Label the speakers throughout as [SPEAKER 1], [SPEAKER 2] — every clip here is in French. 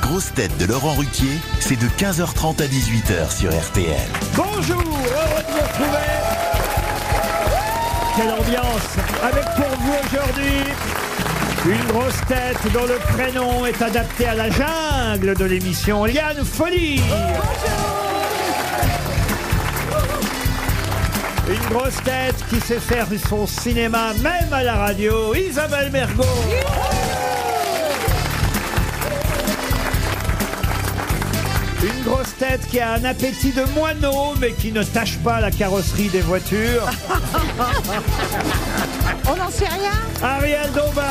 [SPEAKER 1] grosses têtes de Laurent Ruquier, c'est de 15h30 à 18h sur RTL.
[SPEAKER 2] Bonjour, heureux de vous retrouver. Quelle ambiance Avec pour vous aujourd'hui une grosse tête dont le prénom est adapté à la jungle de l'émission Liane Folie. Une grosse tête qui sait faire son cinéma même à la radio, Isabelle Mergot. Une grosse tête qui a un appétit de moineau, mais qui ne tâche pas la carrosserie des voitures.
[SPEAKER 3] On n'en sait rien
[SPEAKER 2] Ariel Dombal.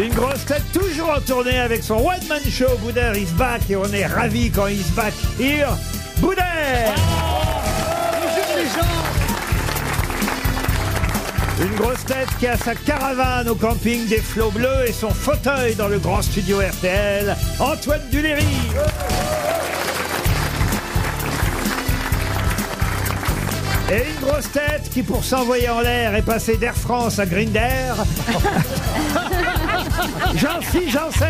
[SPEAKER 2] Une grosse tête toujours en tournée avec son One Man Show, Boudère is back, et on est ravis quand is back here. Boudère Une grosse tête qui a sa caravane au camping des flots bleus et son fauteuil dans le grand studio RTL, Antoine Duléry. Et une grosse tête qui, pour s'envoyer en l'air, est passée d'Air France à Grinder, j'en suis, j'en sais.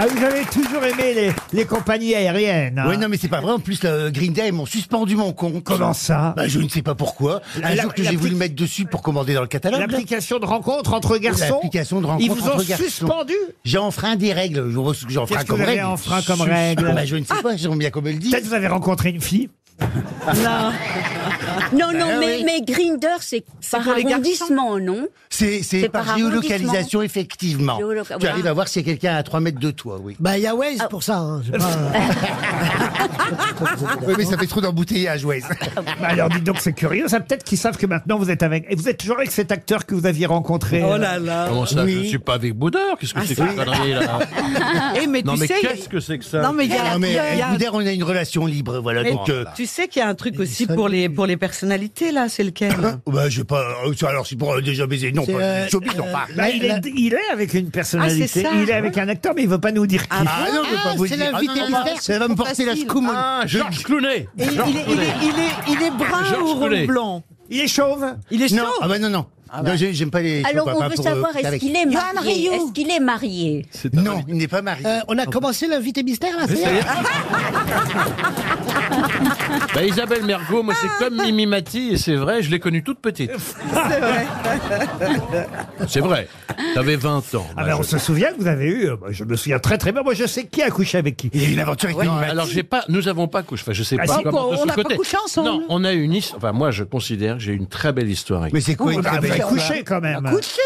[SPEAKER 2] Ah, vous avez toujours aimé les, les compagnies aériennes. hein.
[SPEAKER 4] Oui, non, mais c'est pas vrai. En plus, le Green Day, ils m'ont suspendu mon compte.
[SPEAKER 2] Comment ça
[SPEAKER 4] Bah, Je ne sais pas pourquoi.
[SPEAKER 2] La-
[SPEAKER 4] Un
[SPEAKER 2] la-
[SPEAKER 4] jour que
[SPEAKER 2] la
[SPEAKER 4] j'ai voulu le
[SPEAKER 2] petite-
[SPEAKER 4] mettre dessus pour commander dans le catalogue. là.
[SPEAKER 2] L'application de rencontre entre garçons.
[SPEAKER 4] L'application de
[SPEAKER 2] Ils
[SPEAKER 4] rencontre
[SPEAKER 2] vous ont
[SPEAKER 4] entre garçons.
[SPEAKER 2] suspendu
[SPEAKER 4] J'ai enfreint des règles. Je vois ce que j'ai enfreint
[SPEAKER 2] Qu'est-ce que
[SPEAKER 4] comme
[SPEAKER 2] vous avez
[SPEAKER 4] règle.
[SPEAKER 2] enfreint comme
[SPEAKER 4] Sus-
[SPEAKER 2] règle
[SPEAKER 4] Bah, Je ne sais pas, j'aime bien comme elle dit.
[SPEAKER 2] Peut-être vous avez rencontré une fille.
[SPEAKER 5] Non, non,
[SPEAKER 4] Ah
[SPEAKER 5] mais,
[SPEAKER 4] oui.
[SPEAKER 5] mais Grinder, c'est par
[SPEAKER 3] pour les garçons.
[SPEAKER 5] arrondissement, non
[SPEAKER 4] C'est c'est
[SPEAKER 5] C'est
[SPEAKER 4] par
[SPEAKER 5] par
[SPEAKER 4] géolocalisation,
[SPEAKER 5] arrondissement.
[SPEAKER 4] effectivement.
[SPEAKER 5] Géoloca-
[SPEAKER 4] Tu
[SPEAKER 5] voilà.
[SPEAKER 4] arrives à voir si quelqu'un à 3 mètres de toi, oui.
[SPEAKER 6] Bah, il y a Waze
[SPEAKER 5] Ah.
[SPEAKER 6] pour ça. hein, c'est pas-
[SPEAKER 4] Ah. Oui, mais ça fait trop d'embouteillage, ouais.
[SPEAKER 2] Bah alors dites donc, c'est curieux. Ça peut-être qu'ils savent que maintenant vous êtes avec. Et vous êtes toujours avec cet acteur que vous aviez rencontré.
[SPEAKER 6] Oh
[SPEAKER 2] euh,
[SPEAKER 6] là là.
[SPEAKER 7] Comment ça, je
[SPEAKER 6] Oui.
[SPEAKER 7] ne suis pas avec Boudard Qu'est-ce que c'est que cette connerie là
[SPEAKER 3] Eh, mais
[SPEAKER 7] Non
[SPEAKER 3] tu
[SPEAKER 7] mais
[SPEAKER 3] sais,
[SPEAKER 7] qu'est-ce que c'est que ça Oh.
[SPEAKER 3] non mais il y a,
[SPEAKER 4] Non, mais
[SPEAKER 3] il y a-
[SPEAKER 4] avec Boudère, on a une relation libre, voilà.
[SPEAKER 3] Mais
[SPEAKER 4] Donc, euh,
[SPEAKER 3] tu sais qu'il y a un truc aussi pour les pour les personnalités là, c'est
[SPEAKER 5] Hein?
[SPEAKER 3] lequel
[SPEAKER 4] bah, je sais pas. euh, Alors, c'est pour euh, déjà baiser. Non,
[SPEAKER 6] C'est,
[SPEAKER 4] pas.
[SPEAKER 6] euh,
[SPEAKER 4] Showbiz, non, pas.
[SPEAKER 2] bah, il, est, il est avec une personnalité.
[SPEAKER 3] ça.
[SPEAKER 2] il est avec un acteur, mais il veut pas nous dire qui.
[SPEAKER 4] Ah non, je vais pas vous le dire. Ah, non, non, non, Ça va me porter la scoumone.
[SPEAKER 7] Ah, Georges Clooney
[SPEAKER 3] il, il est, il, est, il, est, il est brun
[SPEAKER 7] Georges
[SPEAKER 3] ou
[SPEAKER 7] Clooney.
[SPEAKER 3] rond blanc
[SPEAKER 2] Il est chauve.
[SPEAKER 3] Il est chaud
[SPEAKER 4] Non, ah bah non, non. Non, j'ai- j'aime pas les.
[SPEAKER 5] Alors,
[SPEAKER 4] je sais pas,
[SPEAKER 5] on
[SPEAKER 4] pas
[SPEAKER 5] veut
[SPEAKER 4] pour,
[SPEAKER 5] savoir,
[SPEAKER 4] euh,
[SPEAKER 5] est-ce
[SPEAKER 4] avec-
[SPEAKER 5] qu'il est marié
[SPEAKER 3] Rio.
[SPEAKER 5] Est-ce qu'il est marié
[SPEAKER 4] Non, il n'est pas marié.
[SPEAKER 6] Euh, on a commencé l'invité mystère, là, c'est
[SPEAKER 7] bah, Isabelle Mergot, moi c'est comme Mimi Mati, et c'est vrai, je l'ai connue toute petite.
[SPEAKER 3] C'est vrai.
[SPEAKER 7] C'est vrai, t'avais 20 ans.
[SPEAKER 2] Ah
[SPEAKER 7] ma
[SPEAKER 2] ben, on
[SPEAKER 7] jeune.
[SPEAKER 2] se souvient que vous avez eu. euh, bah, je me souviens très très bien. Moi, je sais qui a couché avec qui.
[SPEAKER 4] Il y a eu une aventure avec
[SPEAKER 7] Non,
[SPEAKER 4] Mimi Mati.
[SPEAKER 7] alors j'ai pas, nous avons pas couché, enfin je sais
[SPEAKER 2] Ah,
[SPEAKER 7] pas
[SPEAKER 2] si,
[SPEAKER 7] comment
[SPEAKER 3] bon,
[SPEAKER 7] de
[SPEAKER 3] on
[SPEAKER 7] son
[SPEAKER 3] n'a pas
[SPEAKER 7] côté.
[SPEAKER 3] couché ensemble.
[SPEAKER 7] Non, on a une histoire, enfin moi je considère que j'ai une très belle histoire avec.
[SPEAKER 4] Mais c'est quoi une
[SPEAKER 2] Ah,
[SPEAKER 4] très
[SPEAKER 2] vous
[SPEAKER 4] belle
[SPEAKER 2] avez
[SPEAKER 4] histoire
[SPEAKER 2] couché quand même.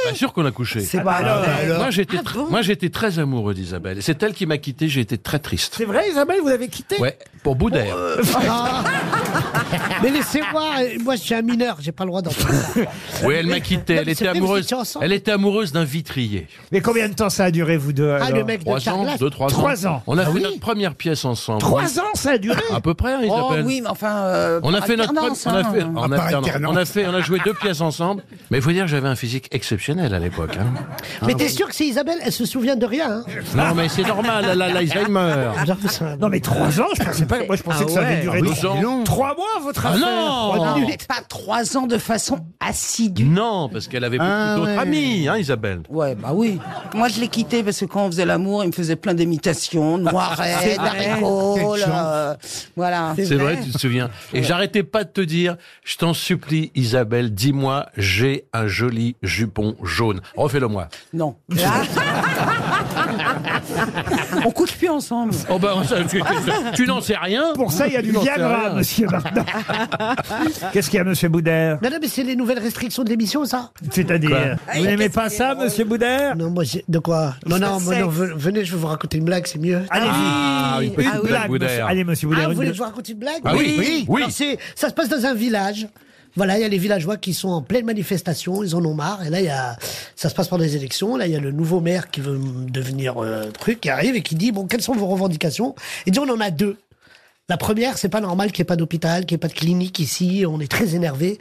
[SPEAKER 7] Bien sûr qu'on a couché.
[SPEAKER 2] Ah, bah, alors, euh,
[SPEAKER 7] Moi j'étais, tr- moi j'étais très amoureux d'Isabelle. C'est elle qui m'a quitté, j'ai été très triste.
[SPEAKER 2] C'est vrai, Isabelle, vous l'avez quitté.
[SPEAKER 7] Ouais, pour Boudère.
[SPEAKER 6] euh, Ah. Mais laissez-moi, euh, moi je suis un mineur, j'ai pas le droit d'entrer.
[SPEAKER 7] Oui, elle m'a quitté.
[SPEAKER 6] Non,
[SPEAKER 7] Elle
[SPEAKER 6] mais c'est
[SPEAKER 7] était
[SPEAKER 6] vrai, vous
[SPEAKER 7] amoureuse.
[SPEAKER 6] étiez ensemble.
[SPEAKER 7] Elle était amoureuse d'un vitrier.
[SPEAKER 2] Mais combien de temps ça a duré vous deux
[SPEAKER 6] Ah,
[SPEAKER 2] alors
[SPEAKER 6] le mec de
[SPEAKER 7] Trois ans,
[SPEAKER 6] Carglass.
[SPEAKER 7] deux, trois ans.
[SPEAKER 2] Trois ans.
[SPEAKER 7] On a
[SPEAKER 6] Ah
[SPEAKER 7] fait
[SPEAKER 6] oui.
[SPEAKER 7] notre première pièce ensemble.
[SPEAKER 2] Trois ans, ça a duré.
[SPEAKER 7] À peu près, hein,
[SPEAKER 3] Oh
[SPEAKER 7] Isabelle.
[SPEAKER 3] oui, mais enfin euh,
[SPEAKER 7] On a
[SPEAKER 3] par
[SPEAKER 7] fait notre pre-
[SPEAKER 3] alternance,
[SPEAKER 7] on a
[SPEAKER 3] hein.
[SPEAKER 2] Ah,
[SPEAKER 7] fait en
[SPEAKER 4] par
[SPEAKER 7] alternance.
[SPEAKER 4] alternance.
[SPEAKER 7] on a fait on a joué deux pièces ensemble mais il faut dire que j'avais un physique exceptionnel à l'époque hein. Ah.
[SPEAKER 6] Mais t'es sûr que c'est Isabelle, elle se souvient de rien. Hein.
[SPEAKER 7] Non mais c'est normal elle a l'Alzheimer.
[SPEAKER 6] J'avoue, c'est un-
[SPEAKER 2] Non, mais trois ans, je pensais pas. Moi, je pensais
[SPEAKER 3] Ah
[SPEAKER 2] que ça avait
[SPEAKER 3] ouais.
[SPEAKER 2] duré
[SPEAKER 7] Deux
[SPEAKER 2] trois-
[SPEAKER 7] ans.
[SPEAKER 2] long. Trois mois, votre
[SPEAKER 7] Ah
[SPEAKER 2] affaire.
[SPEAKER 7] non.
[SPEAKER 2] Trois
[SPEAKER 3] Non,
[SPEAKER 2] minutes.
[SPEAKER 3] mais pas trois ans de façon assidue.
[SPEAKER 7] Non parce qu'elle avait beaucoup
[SPEAKER 4] Ah
[SPEAKER 7] d'autres
[SPEAKER 4] ouais.
[SPEAKER 7] amis hein Isabelle.
[SPEAKER 3] Ouais, bah oui. Moi, je l'ai quitté parce que quand on faisait l'amour, il me faisait plein d'imitations, noirettes, haricots,
[SPEAKER 4] Quelle chance.
[SPEAKER 3] là, euh, voilà.
[SPEAKER 7] C'est vrai, tu te souviens. Et j'arrêtais pas de te dire, je t'en supplie, Isabelle, dis-moi, j'ai un joli jupon jaune. Refais-le-moi.
[SPEAKER 3] Non. Là- on couche plus ensemble.
[SPEAKER 7] Oh ben, on sait- tu, tu- tu n'en sais rien.
[SPEAKER 2] Pour ça, il y a du Viagra, monsieur maintenant. Qu'est-ce qu'il y a, monsieur Boudère
[SPEAKER 6] Non, non, mais c'est les nouvelles restrictions de l'émission, ça
[SPEAKER 2] C'est-à-dire, vous n'aimez pas ça, monsieur Boudère
[SPEAKER 6] Non, moi, j'ai- de quoi Non, non, moi, non, ve- venez, je vais vous raconter une blague, c'est mieux.
[SPEAKER 2] Allez-y.
[SPEAKER 7] Ah, une petite
[SPEAKER 2] une
[SPEAKER 7] blague,
[SPEAKER 2] blague,
[SPEAKER 7] Boudère.
[SPEAKER 2] monsieur. Allez, monsieur Boudère.
[SPEAKER 6] Ah,
[SPEAKER 2] une
[SPEAKER 6] vous voulez que je vous
[SPEAKER 2] blague.
[SPEAKER 6] raconte une blague
[SPEAKER 7] Ah oui, oui, oui.
[SPEAKER 6] Alors, c'est- ça se passe dans un village. Voilà, il y a les villageois qui sont en pleine manifestation, ils en ont marre. Et là, il y a, ça se passe pendant les élections. Là, il y a le nouveau maire qui veut devenir euh, truc, qui arrive et qui dit bon, quelles sont vos revendications Il dit on en a deux. La première, c'est pas normal qu'il n'y ait pas d'hôpital, qu'il n'y ait pas de clinique ici. On est très énervé.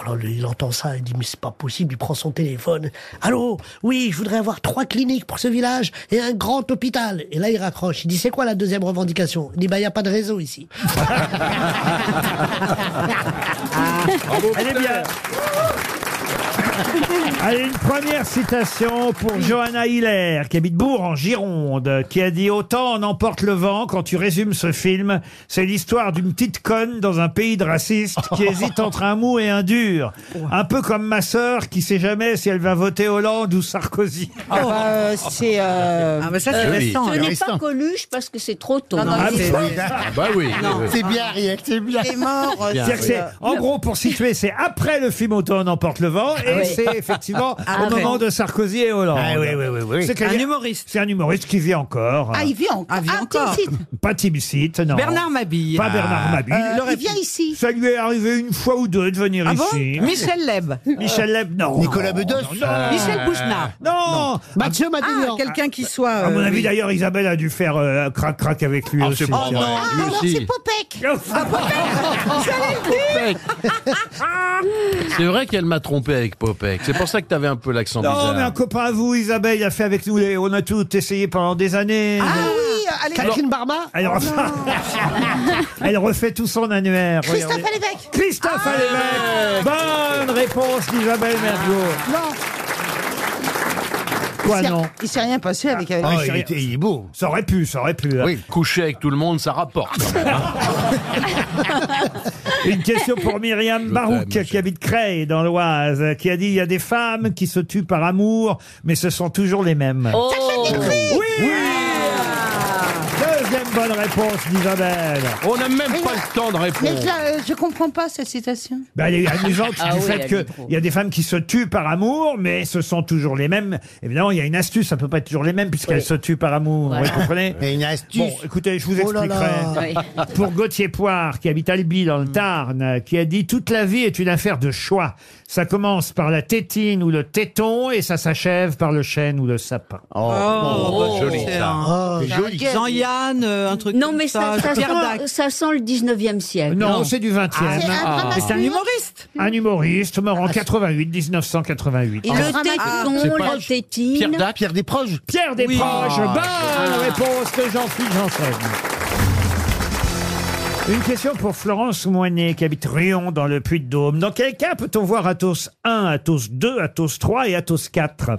[SPEAKER 6] Alors lui, il entend ça, il dit mais c'est pas possible. Il prend son téléphone. Allô, oui, je voudrais avoir trois cliniques pour ce village et un grand hôpital. Et là, il raccroche. Il dit c'est quoi la deuxième revendication Il dit bah il y a pas de réseau ici.
[SPEAKER 2] Elle est bien.
[SPEAKER 3] Ah,
[SPEAKER 2] Allez, une première citation pour Johanna Hiller, qui habite Bourg en Gironde, qui a dit Autant en emporte le vent quand tu résumes ce film, c'est l'histoire d'une petite conne dans un pays de racistes qui hésite entre un mou et un dur. Un peu comme ma sœur qui sait jamais si elle va voter Hollande ou Sarkozy.
[SPEAKER 3] euh, c'est. euh,
[SPEAKER 8] Ah, mais ça, c'est
[SPEAKER 9] Joli.
[SPEAKER 8] récent.
[SPEAKER 5] Ce n'est
[SPEAKER 10] Restant.
[SPEAKER 5] pas Coluche parce que c'est trop tôt.
[SPEAKER 3] non,
[SPEAKER 2] Ah,
[SPEAKER 3] mais c'est-
[SPEAKER 2] bon
[SPEAKER 9] Ah bah oui. oui, oui.
[SPEAKER 10] C'est bien, Ariel, c'est bien.
[SPEAKER 3] il est mort. euh,
[SPEAKER 2] C'est-à-dire que c'est-
[SPEAKER 3] euh,
[SPEAKER 2] en gros, pour situer, c'est après le film Autant en emporte le vent, et c'est effectivement au
[SPEAKER 8] ouais.
[SPEAKER 2] moment de Sarkozy et Hollande.
[SPEAKER 10] Ah oui, oui, oui, oui.
[SPEAKER 2] C'est
[SPEAKER 8] Un
[SPEAKER 2] qu'elle-
[SPEAKER 8] humoriste.
[SPEAKER 2] c'est un humoriste qui vit encore.
[SPEAKER 3] Ah, il vit encore.
[SPEAKER 8] Ah, il vit
[SPEAKER 3] Ah,
[SPEAKER 8] encore.
[SPEAKER 3] si, si.
[SPEAKER 2] Pas Tim Sit, non.
[SPEAKER 8] Bernard Mabille.
[SPEAKER 2] Pas Bernard Mabille.
[SPEAKER 3] Euh, il vient ici.
[SPEAKER 2] Ça lui est arrivé une fois ou deux de venir
[SPEAKER 8] Ah bon
[SPEAKER 2] ici.
[SPEAKER 8] Michel Leb.
[SPEAKER 2] Michel Leb, non.
[SPEAKER 10] Nicolas Bedos.
[SPEAKER 8] Michel Bougenat.
[SPEAKER 2] Ah, Non,
[SPEAKER 6] Mathieu
[SPEAKER 8] Ah,
[SPEAKER 6] Madélian.
[SPEAKER 8] quelqu'un qui soit.
[SPEAKER 2] À mon
[SPEAKER 8] euh,
[SPEAKER 2] avis,
[SPEAKER 8] oui.
[SPEAKER 2] d'ailleurs, Isabelle a dû faire euh, crac-crac avec lui
[SPEAKER 9] Ah,
[SPEAKER 2] aussi.
[SPEAKER 9] c'est pas vrai.
[SPEAKER 3] Ah,
[SPEAKER 9] Lui
[SPEAKER 3] alors
[SPEAKER 9] aussi.
[SPEAKER 3] c'est Popek. Ah,
[SPEAKER 9] C'est vrai qu'elle m'a trompé avec Popek. C'est pour ça que t'avais un peu l'accent
[SPEAKER 2] Non,
[SPEAKER 9] bizarre.
[SPEAKER 2] mais un copain à vous, Isabelle, a fait avec nous. les- On a tout essayé pendant des années. Euh,
[SPEAKER 6] Ah oui, Catherine Barma.
[SPEAKER 2] Elle, refait... Elle refait tout son annuaire.
[SPEAKER 3] Christophe
[SPEAKER 2] regardez.
[SPEAKER 3] Lévesque.
[SPEAKER 2] Christophe
[SPEAKER 9] Ah.
[SPEAKER 2] Alévesque. Bonne réponse d'Isabelle Mergot.
[SPEAKER 10] Ah,
[SPEAKER 3] Non.
[SPEAKER 2] Quoi,
[SPEAKER 3] il s'est-
[SPEAKER 2] non
[SPEAKER 3] Il s'est rien passé avec. avec-
[SPEAKER 10] Ah, il, était- il est beau.
[SPEAKER 2] Ça aurait pu, ça aurait pu. hein.
[SPEAKER 9] Oui, coucher avec tout le monde, ça rapporte.
[SPEAKER 7] hein.
[SPEAKER 2] Une question pour Myriam
[SPEAKER 9] Je
[SPEAKER 2] Barouk,
[SPEAKER 9] t'aime,
[SPEAKER 2] qui
[SPEAKER 9] monsieur.
[SPEAKER 2] habite Creil, dans l'Oise, qui a dit, il y a des femmes qui se tuent par amour, mais ce sont toujours les mêmes.
[SPEAKER 9] Oh.
[SPEAKER 2] Oh. Oui, Deuxième bonne réponse d'Isabelle.
[SPEAKER 9] On n'a même pas le temps de
[SPEAKER 3] Mais je,
[SPEAKER 9] répondre.
[SPEAKER 3] la- euh, je comprends pas cette citation.
[SPEAKER 2] Ben, elle est amusante
[SPEAKER 5] Ah
[SPEAKER 2] du
[SPEAKER 5] oui,
[SPEAKER 2] fait
[SPEAKER 5] elle
[SPEAKER 2] que
[SPEAKER 5] dit trop.
[SPEAKER 2] il y a des femmes qui se tuent par amour, mais ce sont toujours les mêmes. Évidemment, il y a une astuce, ça peut pas être toujours les mêmes puisqu'elles se tuent par amour. Vous comprenez
[SPEAKER 10] Et une
[SPEAKER 2] Bon,
[SPEAKER 10] astuce.
[SPEAKER 2] écoutez, je vous
[SPEAKER 6] Oh là
[SPEAKER 2] expliquerai.
[SPEAKER 6] là.
[SPEAKER 2] Pour Gauthier Poire, qui habite Albi dans le Tarn, qui a dit Toute la vie est une affaire de choix. Ça commence par la tétine ou le téton et ça s'achève par le chêne ou le sapin.
[SPEAKER 9] Oh, joli,
[SPEAKER 8] c'est
[SPEAKER 9] ça.
[SPEAKER 8] un-
[SPEAKER 6] Oh,
[SPEAKER 10] C'est joli.
[SPEAKER 8] Jean-Yann, euh, un truc
[SPEAKER 5] Non,
[SPEAKER 8] comme
[SPEAKER 5] mais ça, ça,
[SPEAKER 8] Pierre
[SPEAKER 5] sent,
[SPEAKER 8] Dac.
[SPEAKER 5] ça sent le 19e siècle.
[SPEAKER 2] Non, c'est du 20e.
[SPEAKER 3] Ah, C'est un Ah, drama
[SPEAKER 8] C'est un
[SPEAKER 3] sourd.
[SPEAKER 8] humoriste.
[SPEAKER 2] Un humoriste mort en 88, 1988.
[SPEAKER 5] Et le téton,
[SPEAKER 9] c'est pas-
[SPEAKER 5] la tétine.
[SPEAKER 9] Pierre Dac. Ah,
[SPEAKER 10] Pierre Desproges.
[SPEAKER 2] Pierre Desproges, bonne réponse de Jean-Philippe Janssen. Une question pour Florence Moinet, qui habite Rion, dans le Puy-de-Dôme. Dans quel cas peut-on voir Athos 1, Athos 2, Athos 3 et Athos 4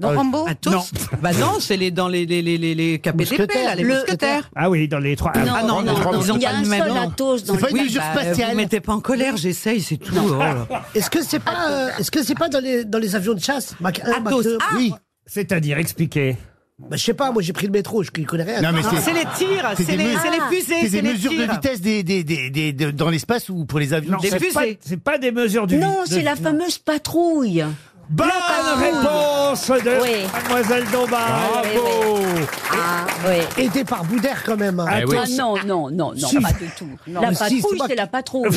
[SPEAKER 3] Dans Rambo.
[SPEAKER 8] À tous.
[SPEAKER 2] euh, ah, Non.
[SPEAKER 8] Bah non, c'est les, dans les, les, les, les, les KPTP, là, les
[SPEAKER 5] Le-
[SPEAKER 8] mousquetaires.
[SPEAKER 2] Ah oui, dans les trois.
[SPEAKER 5] Non,
[SPEAKER 8] Ah non, non, non, ils ont
[SPEAKER 5] il y a
[SPEAKER 8] pas
[SPEAKER 5] un
[SPEAKER 8] le même
[SPEAKER 5] seul
[SPEAKER 8] nom.
[SPEAKER 5] Athos dans
[SPEAKER 10] C'est pas
[SPEAKER 5] le
[SPEAKER 10] une mesure
[SPEAKER 8] Bah,
[SPEAKER 10] spatiale.
[SPEAKER 8] vous mettez pas en colère, j'essaye, c'est tout. oh là.
[SPEAKER 6] Est-ce que c'est pas, euh, est-ce que c'est pas dans les dans les avions de chasse Mac 1, Mac 2 Oui.
[SPEAKER 2] C'est-à-dire, expliquez.
[SPEAKER 6] Bah, je sais pas, moi j'ai pris le métro, je connais rien.
[SPEAKER 10] Non, mais
[SPEAKER 8] Non, C'est
[SPEAKER 10] c'est.
[SPEAKER 8] les tirs,
[SPEAKER 10] c'est
[SPEAKER 8] c'est
[SPEAKER 10] des
[SPEAKER 8] les,
[SPEAKER 10] mesures-
[SPEAKER 8] c'est les fusées,
[SPEAKER 10] C'est
[SPEAKER 8] c'est
[SPEAKER 10] des
[SPEAKER 8] les
[SPEAKER 10] mesures de
[SPEAKER 8] tirs.
[SPEAKER 10] vitesse des, des, des, des, de- dans l'espace ou pour les avions
[SPEAKER 8] Des
[SPEAKER 2] C'est
[SPEAKER 8] fusées.
[SPEAKER 2] pas- C'est pas des mesures du
[SPEAKER 5] Non,
[SPEAKER 2] de-
[SPEAKER 5] c'est la fameuse patrouille.
[SPEAKER 2] Bonne réponse de
[SPEAKER 5] Oui.
[SPEAKER 2] Mademoiselle Dombard.
[SPEAKER 5] Oui, oui, Ah, oui.
[SPEAKER 6] Aidé par Boudère quand même. hein.
[SPEAKER 9] Eh oui.
[SPEAKER 5] Ah non, non, non, non,
[SPEAKER 6] Si.
[SPEAKER 5] pas du tout. la
[SPEAKER 6] mais si,
[SPEAKER 5] patrouille,
[SPEAKER 6] c'est pas-
[SPEAKER 5] c'est la patrouille.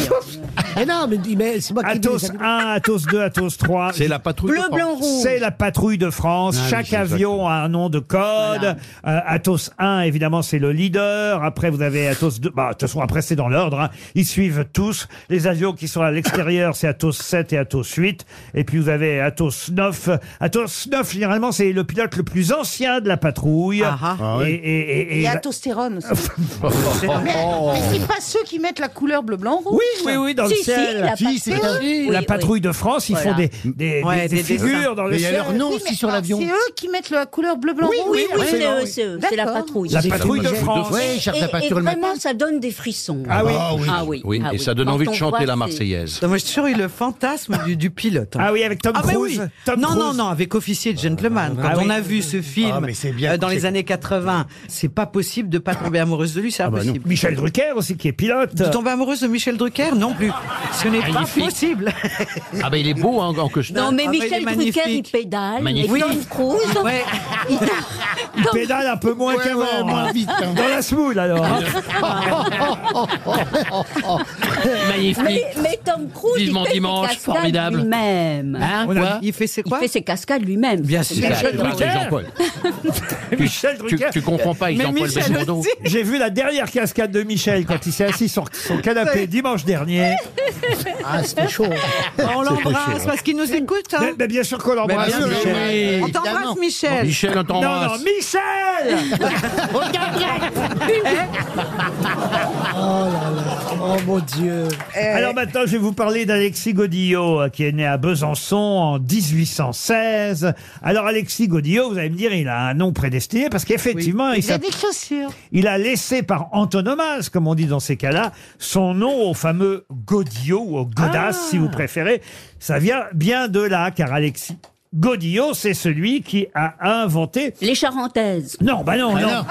[SPEAKER 6] Mais non, mais, mais c'est moi qui ai dit les
[SPEAKER 2] Athos
[SPEAKER 6] avions.
[SPEAKER 2] 1, Athos 2, Athos 3.
[SPEAKER 9] C'est la patrouille. de
[SPEAKER 5] Bleu,
[SPEAKER 9] France.
[SPEAKER 5] blanc, rouge.
[SPEAKER 2] C'est la patrouille de France.
[SPEAKER 9] Ah oui,
[SPEAKER 2] Chaque
[SPEAKER 9] c'est
[SPEAKER 2] avion a un nom de code. Euh, Athos 1, évidemment, c'est le leader. Après, vous avez Athos 2. Bah, de toute façon, après, c'est dans l'ordre. hein. Ils suivent tous. Les avions qui sont à l'extérieur, c'est Athos 7 et Athos 8. Et puis, vous avez Athos 9. Athos 9, généralement, c'est le pilote le plus ancien de la patrouille.
[SPEAKER 8] Ah, ah.
[SPEAKER 10] Ah ouais.
[SPEAKER 2] Et- et- et- et-
[SPEAKER 3] Et Ah Atostérone aussi. Mais, mais c'est pas ceux qui mettent la couleur bleu blanc rouge.
[SPEAKER 2] Oui, oui, oui, dans
[SPEAKER 5] si,
[SPEAKER 2] le
[SPEAKER 5] si,
[SPEAKER 2] ciel.
[SPEAKER 5] la
[SPEAKER 10] Si, c'est
[SPEAKER 5] patrouille. Oui,
[SPEAKER 2] la
[SPEAKER 5] oui.
[SPEAKER 2] patrouille de France, ils
[SPEAKER 5] Voilà.
[SPEAKER 2] font des, des,
[SPEAKER 8] Ouais,
[SPEAKER 2] des-
[SPEAKER 8] des
[SPEAKER 2] des
[SPEAKER 8] dessins.
[SPEAKER 2] figures dans le
[SPEAKER 10] Mais il y a
[SPEAKER 2] ciel.
[SPEAKER 10] leur nom
[SPEAKER 3] Oui, mais
[SPEAKER 10] aussi sur
[SPEAKER 3] non,
[SPEAKER 10] l'avion.
[SPEAKER 3] C'est eux qui mettent la couleur bleu blanc rouge.
[SPEAKER 5] Oui, c'est eux, c'est eux, c'est la
[SPEAKER 3] D'accord.
[SPEAKER 5] patrouille.
[SPEAKER 2] La patrouille de
[SPEAKER 9] patrouille de
[SPEAKER 2] France.
[SPEAKER 9] France.
[SPEAKER 10] Oui, cherche
[SPEAKER 5] Et,
[SPEAKER 10] la
[SPEAKER 5] et
[SPEAKER 10] peinture le matin.
[SPEAKER 5] vraiment, ça donne des frissons.
[SPEAKER 2] Ah oui.
[SPEAKER 5] Ah oui.
[SPEAKER 9] Oui,
[SPEAKER 5] ah
[SPEAKER 9] et
[SPEAKER 5] oui.
[SPEAKER 9] ça donne
[SPEAKER 5] Quand
[SPEAKER 9] envie de
[SPEAKER 5] on
[SPEAKER 9] chanter
[SPEAKER 5] voit,
[SPEAKER 9] la
[SPEAKER 5] c'est-
[SPEAKER 9] Marseillaise.
[SPEAKER 8] Non, moi, je suis sûr, il le fantasme du, du pilote.
[SPEAKER 2] Ah oui, avec Tom
[SPEAKER 8] Ah, bah
[SPEAKER 2] Cruise.
[SPEAKER 8] oui.
[SPEAKER 2] Tom
[SPEAKER 8] non, non,
[SPEAKER 2] Cruise.
[SPEAKER 8] non, avec Officier de Gentleman. Quand
[SPEAKER 2] Ah
[SPEAKER 8] on
[SPEAKER 2] oui.
[SPEAKER 8] a vu ce
[SPEAKER 11] Ah,
[SPEAKER 2] Ah,
[SPEAKER 8] film
[SPEAKER 10] mais c'est bien
[SPEAKER 8] euh, dans
[SPEAKER 10] couché.
[SPEAKER 8] les années 80, c'est pas possible de pas tomber amoureuse de lui, c'est
[SPEAKER 10] bah non.
[SPEAKER 8] impossible.
[SPEAKER 2] Michel Drucker aussi, qui est pilote.
[SPEAKER 8] de tomber amoureuse de Michel Drucker Non plus. Ce n'est pas
[SPEAKER 9] Magnifique.
[SPEAKER 8] possible.
[SPEAKER 9] Ah ben il est beau hein, en costume.
[SPEAKER 5] Non, mais
[SPEAKER 8] Ah, mais il est
[SPEAKER 5] Michel
[SPEAKER 8] magnifique.
[SPEAKER 5] Drucker, il pédale.
[SPEAKER 9] Magnifique.
[SPEAKER 5] Et Tom Cruise,
[SPEAKER 8] Ouais.
[SPEAKER 5] il
[SPEAKER 9] Ah.
[SPEAKER 2] Il pédale un peu moins
[SPEAKER 10] Ouais,
[SPEAKER 2] qu'avant.
[SPEAKER 10] ouais, moins
[SPEAKER 2] hein.
[SPEAKER 10] vite, hein.
[SPEAKER 2] Dans la smoule, alors. hein.
[SPEAKER 9] Magnifique.
[SPEAKER 5] Mais, mais Tom Cruise,
[SPEAKER 9] Vivement
[SPEAKER 5] il fait
[SPEAKER 9] dimanche,
[SPEAKER 5] des cascades
[SPEAKER 9] formidable.
[SPEAKER 5] lui-même.
[SPEAKER 9] Hein,
[SPEAKER 2] On a
[SPEAKER 9] quoi
[SPEAKER 7] quoi
[SPEAKER 9] Il fait c'est
[SPEAKER 5] Il
[SPEAKER 9] quoi
[SPEAKER 5] fait ses cascades lui-même.
[SPEAKER 9] Bien
[SPEAKER 5] C'est
[SPEAKER 9] sûr.
[SPEAKER 5] bien.
[SPEAKER 2] Michel
[SPEAKER 7] Tu parles de
[SPEAKER 2] Drucker.
[SPEAKER 7] Jean-Paul.
[SPEAKER 2] Michel
[SPEAKER 7] Tu,
[SPEAKER 2] Drucker.
[SPEAKER 7] tu comprends pas avec
[SPEAKER 9] Mais
[SPEAKER 7] Jean-Paul
[SPEAKER 9] Michel
[SPEAKER 7] Belmondo
[SPEAKER 9] aussi.
[SPEAKER 2] J'ai vu la dernière cascade de Michel quand il s'est assis sur son canapé dimanche dernier.
[SPEAKER 6] Ah, c'était chaud.
[SPEAKER 9] On l'embrasse parce qu'il nous écoute. hein.
[SPEAKER 2] Mais, mais bien sûr qu'on l'embrasse,
[SPEAKER 9] bien sûr,
[SPEAKER 2] Michel.
[SPEAKER 9] On t'embrasse, Michel.
[SPEAKER 7] Michel, on
[SPEAKER 2] Non, non,
[SPEAKER 7] t'embrasse.
[SPEAKER 2] Michel
[SPEAKER 6] Oh mon Dieu.
[SPEAKER 9] Eh.
[SPEAKER 2] Alors maintenant, je vais vous parler d'Alexis Godillot, euh, qui est né à Besançon en 1816. Alors Alexis Godillot, vous allez me dire, il a un nom prédestiné, parce qu'effectivement, il, s'appelle-
[SPEAKER 6] chaussures.
[SPEAKER 2] il a laissé par antonomase, comme on dit dans ces cas-là, son nom au fameux Godillot, ou au Godas, si
[SPEAKER 5] Ah.
[SPEAKER 2] vous préférez. Ça vient bien de là, car Alexis Godillot, c'est celui qui a inventé
[SPEAKER 5] Les Charentaises.
[SPEAKER 2] Non, bah non, non.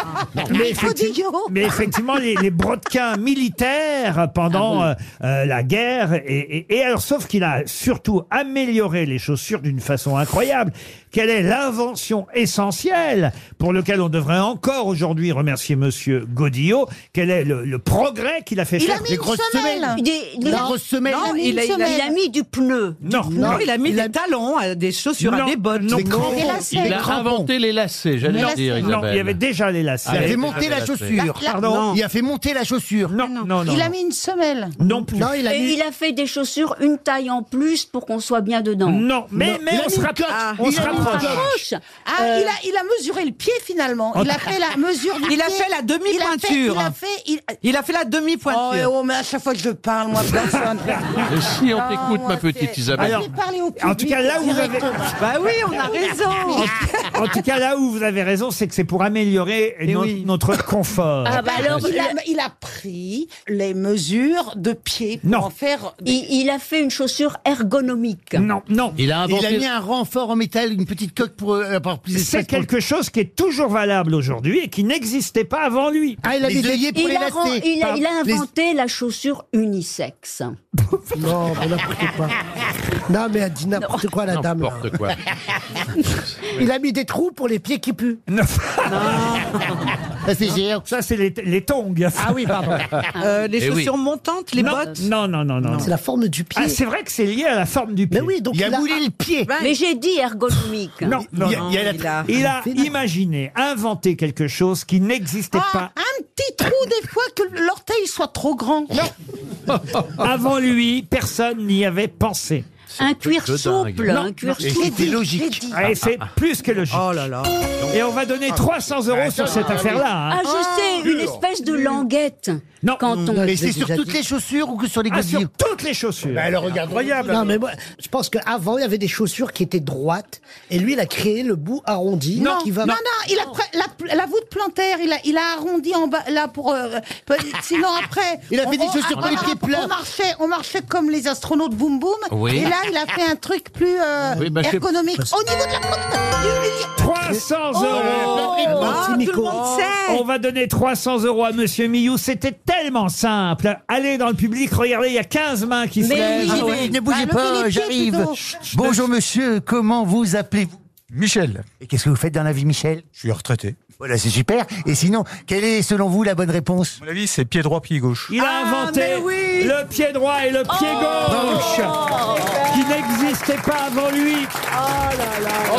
[SPEAKER 2] Mais, effectivement, mais effectivement, les, les brodequins militaires pendant euh, euh, la guerre. Et, et- et alors, sauf qu'il a surtout amélioré les chaussures d'une façon incroyable. Quelle est l'invention essentielle pour lequel on devrait encore aujourd'hui remercier Monsieur Godillot Quel est le, le progrès qu'il a fait faire
[SPEAKER 4] Des grosses semelles.
[SPEAKER 5] Des-
[SPEAKER 4] Des
[SPEAKER 5] des-
[SPEAKER 4] grosses semelles.
[SPEAKER 9] Non,
[SPEAKER 5] il, a, il a- il a mis du pneu.
[SPEAKER 2] Non,
[SPEAKER 9] Non,
[SPEAKER 2] non.
[SPEAKER 9] il a mis des talons,
[SPEAKER 8] euh,
[SPEAKER 9] à des chaussures, à
[SPEAKER 2] Non,
[SPEAKER 9] des bottes.
[SPEAKER 2] non,
[SPEAKER 4] Des
[SPEAKER 2] non,
[SPEAKER 4] crampons.
[SPEAKER 7] Il a
[SPEAKER 4] crampons.
[SPEAKER 7] inventé les lacets, j'allais
[SPEAKER 2] non,
[SPEAKER 7] le dire, Isabelle.
[SPEAKER 2] il y avait déjà les lacets.
[SPEAKER 7] Ah,
[SPEAKER 4] Il a
[SPEAKER 7] oui.
[SPEAKER 4] fait monter la chaussure.
[SPEAKER 2] Pardon
[SPEAKER 4] Il a fait monter la chaussure.
[SPEAKER 2] Non, non, Oh non.
[SPEAKER 3] Il a
[SPEAKER 2] non.
[SPEAKER 3] mis une semelle.
[SPEAKER 2] Non plus.
[SPEAKER 4] Non, il a
[SPEAKER 5] Et
[SPEAKER 4] mis.
[SPEAKER 5] il a fait des chaussures une taille en plus pour qu'on soit bien dedans.
[SPEAKER 2] Non, mais, mais
[SPEAKER 4] Il a
[SPEAKER 2] on
[SPEAKER 4] mis
[SPEAKER 2] se
[SPEAKER 4] une
[SPEAKER 2] rapproche.
[SPEAKER 4] coque.
[SPEAKER 2] On
[SPEAKER 4] Il a mis une
[SPEAKER 2] se rapproche.
[SPEAKER 4] coque.
[SPEAKER 5] Proche.
[SPEAKER 3] Ah, il, a, il a mesuré le pied finalement. Il a fait la mesure du
[SPEAKER 9] Il a
[SPEAKER 3] pied.
[SPEAKER 9] fait la
[SPEAKER 3] Il a fait-
[SPEAKER 9] demi-pointure.
[SPEAKER 3] Il a fait. il-
[SPEAKER 9] Il a fait la
[SPEAKER 3] Oh, et
[SPEAKER 9] demi-pointure.
[SPEAKER 3] oh, mais à chaque fois que je parle, moi, personne.
[SPEAKER 7] Mais si on t'écoute,
[SPEAKER 3] moi,
[SPEAKER 7] ma petite
[SPEAKER 3] c'est-
[SPEAKER 7] Isabelle.
[SPEAKER 2] Alors,
[SPEAKER 3] Je vais parler au public.
[SPEAKER 2] En tout cas, là où vous avez,
[SPEAKER 9] Bah oui, on a raison.
[SPEAKER 2] en tout cas, là où vous avez raison, c'est que c'est pour améliorer no-
[SPEAKER 9] oui.
[SPEAKER 2] notre confort.
[SPEAKER 5] Ah bah alors,
[SPEAKER 3] Il
[SPEAKER 5] il
[SPEAKER 3] a,
[SPEAKER 5] a,
[SPEAKER 3] il a pris les mesures de pied pour
[SPEAKER 2] Non.
[SPEAKER 3] en faire.
[SPEAKER 5] il- il a fait une chaussure ergonomique.
[SPEAKER 2] Non, non.
[SPEAKER 7] il a
[SPEAKER 4] Il
[SPEAKER 7] inventé.
[SPEAKER 4] a mis un renfort en métal, une petite coque pour euh, avoir plus d'espace.
[SPEAKER 2] C'est
[SPEAKER 4] pour-
[SPEAKER 2] quelque chose qui est toujours valable aujourd'hui et qui n'existait pas avant lui.
[SPEAKER 4] Ah, il a
[SPEAKER 2] Les
[SPEAKER 4] des
[SPEAKER 2] œillets-
[SPEAKER 4] œillets pour
[SPEAKER 5] Il
[SPEAKER 4] les
[SPEAKER 5] a, ren-
[SPEAKER 4] lacets.
[SPEAKER 5] il a- il a
[SPEAKER 4] Les-
[SPEAKER 5] inventé la chaussure unisexe.
[SPEAKER 6] Non, mais n'importe quoi. Non, mais elle dit n'importe quoi, la dame. là.
[SPEAKER 7] N'importe quoi.
[SPEAKER 6] Il a mis des trous pour les pieds qui puent.
[SPEAKER 4] Ah, c'est géant.
[SPEAKER 2] Ça, c'est les, les tongs.
[SPEAKER 6] Ah oui, pardon.
[SPEAKER 9] Euh, les
[SPEAKER 7] Eh oui.
[SPEAKER 9] chaussures montantes, les
[SPEAKER 2] non,
[SPEAKER 9] bottes.
[SPEAKER 2] non, non, non, non, non.
[SPEAKER 6] C'est la forme du pied.
[SPEAKER 2] Ah, c'est vrai que c'est lié à la forme du pied.
[SPEAKER 6] mais oui, donc
[SPEAKER 4] Il a
[SPEAKER 6] il a-
[SPEAKER 4] boulé le pied.
[SPEAKER 5] Mais j'ai dit ergonomique.
[SPEAKER 2] Non, non,
[SPEAKER 4] Il y
[SPEAKER 2] non.
[SPEAKER 4] a- il y a la-
[SPEAKER 9] il a-
[SPEAKER 2] Il a imaginé, inventé quelque chose qui n'existait
[SPEAKER 3] Ah, un petit trou des fois que l'orteil soit trop grand.
[SPEAKER 2] pas avant lui. Personne n'y avait pensé.
[SPEAKER 5] Un cuir
[SPEAKER 7] de dingue.
[SPEAKER 5] souple,
[SPEAKER 7] Non,
[SPEAKER 5] un cuir
[SPEAKER 4] Et
[SPEAKER 5] souple.
[SPEAKER 4] c'était logique.
[SPEAKER 2] Ah, Et c'est plus que logique.
[SPEAKER 9] Oh là là.
[SPEAKER 2] Et on va
[SPEAKER 4] Ah.
[SPEAKER 2] donner 300 euros sur cette affaire-là. hein.
[SPEAKER 5] Ah, je sais, une espèce de languette.
[SPEAKER 2] Non.
[SPEAKER 5] Quand on...
[SPEAKER 4] Mais
[SPEAKER 6] je l'ai
[SPEAKER 4] c'est sur
[SPEAKER 6] déjà
[SPEAKER 4] toutes
[SPEAKER 6] dit.
[SPEAKER 4] les chaussures ou que sur les
[SPEAKER 2] Ah, sur
[SPEAKER 4] godilles
[SPEAKER 2] toutes les chaussures.
[SPEAKER 4] Alors regarde, incroyable.
[SPEAKER 6] Non, mais moi, je pense qu'avant, il y avait des chaussures qui étaient droites. Et lui, il a créé le bout arrondi.
[SPEAKER 2] Non,
[SPEAKER 6] qui va...
[SPEAKER 3] Non, non, il a pre- la, la voûte plantaire, il a, il a arrondi en bas, là, pour. euh, pe- sinon, après.
[SPEAKER 4] Il a fait des
[SPEAKER 3] on- on-
[SPEAKER 4] chaussures pour les pieds plats.
[SPEAKER 3] On marchait, on marchait comme les astronautes boum boum.
[SPEAKER 7] Oui.
[SPEAKER 3] Et là, il a fait un truc plus euh,
[SPEAKER 7] Oui, bah, je sais-
[SPEAKER 3] ergonomique. Au niveau de la plante.
[SPEAKER 2] 300
[SPEAKER 5] Oh,
[SPEAKER 2] euros
[SPEAKER 9] Ah, tout le
[SPEAKER 6] Nico.
[SPEAKER 9] monde sait.
[SPEAKER 2] On va donner 300 euros à Monsieur Millou. C'était tellement simple. Allez dans le public, regardez, il y a 15 mains qui se
[SPEAKER 5] Mais
[SPEAKER 2] lèvent.
[SPEAKER 5] oui.
[SPEAKER 4] Ah ouais,
[SPEAKER 5] oui.
[SPEAKER 4] Ne bougez
[SPEAKER 3] Bah, levez
[SPEAKER 4] pas,
[SPEAKER 3] les pieds
[SPEAKER 4] j'arrive.
[SPEAKER 3] plutôt.
[SPEAKER 4] Bonjour monsieur, comment vous appelez-vous Michel. Et qu'est-ce que vous faites dans la vie, Michel
[SPEAKER 12] Je suis retraité.
[SPEAKER 4] Voilà, c'est super. Et sinon, quelle est selon vous la bonne réponse
[SPEAKER 12] À mon avis, c'est pied droit, pied gauche.
[SPEAKER 2] Il a
[SPEAKER 9] Ah,
[SPEAKER 2] inventé
[SPEAKER 9] mais oui.
[SPEAKER 2] le pied droit et le pied gauche qui n'existait pas avant lui. Oh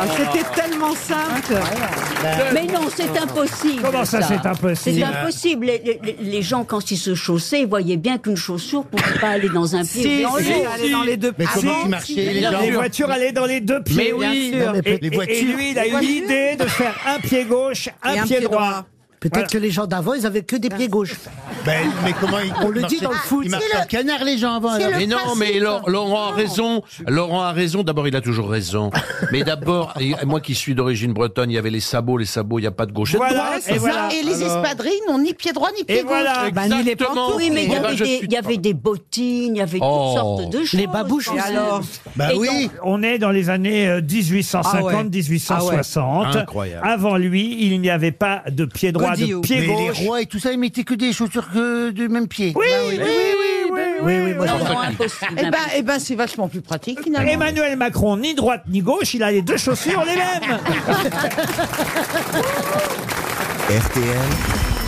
[SPEAKER 9] Ah, C'était tellement simple.
[SPEAKER 5] Mais non, c'est impossible.
[SPEAKER 2] Comment ça, c'est
[SPEAKER 5] C'est
[SPEAKER 2] impossible
[SPEAKER 5] impossible. Les, les- les gens, quand ils se chaussaient, ils voyaient bien qu'une chaussure pouvait pas aller dans un pied.
[SPEAKER 9] Si,
[SPEAKER 5] ou dans
[SPEAKER 9] si,
[SPEAKER 5] l'autre.
[SPEAKER 9] allez dans les deux pieds.
[SPEAKER 4] comment
[SPEAKER 2] si,
[SPEAKER 4] marchaient
[SPEAKER 5] si,
[SPEAKER 4] les
[SPEAKER 5] bien
[SPEAKER 4] gens
[SPEAKER 2] Les voitures allaient dans les deux pieds.
[SPEAKER 7] Mais oui.
[SPEAKER 9] Bien sûr.
[SPEAKER 2] Et,
[SPEAKER 4] Les
[SPEAKER 2] et- et
[SPEAKER 4] voitures.
[SPEAKER 2] lui, il a eu l'idée de faire un pied gauche, un, pied, droit.
[SPEAKER 6] Peut-être
[SPEAKER 2] Voilà.
[SPEAKER 6] que les gens d'avant, ils avaient que des pieds gauches.
[SPEAKER 4] Ben, Mais comment ils
[SPEAKER 6] On le dit dans le foot.
[SPEAKER 4] Ils marchaient
[SPEAKER 3] C'est le-
[SPEAKER 4] en canard les gens avant.
[SPEAKER 3] C'est
[SPEAKER 4] alors.
[SPEAKER 3] le-
[SPEAKER 7] Mais non,
[SPEAKER 3] principe.
[SPEAKER 7] mais Laur- Laurent a raison. Laurent a raison. D'abord, il a toujours raison. Mais d'abord, et moi qui suis d'origine bretonne, il y avait les sabots, les sabots, il n'y a pas de gauche et de
[SPEAKER 2] Voilà,
[SPEAKER 7] droite.
[SPEAKER 2] et voilà.
[SPEAKER 3] Et les espadrilles n'ont ni pied droit ni pied
[SPEAKER 2] Et
[SPEAKER 3] gauche.
[SPEAKER 2] voilà.
[SPEAKER 9] Bah, ni les pantoufles.
[SPEAKER 5] Oui, mais il y,
[SPEAKER 7] Eh ben,
[SPEAKER 5] avait
[SPEAKER 7] je
[SPEAKER 5] des,
[SPEAKER 7] suis-
[SPEAKER 5] il y avait des bottines, il y avait
[SPEAKER 7] Oh.
[SPEAKER 5] toutes sortes de choses.
[SPEAKER 6] Les babouches
[SPEAKER 5] quand
[SPEAKER 9] Et
[SPEAKER 6] aussi.
[SPEAKER 5] même.
[SPEAKER 9] alors
[SPEAKER 4] Bah
[SPEAKER 5] Et
[SPEAKER 4] oui.
[SPEAKER 2] On est dans les années euh, 1850,
[SPEAKER 9] Ah ouais.
[SPEAKER 2] 1860.
[SPEAKER 7] Ah ouais. Incroyable.
[SPEAKER 2] Avant lui, il n'y avait pas de pied droit,
[SPEAKER 9] Godillot.
[SPEAKER 2] de pied
[SPEAKER 4] Mais les
[SPEAKER 2] gauche.
[SPEAKER 4] rois et tout ça, ils mettaient que des chaussures que du même pied. Bah
[SPEAKER 2] Oui, oui, oui, oui, oui, oui, oui.
[SPEAKER 5] Non, non, impossible.
[SPEAKER 3] Eh ben, eh ben c'est vachement plus pratique finalement.
[SPEAKER 2] Emmanuel Macron, ni droite ni gauche, il a les deux chaussures les mêmes.
[SPEAKER 13] RTL,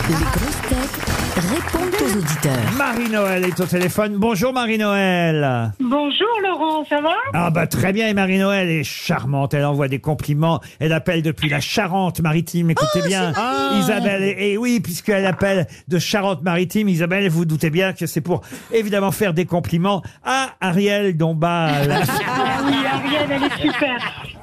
[SPEAKER 1] Les grosses têtes
[SPEAKER 14] Répondez aux auditeurs.
[SPEAKER 2] Marie-Noël est au téléphone. Bonjour Marie-Noël.
[SPEAKER 15] Bonjour Laurent, ça va
[SPEAKER 2] Ah bah très bien, et Marie-Noël est charmante, elle envoie des compliments, elle appelle depuis la Charente-Maritime, écoutez bien, Isabelle, et, et oui, puisqu'elle appelle de Charente-Maritime, Isabelle, vous doutez bien que c'est pour évidemment faire des compliments à Ariel Dombal.
[SPEAKER 15] Ah oui, Ariel, elle est super.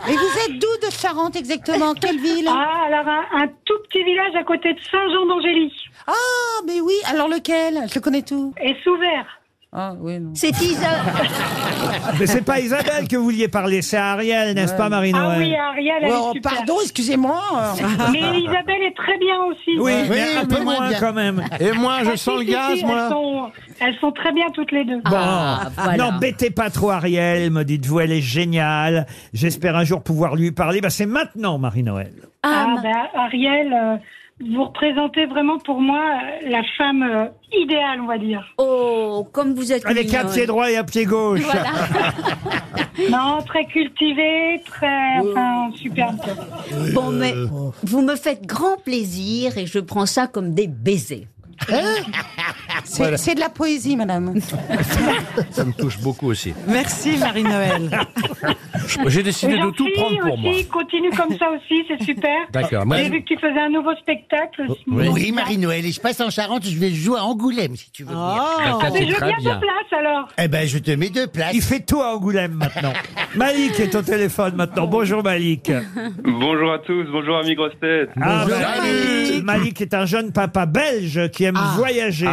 [SPEAKER 16] Et vous êtes d'où de Charente exactement Quelle ville
[SPEAKER 15] Ah, alors un, un tout petit village à côté de Saint-Jean-d'Angély.
[SPEAKER 16] Ah, mais oui, alors lequel Je le connais tout.
[SPEAKER 15] Et Souvert.
[SPEAKER 16] Ah, oui, non.
[SPEAKER 5] C'est Isa.
[SPEAKER 2] Mais c'est pas Isabelle que vous vouliez parler, c'est à Ariel, n'est-ce pas Marie-Noël
[SPEAKER 15] Ah oui, Ariel, elle
[SPEAKER 16] Oh,
[SPEAKER 15] est super.
[SPEAKER 3] Pardon, excusez-moi.
[SPEAKER 15] Mais Isabelle est très bien aussi.
[SPEAKER 2] Oui, mais un peu moins quand même.
[SPEAKER 9] Et moi, je
[SPEAKER 15] Ah,
[SPEAKER 9] sens
[SPEAKER 15] si,
[SPEAKER 9] le
[SPEAKER 15] si,
[SPEAKER 9] gaz,
[SPEAKER 15] si, Elles
[SPEAKER 9] moi.
[SPEAKER 15] sont, elles sont très bien toutes les deux.
[SPEAKER 2] Bon,
[SPEAKER 16] Ah,
[SPEAKER 9] Ah,
[SPEAKER 5] voilà.
[SPEAKER 2] n'embêtez pas trop Ariel, me dites-vous, elle est géniale. J'espère un jour pouvoir lui parler. Bah, c'est maintenant, Marie-Noël.
[SPEAKER 15] Ah, bah, Ariel, euh, vous représentez vraiment pour moi euh, la femme euh, idéale, on va dire.
[SPEAKER 5] Oh, comme vous êtes.
[SPEAKER 2] Avec un
[SPEAKER 5] mignonne.
[SPEAKER 2] pied droit et un pied gauche.
[SPEAKER 15] Non, très cultivée, très enfin, superbe.
[SPEAKER 5] Bon, mais vous me faites grand plaisir et je prends ça comme des baisers.
[SPEAKER 16] C'est c'est de la poésie, madame.
[SPEAKER 9] Ça me touche beaucoup aussi.
[SPEAKER 8] Merci Marie-Noël.
[SPEAKER 9] J'ai décidé de tout
[SPEAKER 15] Jean-Phi
[SPEAKER 9] prendre pour
[SPEAKER 15] aussi,
[SPEAKER 9] moi.
[SPEAKER 15] Continue comme ça aussi, c'est super.
[SPEAKER 9] D'accord, moi,
[SPEAKER 15] J'ai
[SPEAKER 9] je-
[SPEAKER 15] vu que tu faisais un nouveau spectacle.
[SPEAKER 2] Oh,
[SPEAKER 9] Oui.
[SPEAKER 10] Oui, Marie-Noël, et je passe en Charente, je vais jouer à Angoulême, si tu veux venir.
[SPEAKER 9] Ah, bah, Ça,
[SPEAKER 2] Bah,
[SPEAKER 15] Ah. Mais
[SPEAKER 9] c'est
[SPEAKER 15] je
[SPEAKER 9] très
[SPEAKER 15] viens
[SPEAKER 9] bien.
[SPEAKER 15] de place alors.
[SPEAKER 10] Eh ben, je te mets deux places.
[SPEAKER 2] Il fait tout à Angoulême maintenant. Malik est au téléphone maintenant. Bonjour Malik.
[SPEAKER 17] Bonjour à tous, bonjour amis grosses têtes.
[SPEAKER 2] Ah, Malik. Malik est un jeune papa belge qui aime
[SPEAKER 15] Ah.
[SPEAKER 2] voyager.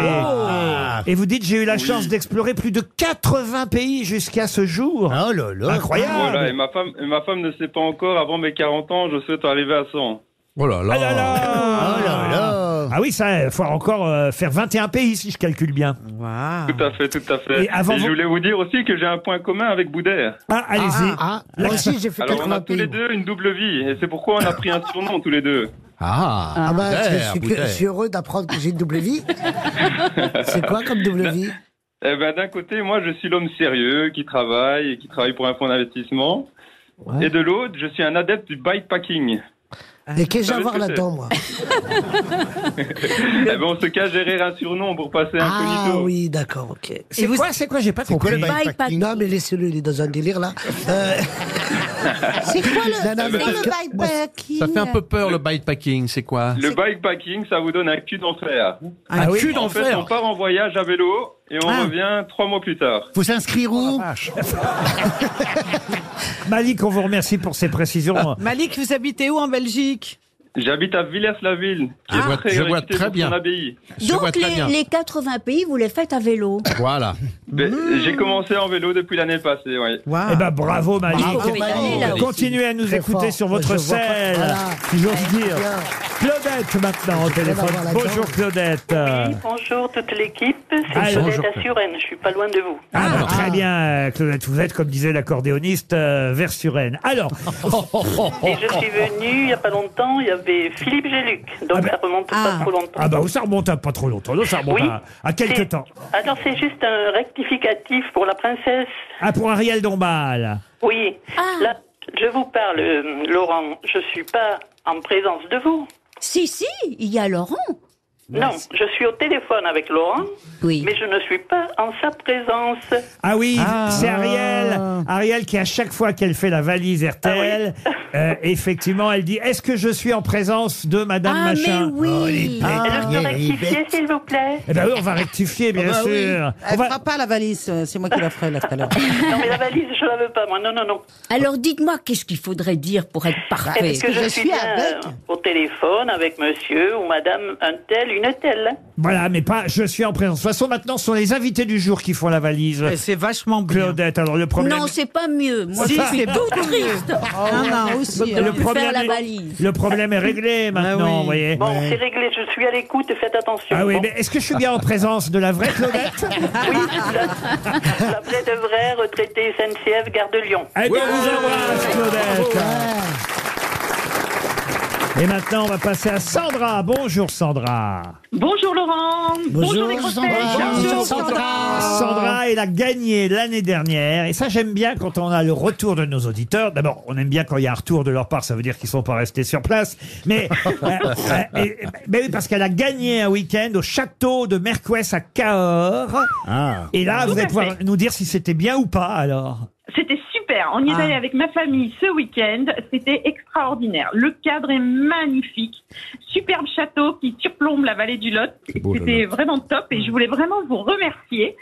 [SPEAKER 2] Et vous dites, j'ai eu la chance d'explorer plus de 80 pays jusqu'à ce jour.
[SPEAKER 10] Oh là là.
[SPEAKER 17] Voilà, et
[SPEAKER 2] Incroyable.
[SPEAKER 17] ma femme, et ma femme ne sait pas encore, avant mes 40 ans, je souhaite arriver à 100.
[SPEAKER 9] Oh là
[SPEAKER 2] Ah là
[SPEAKER 9] là.
[SPEAKER 2] là. Ah oui, ça, il faut encore euh, faire 21 pays si je calcule bien.
[SPEAKER 8] Waouh.
[SPEAKER 17] Tout à fait, tout à fait.
[SPEAKER 2] Et avant
[SPEAKER 17] je
[SPEAKER 2] vous-
[SPEAKER 17] voulais vous dire aussi que j'ai un point commun avec Boudère.
[SPEAKER 2] Ah, allez-y.
[SPEAKER 10] Moi aussi, j'ai fait
[SPEAKER 17] Alors on a
[SPEAKER 10] 80
[SPEAKER 17] tous les
[SPEAKER 10] pays.
[SPEAKER 17] deux une double vie, et c'est pourquoi on a pris un surnom tous les deux.
[SPEAKER 9] Ah,
[SPEAKER 6] Ah bah, je,
[SPEAKER 9] Boudère,
[SPEAKER 6] suis, que-
[SPEAKER 9] Boudère.
[SPEAKER 6] je suis heureux d'apprendre que j'ai une double vie. C'est quoi comme double vie
[SPEAKER 17] Eh ben d'un côté, moi je suis l'homme sérieux qui travaille et qui travaille pour un fonds d'investissement. Et de l'autre, je suis un adepte du bikepacking.
[SPEAKER 6] Et qu'est-ce que
[SPEAKER 4] Ah,
[SPEAKER 17] savez
[SPEAKER 6] j'ai à voir
[SPEAKER 17] ce que c'est
[SPEAKER 6] là-dedans, moi
[SPEAKER 17] Eh ben on se cache derrière un surnom pour passer incognito.
[SPEAKER 6] Ah oui, d'accord, ok.
[SPEAKER 2] C'est quoi, c'est quoi J'ai pas
[SPEAKER 10] quoi
[SPEAKER 2] compris.
[SPEAKER 10] le bail
[SPEAKER 5] Bikepacking.
[SPEAKER 6] Non, mais laissez-le, il est dans un délire là. Euh,
[SPEAKER 16] C'est quoi le,
[SPEAKER 6] Non, non,
[SPEAKER 16] c'est
[SPEAKER 6] mais
[SPEAKER 16] quoi
[SPEAKER 6] parce
[SPEAKER 16] le
[SPEAKER 6] que-
[SPEAKER 16] bikepacking
[SPEAKER 9] Ça fait un peu peur le bikepacking, c'est quoi
[SPEAKER 17] Le bikepacking, ça vous donne un cul d'enfer. Ah
[SPEAKER 9] Un cul
[SPEAKER 17] En fait, on
[SPEAKER 9] d'enfer.
[SPEAKER 17] part en voyage à vélo et on
[SPEAKER 10] Ah.
[SPEAKER 17] revient trois mois plus tard.
[SPEAKER 10] Faut s'inscrire où
[SPEAKER 2] Ah, Malik, on vous remercie pour ces
[SPEAKER 11] Ah.
[SPEAKER 2] précisions.
[SPEAKER 8] Malik, vous habitez où en Belgique
[SPEAKER 17] J'habite à Villers-la-Ville. qui est
[SPEAKER 9] Je vois-
[SPEAKER 17] très
[SPEAKER 9] je vois
[SPEAKER 17] réputée
[SPEAKER 9] très
[SPEAKER 17] pour
[SPEAKER 9] bien.
[SPEAKER 17] son abbaye.
[SPEAKER 9] Je vois
[SPEAKER 5] Donc
[SPEAKER 9] très
[SPEAKER 5] les,
[SPEAKER 9] bien.
[SPEAKER 5] les 80 pays, vous les faites à vélo.
[SPEAKER 9] Voilà.
[SPEAKER 17] Ben, J'ai commencé en vélo depuis l'année passée, ouais.
[SPEAKER 8] Waouh.
[SPEAKER 2] Eh ben bravo Malik.
[SPEAKER 5] Bravo, Malik. Malik.
[SPEAKER 2] Continuez à nous
[SPEAKER 6] Très
[SPEAKER 2] écouter
[SPEAKER 6] fort.
[SPEAKER 2] sur
[SPEAKER 6] Moi,
[SPEAKER 2] votre
[SPEAKER 6] je vois pas-
[SPEAKER 2] selle,
[SPEAKER 6] Voilà.
[SPEAKER 2] si j'ose dire.
[SPEAKER 6] bien.
[SPEAKER 2] Claudette maintenant au téléphone.
[SPEAKER 6] avoir la
[SPEAKER 2] Bonjour
[SPEAKER 6] jambe.
[SPEAKER 2] Claudette.
[SPEAKER 15] Ah. Bonjour toute l'équipe,
[SPEAKER 2] Ah,
[SPEAKER 15] Claudette
[SPEAKER 9] bonjour.
[SPEAKER 15] à Suresnes, je suis pas loin de vous.
[SPEAKER 2] Ah, bah, très bien euh, Claudette, vous êtes comme disait l'accordéoniste euh, vers sur Rennes. Alors,
[SPEAKER 15] Et je suis venue il y a pas longtemps, il y avait Philippe Géluc, donc
[SPEAKER 2] ben.
[SPEAKER 15] ça remonte pas trop longtemps.
[SPEAKER 2] ah bah ça remonte à pas trop longtemps, non, ça remonte
[SPEAKER 15] Oui.
[SPEAKER 2] à, à quelques
[SPEAKER 15] C'est-
[SPEAKER 2] temps.
[SPEAKER 15] Alors c'est juste un rectificatif pour la princesse.
[SPEAKER 2] Ah pour Ariel Dombal.
[SPEAKER 15] Oui,
[SPEAKER 5] Ah.
[SPEAKER 15] là je vous parle, euh, Laurent, je suis pas en présence de vous.
[SPEAKER 5] Si, si, il y a Laurent.
[SPEAKER 15] Non, je suis au téléphone avec Laurent,
[SPEAKER 5] Oui.
[SPEAKER 15] mais je ne suis pas en sa présence.
[SPEAKER 2] Ah oui, c'est Ariel. Ariel qui, à chaque fois qu'elle fait la
[SPEAKER 8] Ah
[SPEAKER 2] valise RTL, euh, effectivement, elle dit Est-ce que je suis en présence de Madame
[SPEAKER 5] ah, mais
[SPEAKER 2] Machin
[SPEAKER 8] Oh,
[SPEAKER 5] oui. Ah.
[SPEAKER 15] Elle peut rectifier, s'il vous plaît.
[SPEAKER 2] Eh ben oui, on va rectifier, bien
[SPEAKER 3] Ah bah oui.
[SPEAKER 2] sûr. On
[SPEAKER 3] Elle
[SPEAKER 2] va-
[SPEAKER 3] fera pas la valise, euh, c'est moi qui la ferai là tout à l'heure.
[SPEAKER 15] Non, mais la valise, je la veux pas, moi. Non, non, non.
[SPEAKER 5] Alors dites-moi, qu'est-ce qu'il faudrait dire pour être
[SPEAKER 2] Bah
[SPEAKER 5] parfait
[SPEAKER 15] Est-ce que, je, suis, bien,
[SPEAKER 3] avec
[SPEAKER 15] euh, au téléphone avec monsieur ou madame un tel, une telle
[SPEAKER 2] Voilà, mais pas je suis en présence. De toute façon, maintenant, ce sont les invités du jour qui font la valise.
[SPEAKER 8] Eh, C'est vachement bien.
[SPEAKER 2] Claudette, alors le problème.
[SPEAKER 5] Non, c'est pas mieux. Moi,
[SPEAKER 8] Si,
[SPEAKER 5] je
[SPEAKER 8] c'est
[SPEAKER 5] suis tout
[SPEAKER 8] beaucoup
[SPEAKER 5] triste
[SPEAKER 8] Non, non.
[SPEAKER 3] Moi aussi.
[SPEAKER 5] de
[SPEAKER 3] euh,
[SPEAKER 5] ne plus faire la
[SPEAKER 2] est-
[SPEAKER 5] valise.
[SPEAKER 2] le problème est réglé maintenant,
[SPEAKER 8] Ah oui.
[SPEAKER 2] vous voyez.
[SPEAKER 15] Bon, c'est réglé, je suis à l'écoute, faites attention.
[SPEAKER 2] Ah oui,
[SPEAKER 15] Bon,
[SPEAKER 2] mais est-ce que je suis bien en présence de la vraie Claudette
[SPEAKER 15] La vraie de vrai, retraité SNCF, Gare de Lyon.
[SPEAKER 2] Eh bien, vous embrasse, Claudette. Et maintenant, on va passer à Sandra. Bonjour, Sandra.
[SPEAKER 15] Bonjour Laurent
[SPEAKER 2] Bonjour,
[SPEAKER 3] les grosses
[SPEAKER 2] Sandra.
[SPEAKER 3] têtes.
[SPEAKER 2] Bonjour, Sandra, elle a gagné l'année dernière. Et ça, j'aime bien quand on a le retour de nos auditeurs. D'abord, on aime bien quand il y a un retour de leur part. Ça veut dire qu'ils sont pas restés sur place. Mais, euh, euh, et- mais oui, parce qu'elle a gagné un week-end au château de Mercouès à Cahors. Et là,
[SPEAKER 3] Tout
[SPEAKER 2] vous allez
[SPEAKER 3] à
[SPEAKER 2] pouvoir
[SPEAKER 3] fait.
[SPEAKER 2] nous dire si c'était bien ou pas, alors.
[SPEAKER 3] C'était super. On y est
[SPEAKER 2] Ah.
[SPEAKER 3] allé avec ma famille ce week-end. C'était extraordinaire. Le cadre est magnifique. Superbe château qui surplombe la vallée du Lot.
[SPEAKER 2] Oh là
[SPEAKER 3] C'était
[SPEAKER 2] là.
[SPEAKER 3] vraiment top et je voulais vraiment vous remercier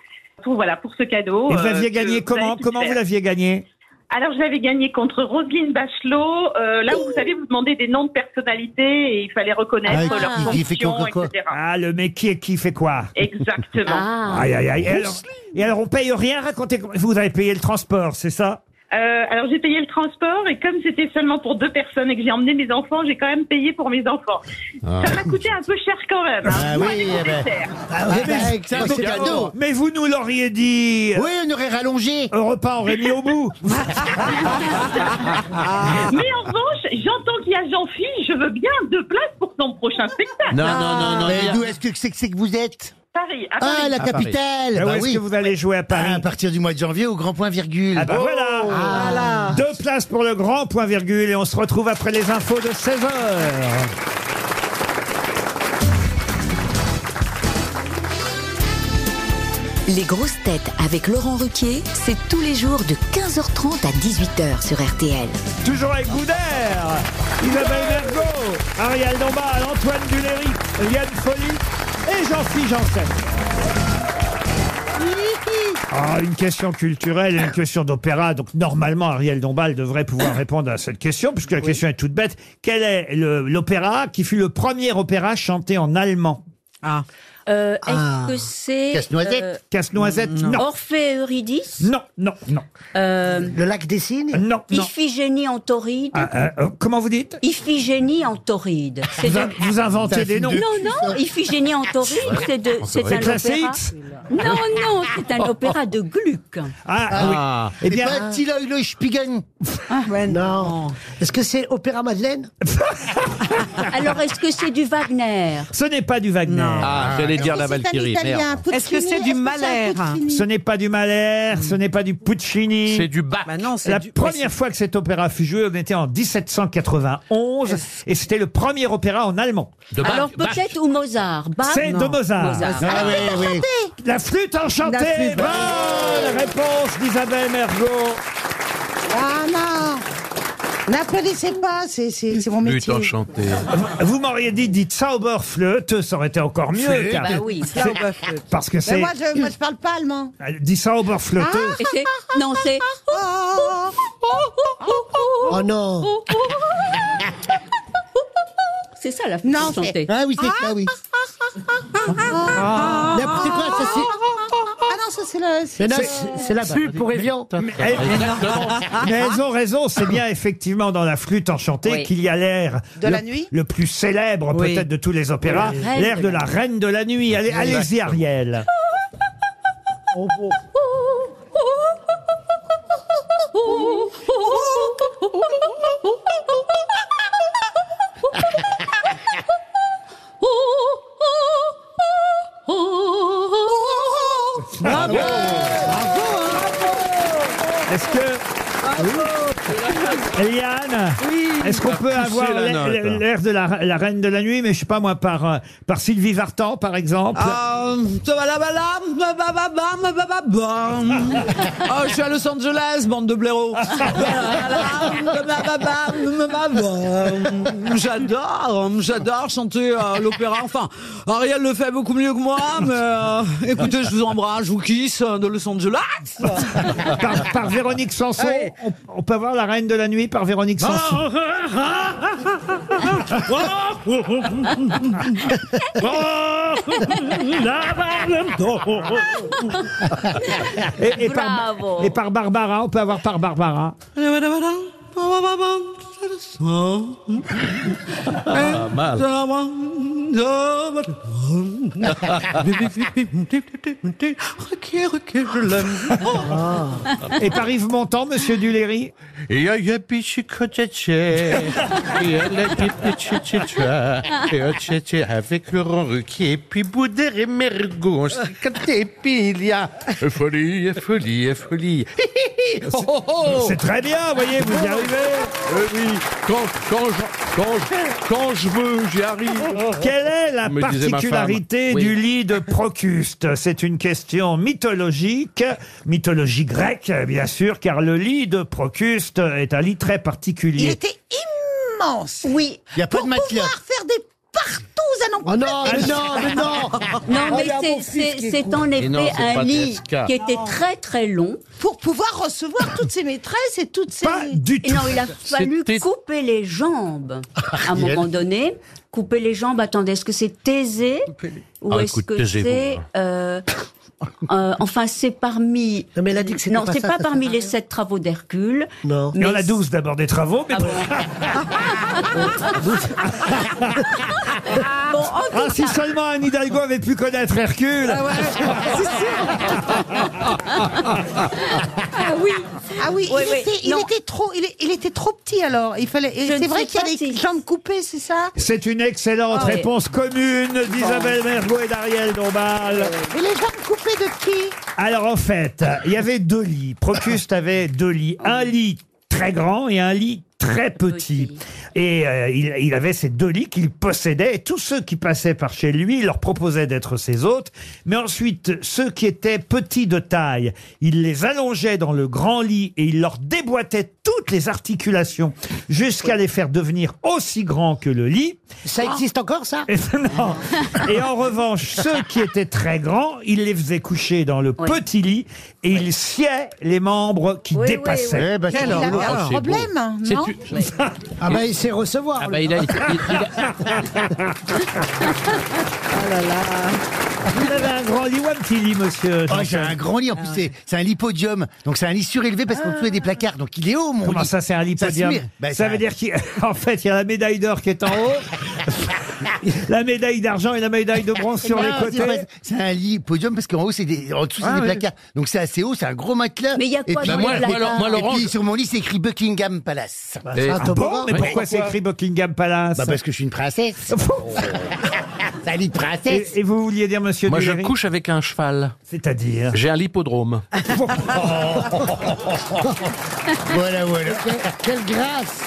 [SPEAKER 3] pour, voilà, pour ce cadeau.
[SPEAKER 2] Et vous
[SPEAKER 3] euh,
[SPEAKER 2] l'aviez
[SPEAKER 3] que
[SPEAKER 2] gagné
[SPEAKER 3] avez
[SPEAKER 2] comment
[SPEAKER 3] pu
[SPEAKER 2] Comment
[SPEAKER 3] faire.
[SPEAKER 2] vous l'aviez gagné
[SPEAKER 3] Alors, je l'avais gagné contre Roselyne Bachelot. Euh, là, où vous savez, vous demandez des noms de personnalités et il fallait reconnaître
[SPEAKER 2] Ah, qui-
[SPEAKER 3] leurs
[SPEAKER 2] qui fait
[SPEAKER 3] fonctions,
[SPEAKER 2] quoi, quoi,
[SPEAKER 3] etc.
[SPEAKER 2] Ah, le mec qui est qui fait quoi
[SPEAKER 3] Exactement.
[SPEAKER 2] Aïe, aïe, aïe. Et alors, et alors, on paye rien Racontez, comment- vous avez payé le transport, c'est ça
[SPEAKER 3] Euh, alors j'ai payé le transport et comme c'était seulement pour deux personnes et que j'ai emmené mes enfants, j'ai quand même payé pour mes enfants.
[SPEAKER 2] Ah.
[SPEAKER 3] Ça m'a coûté un peu cher quand même. hein. Moi, j'ai coûté cher.
[SPEAKER 2] Ah
[SPEAKER 4] Eh ben,
[SPEAKER 2] mais, mais- mais vous nous l'auriez dit
[SPEAKER 4] Oui, on aurait rallongé.
[SPEAKER 2] Un repas aurait mis au bout
[SPEAKER 3] Mais en revanche, j'entends qu'il y a Jean-Philippe, je veux bien deux places pour son prochain spectacle.
[SPEAKER 4] Mais d'où est-ce que c'est que, c'est que vous êtes
[SPEAKER 3] Paris, à Paris.
[SPEAKER 4] Ah, la capitale
[SPEAKER 2] Mais où
[SPEAKER 4] Bah
[SPEAKER 2] est-ce
[SPEAKER 4] oui.
[SPEAKER 2] que vous allez jouer à Paris
[SPEAKER 4] À partir du mois de janvier au Grand Point Virgule. Ah.
[SPEAKER 2] Ah bah voilà Deux places pour le grand point virgule et on se retrouve après les infos de 16h.
[SPEAKER 18] Les grosses têtes avec Laurent Ruquier, c'est tous les jours de 15h30 à 18h sur RTL.
[SPEAKER 2] Toujours avec Goudère, Isabelle Mergo, Ariel Dombal, Antoine Duléry, Yann Folly et Jean-Philippe Janssen. Ah, une question culturelle, et une question d'opéra. Donc, normalement, Ariel Dombal devrait pouvoir répondre à cette question, puisque la question est toute bête. Quel est le- l'opéra qui fut le premier opéra chanté en allemand Ah.
[SPEAKER 5] Euh, Est-ce
[SPEAKER 2] Ah.
[SPEAKER 5] que c'est. euh,
[SPEAKER 2] Casse-noisette, non.
[SPEAKER 5] Orphée et Eurydice
[SPEAKER 2] Non, non, non.
[SPEAKER 5] Le
[SPEAKER 6] lac des Cygnes
[SPEAKER 2] Non, non.
[SPEAKER 5] Iphigénie en tauride
[SPEAKER 2] Ah, ah, euh, comment vous dites
[SPEAKER 5] Iphigénie en tauride. C'est
[SPEAKER 2] Vous
[SPEAKER 5] de-
[SPEAKER 2] in- vous inventez des noms.
[SPEAKER 5] Non, non, Iphigénie en tauride, c'est de-
[SPEAKER 2] En
[SPEAKER 5] c'est
[SPEAKER 2] tauride.
[SPEAKER 5] un
[SPEAKER 2] Classique.
[SPEAKER 5] opéra.
[SPEAKER 15] Ah
[SPEAKER 5] Non, non, c'est un opéra de Gluck.
[SPEAKER 2] Ah,
[SPEAKER 4] Ah.
[SPEAKER 2] oui. Eh bien,
[SPEAKER 6] ben,
[SPEAKER 4] pas Attila Hülo-Spigen
[SPEAKER 5] Ah,
[SPEAKER 6] non. Est-ce que c'est Opéra Madeleine
[SPEAKER 5] Alors, est-ce que c'est du Wagner
[SPEAKER 2] Ce n'est pas du Wagner.
[SPEAKER 7] Ah, j'allais dire la Valkyrie. Merde.
[SPEAKER 11] Est-ce que c'est du Mahler
[SPEAKER 2] Ce n'est pas du Mahler, ce n'est pas du Puccini.
[SPEAKER 7] C'est du Bach.
[SPEAKER 11] Bah c'est
[SPEAKER 2] La
[SPEAKER 11] du-
[SPEAKER 2] première fois que cet opéra fut joué, on était en 1791, et c'était le premier opéra en allemand.
[SPEAKER 5] Alors, peut-être ou Mozart. Bach
[SPEAKER 2] C'est de
[SPEAKER 5] Non.
[SPEAKER 2] Mozart.
[SPEAKER 5] Ah, c'est pas chanté.
[SPEAKER 2] La flûte enchantée.
[SPEAKER 5] La flûte,
[SPEAKER 2] Bonne
[SPEAKER 5] bravo.
[SPEAKER 2] réponse d'Isabelle Mergot.
[SPEAKER 9] Ah non N'applaudissez pas, c'est c'est- c'est mon
[SPEAKER 7] But
[SPEAKER 9] métier.
[SPEAKER 7] enchanté.
[SPEAKER 2] Vous, vous m'auriez dit, dit Zauberflöte, ça aurait été encore mieux.
[SPEAKER 7] Flûte.
[SPEAKER 2] car-
[SPEAKER 7] Bah oui,
[SPEAKER 2] C'est-
[SPEAKER 9] Zauberflöte.
[SPEAKER 2] Parce que
[SPEAKER 9] Mais
[SPEAKER 2] c'est.
[SPEAKER 9] Bah
[SPEAKER 2] Euh,
[SPEAKER 9] moi, je, Ah, moi, je parle pas allemand.
[SPEAKER 2] Elle dit Zauberflöte.
[SPEAKER 5] Et c'est- Non, c'est.
[SPEAKER 6] Oh non
[SPEAKER 5] C'est ça la flûte chantée.
[SPEAKER 4] Ah oui, c'est ça, oui.
[SPEAKER 16] Ah.
[SPEAKER 6] N'importe quoi, ça c'est.
[SPEAKER 9] Ah non, ça c'est le...
[SPEAKER 6] Mais non,
[SPEAKER 9] c'est-
[SPEAKER 6] c'est- c'est la pub pour Evian.
[SPEAKER 2] Eh, mais non. Mais elles ont raison, c'est bien effectivement dans la flûte enchantée
[SPEAKER 9] Oui.
[SPEAKER 2] qu'il y a l'air
[SPEAKER 9] De
[SPEAKER 2] le,
[SPEAKER 9] la nuit
[SPEAKER 2] le plus célèbre
[SPEAKER 9] Oui.
[SPEAKER 2] peut-être de tous les opéras,
[SPEAKER 9] Oui.
[SPEAKER 2] l'air de la reine de la nuit. Allez, allez-y
[SPEAKER 7] Exactement.
[SPEAKER 2] Ariel.
[SPEAKER 3] Bravo
[SPEAKER 2] Est-ce que Eliane, est-ce qu'on
[SPEAKER 7] T'as
[SPEAKER 2] peut
[SPEAKER 7] poussé
[SPEAKER 2] avoir
[SPEAKER 7] la
[SPEAKER 2] l'air-
[SPEAKER 7] note. hein.
[SPEAKER 2] l'air de la, la reine de la nuit, mais je sais pas moi par euh, par Sylvie Vartan par exemple.
[SPEAKER 11] Ah, Oh, je suis à Los Angeles, bande de blaireaux. J'adore, j'adore chanter euh, l'opéra. Enfin, Ariel le fait beaucoup mieux que moi, mais euh, écoutez, je vous embrasse, je vous kiss euh, de Los Angeles.
[SPEAKER 2] par, par Véronique Sanson, on, on peut avoir la reine de la nuit par Véronique
[SPEAKER 9] Ah.
[SPEAKER 2] Sanson. et, et par,
[SPEAKER 3] Bravo.
[SPEAKER 2] et par Barbara, on peut avoir par Barbara.
[SPEAKER 7] Oh.
[SPEAKER 8] Ah, mal.
[SPEAKER 2] Requier, requier, je l'aime. Ah. Et par Yves Montand, monsieur Duléry
[SPEAKER 9] Il y a eu un petit côté il y a la petite et on tchétché avec Laurent Ruquier, puis Boudère et Mergo, on s'est capté, puis il y a
[SPEAKER 7] Euh,
[SPEAKER 9] folie, folie, folie.
[SPEAKER 2] C'est très bien, voyez, vous y arrivez.
[SPEAKER 9] Oh. oui, quand, quand, je, quand, je, quand je veux, j'y arrive.
[SPEAKER 2] Quelle est la
[SPEAKER 9] me disait ma femme.
[SPEAKER 2] particularité
[SPEAKER 9] Oui.
[SPEAKER 2] du lit de Procuste C'est une question mythologique, mythologie grecque, bien sûr, car le lit de Procuste est un lit très particulier.
[SPEAKER 16] Il était immense. Oui.
[SPEAKER 2] Il n'y a pas
[SPEAKER 16] Pour pouvoir faire des partous à n'en
[SPEAKER 2] Oh non,
[SPEAKER 16] plus.
[SPEAKER 2] mais non, mais non.
[SPEAKER 5] Non, Oh, mais
[SPEAKER 16] Regarde
[SPEAKER 5] c'est-
[SPEAKER 16] mon fils qui
[SPEAKER 5] c'est c'est
[SPEAKER 16] écoute.
[SPEAKER 5] en effet
[SPEAKER 16] Mais non, c'est
[SPEAKER 5] un
[SPEAKER 16] pas
[SPEAKER 5] lit
[SPEAKER 16] Tesca.
[SPEAKER 5] qui était
[SPEAKER 16] Non.
[SPEAKER 5] très très long.
[SPEAKER 16] Pour pouvoir recevoir toutes ces maîtresses et toutes ces... Pas
[SPEAKER 5] Et non, il a fallu couper les jambes à un
[SPEAKER 16] Ariel.
[SPEAKER 5] moment donné. Couper les jambes, attendez, est-ce que c'est Thésée ou
[SPEAKER 16] Ah,
[SPEAKER 5] est-ce
[SPEAKER 16] écoute,
[SPEAKER 5] que
[SPEAKER 16] taisez-vous,
[SPEAKER 5] c'est... euh, euh, enfin, c'est parmi. Non, mais elle a dit que
[SPEAKER 2] c'était
[SPEAKER 5] Non,
[SPEAKER 2] pas
[SPEAKER 5] c'est
[SPEAKER 2] ça,
[SPEAKER 5] pas
[SPEAKER 2] ça
[SPEAKER 5] parmi
[SPEAKER 2] sert à
[SPEAKER 5] les sept travaux d'Hercule.
[SPEAKER 2] Non. Il y en a 12 d'abord des travaux,
[SPEAKER 16] Ah
[SPEAKER 2] mais
[SPEAKER 5] Bon,
[SPEAKER 16] Oh,
[SPEAKER 5] en tout
[SPEAKER 2] Ah, si
[SPEAKER 5] cas-
[SPEAKER 2] seulement Anne Hidalgo avait pu connaître Hercule
[SPEAKER 16] Ah oui, ah oui,
[SPEAKER 5] Ouais,
[SPEAKER 16] il,
[SPEAKER 5] ouais.
[SPEAKER 16] Était, il
[SPEAKER 5] Non.
[SPEAKER 16] était trop, il, est- il était trop petit alors. Il fallait. et
[SPEAKER 5] Je ne
[SPEAKER 16] C'est vrai
[SPEAKER 5] sais
[SPEAKER 16] qu'il y a des jambes coupées, c'est ça
[SPEAKER 2] C'est une excellente
[SPEAKER 16] Ah Oh. oui.
[SPEAKER 2] réponse commune d'Isabelle Mergo et d'Ariel Dombal.
[SPEAKER 16] Et les jambes coupées de qui
[SPEAKER 2] Alors en fait, il y avait deux lits. Procuste avait deux lits. Un lit très grand et un lit très petit. Et euh, il, il avait ces deux lits qu'il possédait. Et tous ceux qui passaient par chez lui, il leur proposait d'être ses hôtes. Mais ensuite, ceux qui étaient petits de taille, il les allongeait dans le grand lit et il leur déboîtait toutes les articulations jusqu'à les faire devenir aussi grands que le lit.
[SPEAKER 6] Ça existe encore, ça
[SPEAKER 2] Et, non. Et en revanche, ceux qui étaient très grands, il les faisait coucher dans le petit lit et il sciait les membres qui
[SPEAKER 16] oui,
[SPEAKER 2] dépassaient.
[SPEAKER 16] oui. Eh ben, Quel c'est horreur. horreur.
[SPEAKER 2] Ah,
[SPEAKER 16] C'est beau. Problème, C'est non une-
[SPEAKER 6] Ah bah il sait recevoir.
[SPEAKER 11] Ah bah, il a- il-
[SPEAKER 2] Ah Vous avez un grand lit ou un petit lit, monsieur
[SPEAKER 4] Ah, J'ai un grand lit, en plus c'est- c'est un lit podium, donc c'est un lit surélevé parce qu'on
[SPEAKER 15] Ah.
[SPEAKER 4] dessous il y a des placards, donc il est haut mon
[SPEAKER 2] Comment
[SPEAKER 4] lit.
[SPEAKER 2] ça, c'est un lit
[SPEAKER 4] se
[SPEAKER 2] podium
[SPEAKER 4] met- bah,
[SPEAKER 2] Ça
[SPEAKER 4] ça-
[SPEAKER 2] veut dire qu'en fait, il y a la médaille d'or qui est en haut, la médaille d'argent et la médaille de
[SPEAKER 16] Eh
[SPEAKER 2] bronze sur
[SPEAKER 4] Non,
[SPEAKER 2] les
[SPEAKER 4] c'est pas-
[SPEAKER 2] côtés.
[SPEAKER 4] C'est un lit podium parce qu'en haut c'est des, en dessous c'est
[SPEAKER 2] Ah,
[SPEAKER 4] des
[SPEAKER 2] oui.
[SPEAKER 4] placards, donc c'est assez haut, c'est un gros matelas.
[SPEAKER 5] Mais il y a
[SPEAKER 4] Et
[SPEAKER 5] quoi
[SPEAKER 4] puis-
[SPEAKER 5] dans Bah, moi- les moi, placards Laurent- moi,
[SPEAKER 4] Et puis
[SPEAKER 5] Laurent-
[SPEAKER 4] sur mon lit c'est écrit Buckingham Palace.
[SPEAKER 2] Et- ah bon, mais pourquoi c'est écrit Buckingham Palace
[SPEAKER 4] Bah, parce que je suis une princesse. C'est un lit de Ah, princesse.
[SPEAKER 2] Et, et vous vouliez dire, monsieur
[SPEAKER 9] Moi, je
[SPEAKER 2] Duléry
[SPEAKER 9] couche avec un cheval.
[SPEAKER 2] C'est-à-dire
[SPEAKER 9] J'ai un hippodrome.
[SPEAKER 4] voilà, voilà.
[SPEAKER 6] Quelle grâce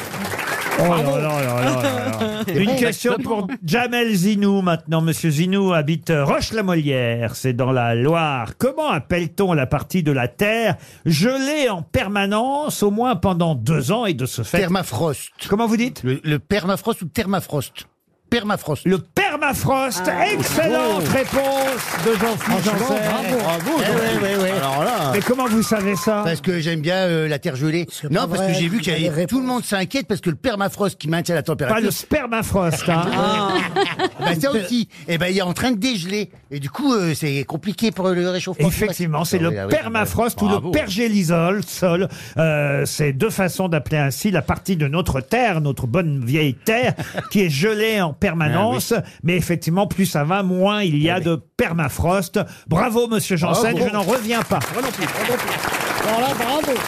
[SPEAKER 6] ben,
[SPEAKER 2] Oh là là là là là là. Une question pour Jamel Zinou maintenant. Monsieur Zinou habite Roche-la-Molière, c'est dans la Loire. Comment appelle-t-on la partie de la terre gelée en permanence, au moins pendant deux ans et de ce fait
[SPEAKER 4] Permafrost.
[SPEAKER 2] Comment vous dites
[SPEAKER 4] le, le permafrost ou thermafrost Permafrost.
[SPEAKER 2] Le permafrost.
[SPEAKER 4] Ah.
[SPEAKER 2] Excellente
[SPEAKER 9] Oh.
[SPEAKER 4] Bravo.
[SPEAKER 2] réponse de Jean-Philippe
[SPEAKER 4] Franchement,
[SPEAKER 2] Janssen.
[SPEAKER 4] bravo. Bravo, Eh Jean-Philippe. ouais, ouais, ouais. Alors là.
[SPEAKER 2] Mais comment vous savez ça
[SPEAKER 4] Parce que j'aime bien euh, la terre gelée. Non,
[SPEAKER 6] pas
[SPEAKER 4] parce
[SPEAKER 6] vrai,
[SPEAKER 4] que j'ai vu
[SPEAKER 6] vous
[SPEAKER 4] qu'il
[SPEAKER 6] avez
[SPEAKER 4] y avait tout le monde s'inquiète parce que le permafrost qui maintient la température.
[SPEAKER 2] Pas le spermafrost. Hein.
[SPEAKER 9] Ah.
[SPEAKER 4] Bah, ça aussi. Et ben il est en train de dégeler. Et du coup, euh, c'est compliqué pour le réchauffement.
[SPEAKER 2] Effectivement, c'est
[SPEAKER 4] Ah oui, ah
[SPEAKER 2] le
[SPEAKER 4] oui,
[SPEAKER 2] permafrost
[SPEAKER 4] ah
[SPEAKER 2] ou
[SPEAKER 4] oui.
[SPEAKER 2] le
[SPEAKER 4] Bravo.
[SPEAKER 2] pergélisol. Sol, Euh, c'est deux façons d'appeler ainsi la partie de notre terre, notre bonne vieille terre, qui est gelée en permanence. Mais effectivement, plus ça va, moins il y a de permafrost. Bravo, Monsieur Janssen,
[SPEAKER 6] Bravo.
[SPEAKER 2] je n'en reviens pas.
[SPEAKER 6] Alors là, bravo.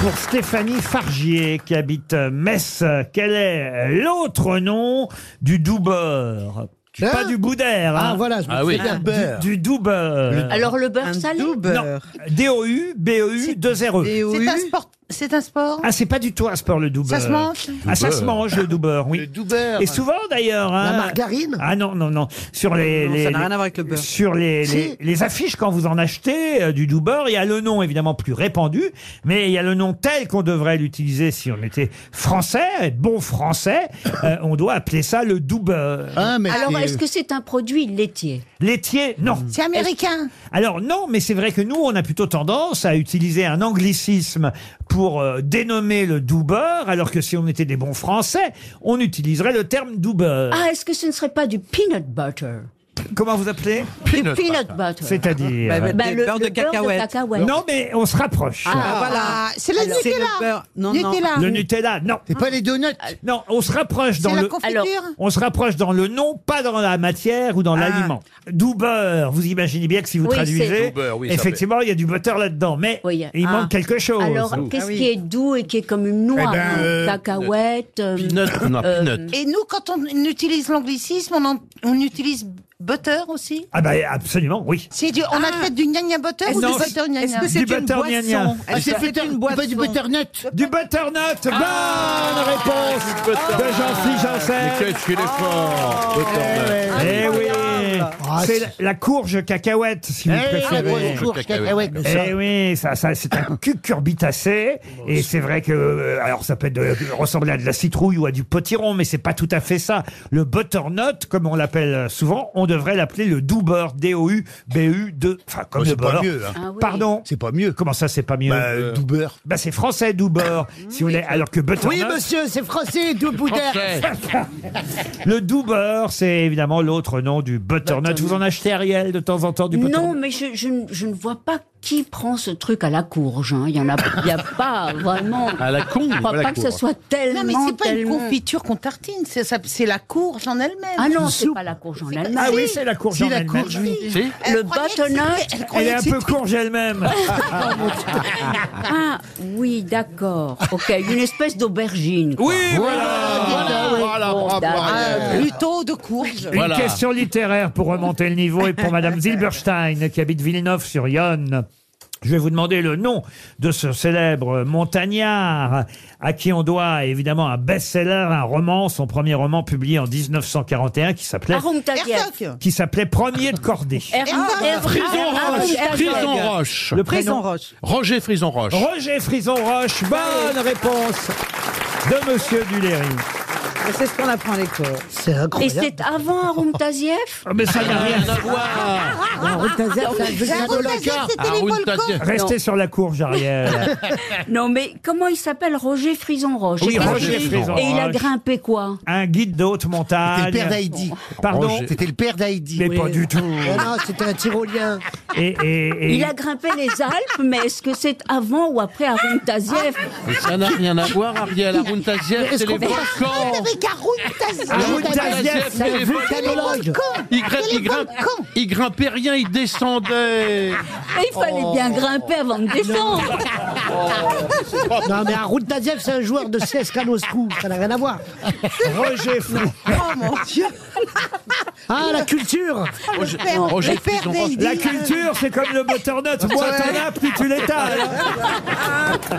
[SPEAKER 2] Pour Stéphanie Fargier, qui habite euh, Metz, euh, quel est l'autre nom du doubeur Pas du boudère.
[SPEAKER 6] Ah,
[SPEAKER 2] hein.
[SPEAKER 6] voilà, je me Ah oui. souviens.
[SPEAKER 2] Du, du doubeur.
[SPEAKER 5] Alors le beurre salé
[SPEAKER 2] Non. D-O-U, B-E-U, 2 R E.
[SPEAKER 16] C'est un sport. C'est un sport.
[SPEAKER 2] Ah, c'est pas du tout un sport, le doubeur.
[SPEAKER 16] Ça se mange
[SPEAKER 2] Ah, ça
[SPEAKER 16] Doubeur.
[SPEAKER 2] se mange, le doubeur, oui.
[SPEAKER 4] doubeur.
[SPEAKER 2] Et souvent, d'ailleurs.
[SPEAKER 6] La
[SPEAKER 2] hein.
[SPEAKER 6] margarine
[SPEAKER 2] Ah non, non, non. Sur les.
[SPEAKER 6] Non,
[SPEAKER 2] les-
[SPEAKER 6] ça n'a
[SPEAKER 2] les-
[SPEAKER 6] rien à voir avec le beurre.
[SPEAKER 2] Sur les,
[SPEAKER 6] Si.
[SPEAKER 2] les, les affiches, quand vous en achetez euh, du doux beurre, il y a le nom évidemment plus répandu, mais il y a le nom tel qu'on devrait l'utiliser si on était français, être bon français. euh, on doit appeler ça le doux beurre.
[SPEAKER 6] Ah,
[SPEAKER 5] Alors, est-ce que c'est un produit laitier
[SPEAKER 2] Laitier, non.
[SPEAKER 16] C'est américain.
[SPEAKER 2] Alors non, mais c'est vrai que nous, on a plutôt tendance à utiliser un anglicisme pour euh, dénommer le doux beurre, alors que si on était des bons
[SPEAKER 16] Ah,
[SPEAKER 2] Français, on utiliserait le terme doux beurre.
[SPEAKER 5] Ah, est-ce que ce ne serait pas du peanut butter
[SPEAKER 2] Comment vous appelez
[SPEAKER 5] Peanut peanut butter. butter.
[SPEAKER 2] C'est-à-dire
[SPEAKER 5] Bah, bah, Bah, le- le beurre de le beurre de cacahuète. cacahuète.
[SPEAKER 2] Non, mais on se rapproche.
[SPEAKER 5] Ah, voilà.
[SPEAKER 16] C'est le
[SPEAKER 5] Alors, c'est le
[SPEAKER 16] Nutella.
[SPEAKER 5] beurre. Non, non.
[SPEAKER 16] Nutella.
[SPEAKER 2] Le Nutella, non. C'est pas les donuts.
[SPEAKER 5] Ah,
[SPEAKER 2] Non, on se rapproche dans
[SPEAKER 16] C'est la
[SPEAKER 2] le.
[SPEAKER 16] confiture Alors-
[SPEAKER 2] On se rapproche dans le nom, pas dans la matière ou dans
[SPEAKER 5] Ah.
[SPEAKER 2] l'aliment. Doux beurre. Vous imaginez bien que si vous
[SPEAKER 5] Oui, c'est-
[SPEAKER 2] traduisez,
[SPEAKER 5] Doux beurre, oui, ça
[SPEAKER 2] effectivement, il y a du butter là-dedans, mais il
[SPEAKER 5] Ah.
[SPEAKER 2] manque quelque chose.
[SPEAKER 5] Alors, qu'est-ce qui est doux et qui est comme une noix
[SPEAKER 2] Eh ben,
[SPEAKER 5] non
[SPEAKER 2] euh,
[SPEAKER 5] Cacahuète. euh, euh,
[SPEAKER 16] Et nous, quand on utilise l'anglicisme, on, en- on utilise butter aussi
[SPEAKER 2] Ah bah absolument, oui.
[SPEAKER 16] C'est du- On
[SPEAKER 5] Ah.
[SPEAKER 16] a fait du gna gna butter ou
[SPEAKER 2] Non,
[SPEAKER 16] du butter gna Ah, gna
[SPEAKER 2] du butter gna gna.
[SPEAKER 16] une boisson
[SPEAKER 4] Pas du butternut.
[SPEAKER 2] Du butternut.
[SPEAKER 6] Ah.
[SPEAKER 2] Bonne réponse de Jean-Philippe Janssen.
[SPEAKER 9] Mais qu'est-ce qu'il est
[SPEAKER 6] Ah.
[SPEAKER 9] fort, Butternut.
[SPEAKER 2] Eh oui C'est la, la courge cacahuète, si vous
[SPEAKER 4] Ah, Eh,
[SPEAKER 2] préférez.
[SPEAKER 4] la courge cacahuète, mais ça-
[SPEAKER 2] Eh oui, ça, ça c'est un cucurbitacé. Et c'est vrai que, euh, alors ça peut être de- ressembler à de la citrouille ou à du potiron, mais c'est pas tout à fait ça. Le butternut, comme on l'appelle souvent, on devrait l'appeler le doux beurre, D-O-U-B-U-2. Enfin, comme
[SPEAKER 4] Oh,
[SPEAKER 2] le
[SPEAKER 4] c'est pas
[SPEAKER 2] beurre.
[SPEAKER 4] mieux, hein. Ah oui.
[SPEAKER 2] Pardon C'est pas mieux. Comment ça, c'est pas mieux
[SPEAKER 4] Bah, euh, doux beurre.
[SPEAKER 2] Bah, c'est français, doux beurre, si vous voulez. Alors que butternut.
[SPEAKER 4] Ah Oui, monsieur, c'est français, doux boudin.
[SPEAKER 2] Le doux beurre, c'est évidemment l'autre nom du butternut. Vous en achetez, Ariel, de temps en temps, du butternut
[SPEAKER 5] Non, mais je, je ne- je ne vois pas qui prend ce truc à la courge. hein. Il n'y en a, il y a pas vraiment.
[SPEAKER 9] À la con,
[SPEAKER 5] Je ne crois
[SPEAKER 9] pas la
[SPEAKER 5] pas que ce
[SPEAKER 9] courge.
[SPEAKER 5] soit tellement.
[SPEAKER 16] Non, mais c'est pas
[SPEAKER 5] tellement-
[SPEAKER 16] une confiture qu'on tartine, c'est ça- c'est la courge en elle-même.
[SPEAKER 5] Ah non, c'est pas la courge en elle-même.
[SPEAKER 2] Ah oui, c'est la courge
[SPEAKER 5] Si,
[SPEAKER 2] en
[SPEAKER 5] la
[SPEAKER 2] elle-même.
[SPEAKER 5] courge, oui.
[SPEAKER 2] Si.
[SPEAKER 5] Le butternut.
[SPEAKER 2] Elle est un peu courge elle-même.
[SPEAKER 5] Ah oui, d'accord. Ok, une espèce d'aubergine. quoi.
[SPEAKER 2] Oui, voilà.
[SPEAKER 5] Voilà, Ah, bon, d'accord.
[SPEAKER 16] Ah, Plutôt de courge.
[SPEAKER 2] Une question littéraire pour remonter le niveau et pour Madame Zilberstein qui habite Villeneuve-sur-Yonne. Je vais vous demander le nom de ce célèbre montagnard à qui on doit évidemment un best-seller, un roman, son premier roman publié en 1941 qui s'appelait
[SPEAKER 16] Herzog.
[SPEAKER 2] qui s'appelait Premier de Cordée.
[SPEAKER 9] Frison Roche. Ah, Frison Roche.
[SPEAKER 2] Ah, Le prénom
[SPEAKER 9] Roger Frison Roche.
[SPEAKER 2] Roger Frison Roche. Bonne réponse de Monsieur Duléry.
[SPEAKER 11] C'est ce qu'on apprend à l'école.
[SPEAKER 6] C'est
[SPEAKER 5] Et
[SPEAKER 6] incroyable.
[SPEAKER 5] c'est avant Ah, Arum Taziev
[SPEAKER 2] Ah, Mais ça n'a rien
[SPEAKER 9] à voir.
[SPEAKER 5] ah.
[SPEAKER 2] Restez sur la courge arrière.
[SPEAKER 5] Non, mais comment il s'appelle Roger Frison Roche
[SPEAKER 2] Oui,
[SPEAKER 5] Et qu'est-ce
[SPEAKER 2] Roger
[SPEAKER 5] qu'il-
[SPEAKER 2] Frison
[SPEAKER 5] Et il a
[SPEAKER 2] Roche.
[SPEAKER 5] grimpé quoi
[SPEAKER 2] Un guide de haute montagne.
[SPEAKER 4] C'était le père d'Haïdi.
[SPEAKER 2] Pardon
[SPEAKER 4] C'était le père d'Haïdi.
[SPEAKER 2] Mais pas du tout.
[SPEAKER 6] Oh non, c'était un tyrolien.
[SPEAKER 2] Et, et- et-
[SPEAKER 5] Il a grimpé les Alpes, mais est-ce que c'est avant ou après Arum Taziev
[SPEAKER 6] Ah,
[SPEAKER 9] Mais ça n'a rien à voir, Ariel. La
[SPEAKER 5] Mais
[SPEAKER 9] Rountaziev,
[SPEAKER 5] est-ce
[SPEAKER 9] c'est les
[SPEAKER 5] qu'on peut
[SPEAKER 9] volcans.
[SPEAKER 16] Avec un route
[SPEAKER 9] Rountaziev, c'est les volcans. Il grimpe, il grimpe. Il grimpait rien, il descendait.
[SPEAKER 5] Mais Il fallait bien grimper avant de descendre.
[SPEAKER 6] Non, mais Arun Taziev, c'est un joueur de CSKA Moscou. Ça n'a rien à voir.
[SPEAKER 2] Roger Frison.
[SPEAKER 16] Oh mon dieu
[SPEAKER 6] Ah, la culture
[SPEAKER 9] Roger- Roger Frison Roche.
[SPEAKER 2] La culture, c'est comme le butternut. Moins t'en as, plus tu l'étales.
[SPEAKER 6] Ah.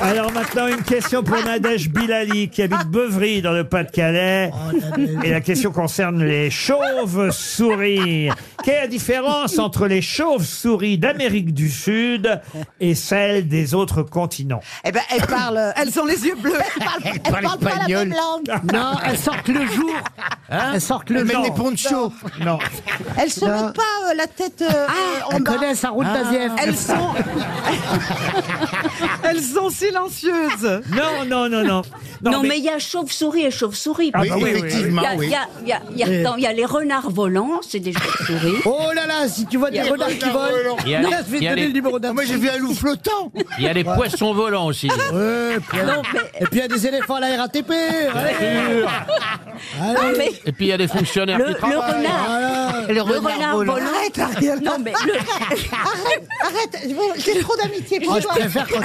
[SPEAKER 2] Alors maintenant, une question pour Nadège Bilali, qui habite Beuvry, dans le Pas-de-Calais. Et la question concerne les chauves-souris. Quelle est la différence entre les chauves-souris d'Amérique du Sud et celles des autres continents
[SPEAKER 16] Eh ben, elle parle. Elles ont les yeux bleus. Elle parle, elle
[SPEAKER 4] parle
[SPEAKER 16] parle pas la
[SPEAKER 4] espagnol.
[SPEAKER 16] même langue.
[SPEAKER 6] Non, elles sortent le jour. elles sortent le
[SPEAKER 4] Elles
[SPEAKER 6] jour.
[SPEAKER 4] mettent des ponchos.
[SPEAKER 2] Non.
[SPEAKER 16] Elles se
[SPEAKER 6] Non.
[SPEAKER 16] mettent pas euh, la tête euh,
[SPEAKER 5] Ah,
[SPEAKER 16] en
[SPEAKER 6] Elles
[SPEAKER 16] bas.
[SPEAKER 6] connaissent Arun Taziev.
[SPEAKER 11] Elles sont. Elles sont silencieuses.
[SPEAKER 2] Non, non, non, non.
[SPEAKER 11] ben,
[SPEAKER 5] Non, mais il y a chauve-souris et chauve-souris.
[SPEAKER 2] Ah, bah oui,
[SPEAKER 4] effectivement,
[SPEAKER 5] Il y a-
[SPEAKER 4] oui.
[SPEAKER 5] il y a- il y a- il y a-
[SPEAKER 6] Oui.
[SPEAKER 5] attends, il y a les renards volants, c'est des chauves-souris.
[SPEAKER 6] Oh là là, si tu vois des
[SPEAKER 5] Il y a-
[SPEAKER 6] renards qui volent.
[SPEAKER 9] Il y a les-
[SPEAKER 6] Là, je vais
[SPEAKER 9] il y
[SPEAKER 6] te
[SPEAKER 9] a
[SPEAKER 6] donner
[SPEAKER 9] les-
[SPEAKER 6] le numéro d'un.
[SPEAKER 4] Moi, j'ai vu un loup flottant.
[SPEAKER 9] Il y a les poissons volants aussi.
[SPEAKER 6] Ouais, puis-
[SPEAKER 5] Non, mais-
[SPEAKER 6] Et puis il y a des éléphants à la RATP. Allez,
[SPEAKER 9] Sûr.
[SPEAKER 5] Ah,
[SPEAKER 6] allez.
[SPEAKER 5] mais
[SPEAKER 9] Et puis il y a les fonctionnaires
[SPEAKER 5] le,
[SPEAKER 9] qui
[SPEAKER 5] le
[SPEAKER 9] travaillent.
[SPEAKER 5] renard,
[SPEAKER 6] Voilà.
[SPEAKER 5] le renard, volant.
[SPEAKER 16] Arrête, Ariel.
[SPEAKER 5] Non, mais le,
[SPEAKER 16] Arrête, arrête. je veux- J'ai trop d'amitié pour
[SPEAKER 6] Oh, je
[SPEAKER 16] toi.
[SPEAKER 6] préfère quand tu-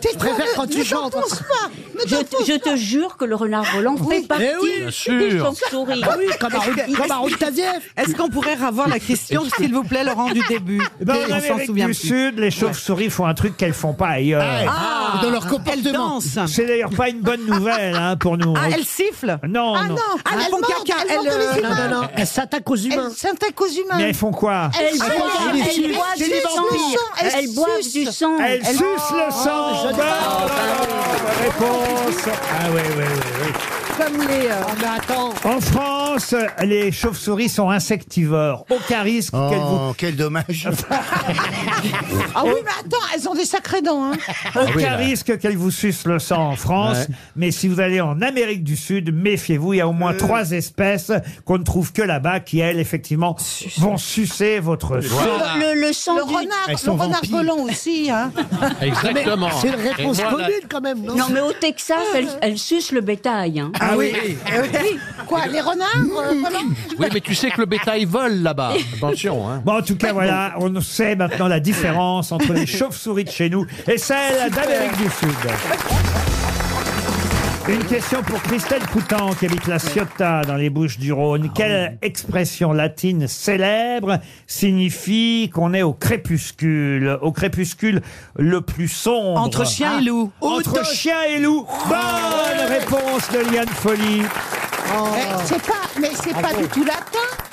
[SPEAKER 16] T'es trop-
[SPEAKER 6] je préfère quand
[SPEAKER 16] ne-
[SPEAKER 6] tu
[SPEAKER 16] ne
[SPEAKER 6] chantes.
[SPEAKER 16] t'enfonce pas. Ne
[SPEAKER 5] je,
[SPEAKER 16] t'enfonce
[SPEAKER 5] je te jure que le renard volant fait partie
[SPEAKER 6] Eh oui,
[SPEAKER 9] bien
[SPEAKER 5] des
[SPEAKER 9] sûr.
[SPEAKER 5] chauves-souris.
[SPEAKER 6] Ah oui, comme Arun- comme Arun Taziev.
[SPEAKER 11] Est-ce qu'on pourrait revoir la question, s'il vous plaît, Laurent, du début
[SPEAKER 2] Eh ben, en
[SPEAKER 11] On s'en
[SPEAKER 2] Amérique
[SPEAKER 11] souvient
[SPEAKER 2] du
[SPEAKER 11] plus.
[SPEAKER 2] Sud, les chauves-souris font un truc qu'elles font pas ailleurs.
[SPEAKER 11] Ah,
[SPEAKER 4] Dans leur
[SPEAKER 11] elles
[SPEAKER 4] comportement.
[SPEAKER 11] dansent.
[SPEAKER 2] C'est d'ailleurs pas une bonne nouvelle hein, pour nous.
[SPEAKER 11] Ah, elles sifflent.
[SPEAKER 2] Non,
[SPEAKER 16] Ah
[SPEAKER 2] non.
[SPEAKER 16] non,
[SPEAKER 11] Ah, elles
[SPEAKER 16] elles
[SPEAKER 11] font
[SPEAKER 16] mordent,
[SPEAKER 11] caca,
[SPEAKER 16] elles
[SPEAKER 11] elles,
[SPEAKER 16] mordent
[SPEAKER 11] euh,
[SPEAKER 16] les
[SPEAKER 6] Non, non,
[SPEAKER 16] humains.
[SPEAKER 6] non, elles s'attaquent aux humains.
[SPEAKER 16] Elles s'attaquent aux humains.
[SPEAKER 2] Mais elles font quoi
[SPEAKER 16] Elles
[SPEAKER 5] boivent-
[SPEAKER 16] boivent
[SPEAKER 5] elles
[SPEAKER 16] elles
[SPEAKER 5] boivent
[SPEAKER 16] sucent
[SPEAKER 5] du
[SPEAKER 16] le
[SPEAKER 5] sang.
[SPEAKER 16] sang,
[SPEAKER 5] Elles boivent
[SPEAKER 16] sucent.
[SPEAKER 5] du sang.
[SPEAKER 2] Elles sucent le sang.
[SPEAKER 6] je-
[SPEAKER 2] Bonne réponse. Ah oui, oui, oui. oui.
[SPEAKER 11] Comme les.
[SPEAKER 2] En France, les chauves-souris sont insectivores. Aucun risque qu'elles vous...
[SPEAKER 4] Oh, quel dommage
[SPEAKER 16] Ah oui, mais attends, elles ont des sacrés dents. Hein.
[SPEAKER 4] Ah
[SPEAKER 2] Aucun risque qu'elles vous sucent le sang en France.
[SPEAKER 16] Ouais.
[SPEAKER 2] Mais si vous allez en Amérique du Sud, méfiez-vous, il y a au
[SPEAKER 4] Euh.
[SPEAKER 2] moins trois espèces qu'on ne trouve que là-bas qui, elles, effectivement, vont sucer votre sang.
[SPEAKER 5] Le, le, le sang
[SPEAKER 16] Le
[SPEAKER 5] du-
[SPEAKER 16] renard,
[SPEAKER 2] Elles sont
[SPEAKER 16] le renard
[SPEAKER 2] vampires.
[SPEAKER 16] volant aussi. Hein.
[SPEAKER 2] Exactement.
[SPEAKER 6] Mais C'est une réponse
[SPEAKER 5] Et voilà.
[SPEAKER 6] commune quand même, non
[SPEAKER 5] Non, mais au Texas, elle, elle suce le bétail. hein. Mm.
[SPEAKER 6] Ah oui.
[SPEAKER 16] Quoi, les renards euh, volants
[SPEAKER 9] Oui, mais tu sais que le bétail vole là-bas. Attention, hein.
[SPEAKER 2] Bon, en tout
[SPEAKER 8] Bah,
[SPEAKER 2] cas, voilà, on sait maintenant la différence entre les chauves-souris de chez nous et celles d'Amérique du Sud. Une question pour Christelle Coutan, qui habite la Ciotat, dans les Bouches-du-Rhône.
[SPEAKER 8] Ah
[SPEAKER 2] Quelle expression latine célèbre signifie qu'on est au crépuscule Au crépuscule le plus sombre. Ah,
[SPEAKER 8] Entre chien et loup. Oh.
[SPEAKER 2] Entre chien et loup. Bonne réponse de Liane Folie.
[SPEAKER 16] Mais C'est pas, mais c'est
[SPEAKER 8] Ah
[SPEAKER 16] pas du tout latin.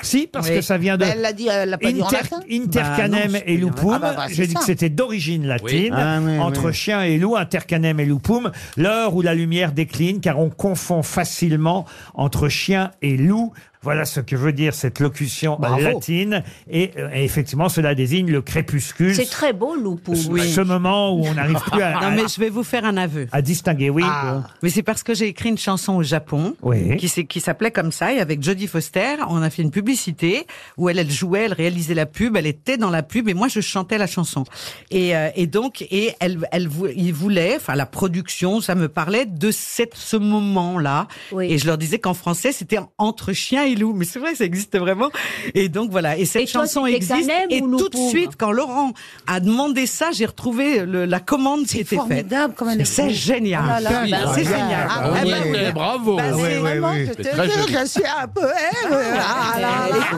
[SPEAKER 2] Si, parce
[SPEAKER 16] Oui.
[SPEAKER 2] que ça vient de.
[SPEAKER 16] Mais Ben, elle l'a dit, elle Euh, l'a pas dit en latin.
[SPEAKER 2] Intercanem
[SPEAKER 16] Bah non,
[SPEAKER 2] et
[SPEAKER 16] c'est-
[SPEAKER 2] lupum.
[SPEAKER 16] Ah bah bah, c'est
[SPEAKER 2] J'ai dit
[SPEAKER 16] ça.
[SPEAKER 2] que c'était d'origine latine.
[SPEAKER 4] Ah oui,
[SPEAKER 2] entre
[SPEAKER 4] oui.
[SPEAKER 2] chien et loup, intercanem et lupum. L'heure où la lumière décline, car on confond facilement entre chien et loup. Voilà ce que veut dire cette locution
[SPEAKER 8] Bravo.
[SPEAKER 2] latine. Et, euh, et effectivement, cela désigne le crépuscule.
[SPEAKER 5] C'est très beau, loup.
[SPEAKER 2] ce, ce moment où on n'arrive plus à,
[SPEAKER 11] Non, mais je vais vous faire un aveu. Ah.
[SPEAKER 2] à distinguer. Oui.
[SPEAKER 11] Mais c'est parce que j'ai écrit une chanson au Japon
[SPEAKER 2] Oui.
[SPEAKER 11] qui, s'est- qui s'appelait comme ça et avec Jodie Foster, on a fait une publicité où elle, elle jouait, elle réalisait la pub, elle était dans la pub et moi je chantais la chanson. Et, euh, et donc et elle, elle vou- il voulait, enfin la production, ça me parlait de cette, ce moment-là. Et je leur disais qu'en français c'était entre chien et loup, mais c'est vrai, ça existe vraiment. Et donc voilà, et cette
[SPEAKER 5] Et toi,
[SPEAKER 11] chanson
[SPEAKER 5] c'était
[SPEAKER 11] existe.
[SPEAKER 5] Canem
[SPEAKER 11] Et
[SPEAKER 5] ou
[SPEAKER 11] tout de
[SPEAKER 5] Loupoum
[SPEAKER 11] suite, quand Laurent a demandé ça, j'ai retrouvé le- la commande qui était
[SPEAKER 16] formidable,
[SPEAKER 11] faite.
[SPEAKER 16] comme elle est
[SPEAKER 11] C'est
[SPEAKER 16] cool.
[SPEAKER 11] génial.
[SPEAKER 16] Oh là là,
[SPEAKER 11] Bah,
[SPEAKER 16] bah,
[SPEAKER 11] c'est
[SPEAKER 16] bah,
[SPEAKER 11] génial.
[SPEAKER 16] ah,
[SPEAKER 11] Ah,
[SPEAKER 16] ouais,
[SPEAKER 11] bah,
[SPEAKER 16] ouais,
[SPEAKER 11] oui.
[SPEAKER 9] bravo.
[SPEAKER 11] Bah,
[SPEAKER 9] Oui,
[SPEAKER 11] c'est
[SPEAKER 9] oui,
[SPEAKER 11] vraiment
[SPEAKER 9] oui.
[SPEAKER 11] que
[SPEAKER 9] C'est
[SPEAKER 11] te
[SPEAKER 9] très
[SPEAKER 11] jure,
[SPEAKER 9] joli.
[SPEAKER 11] je suis un poème. Ah, là,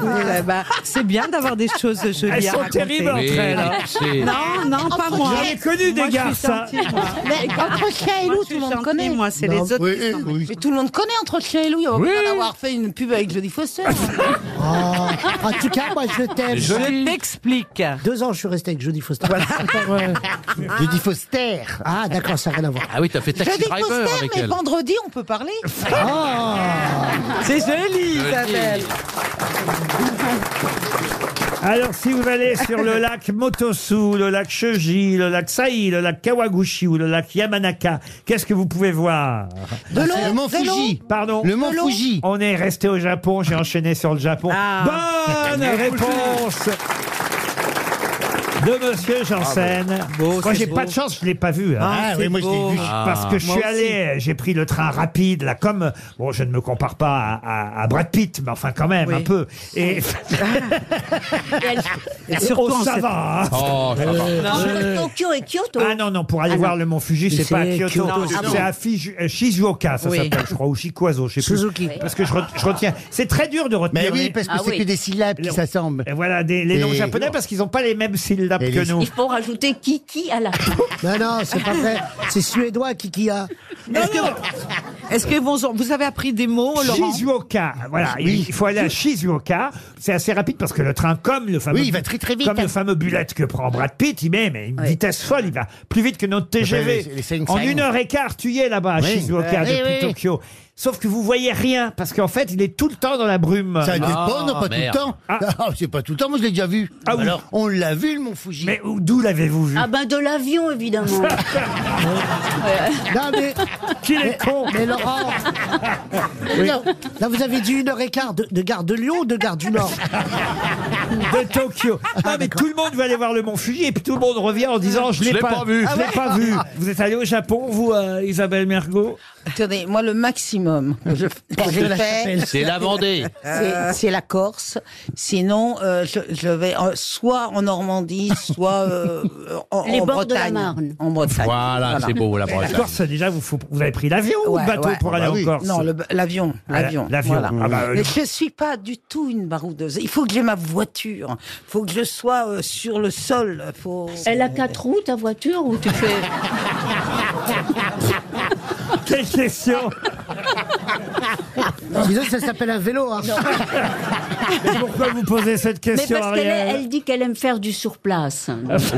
[SPEAKER 11] là, là. Bah, C'est bien d'avoir des choses jolies
[SPEAKER 2] Elles
[SPEAKER 11] à
[SPEAKER 2] sont
[SPEAKER 11] raconter.
[SPEAKER 2] terribles entre elles, hein. C'est-
[SPEAKER 11] Non, non,
[SPEAKER 5] Oh,
[SPEAKER 11] pas
[SPEAKER 16] Entre
[SPEAKER 11] moi.
[SPEAKER 16] chien-
[SPEAKER 2] J'en ai connu des
[SPEAKER 11] Moi, je suis
[SPEAKER 3] Ah,
[SPEAKER 2] garçons.
[SPEAKER 11] gentille, moi.
[SPEAKER 16] Mais entre chien et
[SPEAKER 11] Moi,
[SPEAKER 16] loup,
[SPEAKER 11] je
[SPEAKER 16] tout
[SPEAKER 11] suis
[SPEAKER 16] le monde
[SPEAKER 11] gentille,
[SPEAKER 16] connaît.
[SPEAKER 11] Moi, c'est les autres. qui sont-
[SPEAKER 16] Mais tout le monde connaît entre chien et loup. Il n'y a pas
[SPEAKER 11] Oui.
[SPEAKER 16] besoin d'avoir fait une pub avec Jodie Foster.
[SPEAKER 6] Oh. Ah, En tout cas, moi, je t'aime.
[SPEAKER 11] Je t'explique.
[SPEAKER 6] Deux ans, je suis resté avec Jodie Foster.
[SPEAKER 4] Jodie Foster.
[SPEAKER 6] Ah, d'accord, ça n'a rien à voir.
[SPEAKER 9] Ah oui, t'as fait
[SPEAKER 16] Jodie
[SPEAKER 9] Taxi Driver
[SPEAKER 16] Foster,
[SPEAKER 9] avec
[SPEAKER 16] mais
[SPEAKER 9] elle.
[SPEAKER 16] vendredi, on peut parler.
[SPEAKER 11] C'est joli,
[SPEAKER 9] Isabelle.
[SPEAKER 2] Alors, si vous allez sur le lac Motosu, le lac Shoji, le lac Sai, le lac Kawaguchi ou le lac Yamanaka, qu'est-ce que vous pouvez voir
[SPEAKER 4] De l'eau, Ah, Le mont de Fuji. l'eau.
[SPEAKER 2] Pardon.
[SPEAKER 4] Le mont De l'eau. Fuji.
[SPEAKER 2] On est resté au Japon, j'ai enchaîné sur le Japon. Bonne
[SPEAKER 4] Ah. Le mont
[SPEAKER 2] réponse de Monsieur Janssen. moi,
[SPEAKER 4] c'est
[SPEAKER 2] j'ai
[SPEAKER 4] Ah, bah, beau.
[SPEAKER 2] pas de chance, je l'ai pas vu. hein.
[SPEAKER 4] Ah, Ah, oui, c'est moi, je l'ai beau. vu.
[SPEAKER 2] Parce que je
[SPEAKER 4] Moi
[SPEAKER 2] suis
[SPEAKER 4] aussi.
[SPEAKER 2] allé, euh, j'ai pris le train rapide, là, comme, bon, je ne me compare pas à, à- à Brad Pitt, mais enfin, quand même,
[SPEAKER 11] Oui.
[SPEAKER 2] un peu. Et,
[SPEAKER 11] Et surtout
[SPEAKER 2] Oh,
[SPEAKER 11] en
[SPEAKER 2] ça
[SPEAKER 11] sept-
[SPEAKER 2] va. hein.
[SPEAKER 9] Oh, ça va.
[SPEAKER 5] Entre Tokyo et Kyoto.
[SPEAKER 2] Ah non, non, pour aller voir le mont
[SPEAKER 6] Mais
[SPEAKER 2] Fuji, c'est pas à
[SPEAKER 6] c'est
[SPEAKER 2] Kyoto.
[SPEAKER 6] Kyoto,
[SPEAKER 2] c'est
[SPEAKER 6] Ah bon
[SPEAKER 2] à Fiji- euh, Shizuoka, ça
[SPEAKER 6] Oui.
[SPEAKER 2] s'appelle, je crois, ou Shikuazo, je sais plus.
[SPEAKER 6] Suzuki.
[SPEAKER 2] Parce que je, re- je retiens. C'est très dur de retenir.
[SPEAKER 4] Mais oui,
[SPEAKER 2] les-
[SPEAKER 4] parce que
[SPEAKER 5] Ah
[SPEAKER 4] c'est
[SPEAKER 5] oui.
[SPEAKER 4] que des syllabes qui s'assemblent.
[SPEAKER 2] Et voilà, des, les noms
[SPEAKER 4] Et-
[SPEAKER 2] japonais, parce qu'ils n'ont pas les mêmes syllabes
[SPEAKER 4] Et
[SPEAKER 2] que
[SPEAKER 4] les-
[SPEAKER 2] nous.
[SPEAKER 5] Il faut rajouter Kiki à la fin.
[SPEAKER 6] Non, non, c'est pas vrai. C'est suédois qui qui a.
[SPEAKER 11] Est-ce que, est-ce que vous, vous avez appris des mots, Laurent
[SPEAKER 2] Shizuoka, Ah, voilà, il- il faut aller à Shizuoka. C'est assez rapide parce que le train, comme le fameux,
[SPEAKER 4] Oui, il va très, très vite.
[SPEAKER 2] comme le fameux bullet que prend Brad Pitt, il met mais une vitesse folle, il va plus vite que notre TGV.
[SPEAKER 4] Les- les Seine
[SPEAKER 2] en
[SPEAKER 4] Seine.
[SPEAKER 2] une heure et quart, tu y es là-bas à
[SPEAKER 4] Oui.
[SPEAKER 2] Shizuoka
[SPEAKER 4] Euh, oui,
[SPEAKER 2] depuis
[SPEAKER 4] oui, oui.
[SPEAKER 2] Tokyo. Sauf que vous voyez rien parce qu'en fait, il est tout le temps dans la brume.
[SPEAKER 4] Ça dépend,
[SPEAKER 9] Ah,
[SPEAKER 4] non, pas
[SPEAKER 9] merde.
[SPEAKER 4] tout le temps. Ah. c'est pas tout le temps, moi je l'ai déjà vu.
[SPEAKER 2] Ah oui.
[SPEAKER 4] Alors, on l'a vu le Mont Fuji.
[SPEAKER 2] Mais où- d'où l'avez-vous vu
[SPEAKER 5] Ah ben de l'avion, évidemment. Euh,
[SPEAKER 6] Non, mais,
[SPEAKER 2] Qu'il est con
[SPEAKER 6] mais Laurent. Non, là, vous avez dit une heure et quart de, de gare de Lyon ou de gare du Nord
[SPEAKER 2] de Tokyo. Ah, mais tout le monde va aller voir le Mont Fuji et puis tout le monde revient en disant je l'ai pas, vu, je l'ai pas
[SPEAKER 4] Ah,
[SPEAKER 2] vu. Vous êtes allé au Japon, vous, euh, Isabelle Mergot
[SPEAKER 3] Attendez, moi, le maximum que je, que je fais,
[SPEAKER 9] C'est la Vendée.
[SPEAKER 3] c'est- c'est la Corse. Sinon, euh, je, je vais euh, soit en Normandie, soit euh, en,
[SPEAKER 5] Les
[SPEAKER 3] en
[SPEAKER 5] bords de la
[SPEAKER 3] Bretagne.
[SPEAKER 5] Marne.
[SPEAKER 3] En Bretagne.
[SPEAKER 9] Voilà, c'est beau la
[SPEAKER 2] La
[SPEAKER 9] Bretagne.
[SPEAKER 2] Corse, déjà, vous, faut- vous avez pris l'avion ou
[SPEAKER 3] Ouais,
[SPEAKER 2] le bateau
[SPEAKER 3] ouais.
[SPEAKER 2] pour aller
[SPEAKER 4] Ah bah
[SPEAKER 2] en
[SPEAKER 4] oui.
[SPEAKER 2] Corse
[SPEAKER 3] Non, le- l'avion.
[SPEAKER 2] Ah,
[SPEAKER 3] L'avion.
[SPEAKER 2] l'avion.
[SPEAKER 3] voilà.
[SPEAKER 2] Ah bah, euh,
[SPEAKER 3] Mais je suis pas du tout une baroudeuse. Il faut que j'ai ma voiture. Il faut que je sois euh, sur le sol. Faut...
[SPEAKER 5] Elle a quatre roues, ta voiture, ou tu fais...
[SPEAKER 2] Quelle question
[SPEAKER 6] Sinon, ça s'appelle un vélo. hein.
[SPEAKER 2] Mais pourquoi vous posez cette
[SPEAKER 5] Mais
[SPEAKER 2] question,
[SPEAKER 5] parce qu'elle est-
[SPEAKER 2] Ariel
[SPEAKER 5] elle dit qu'elle aime faire du surplace.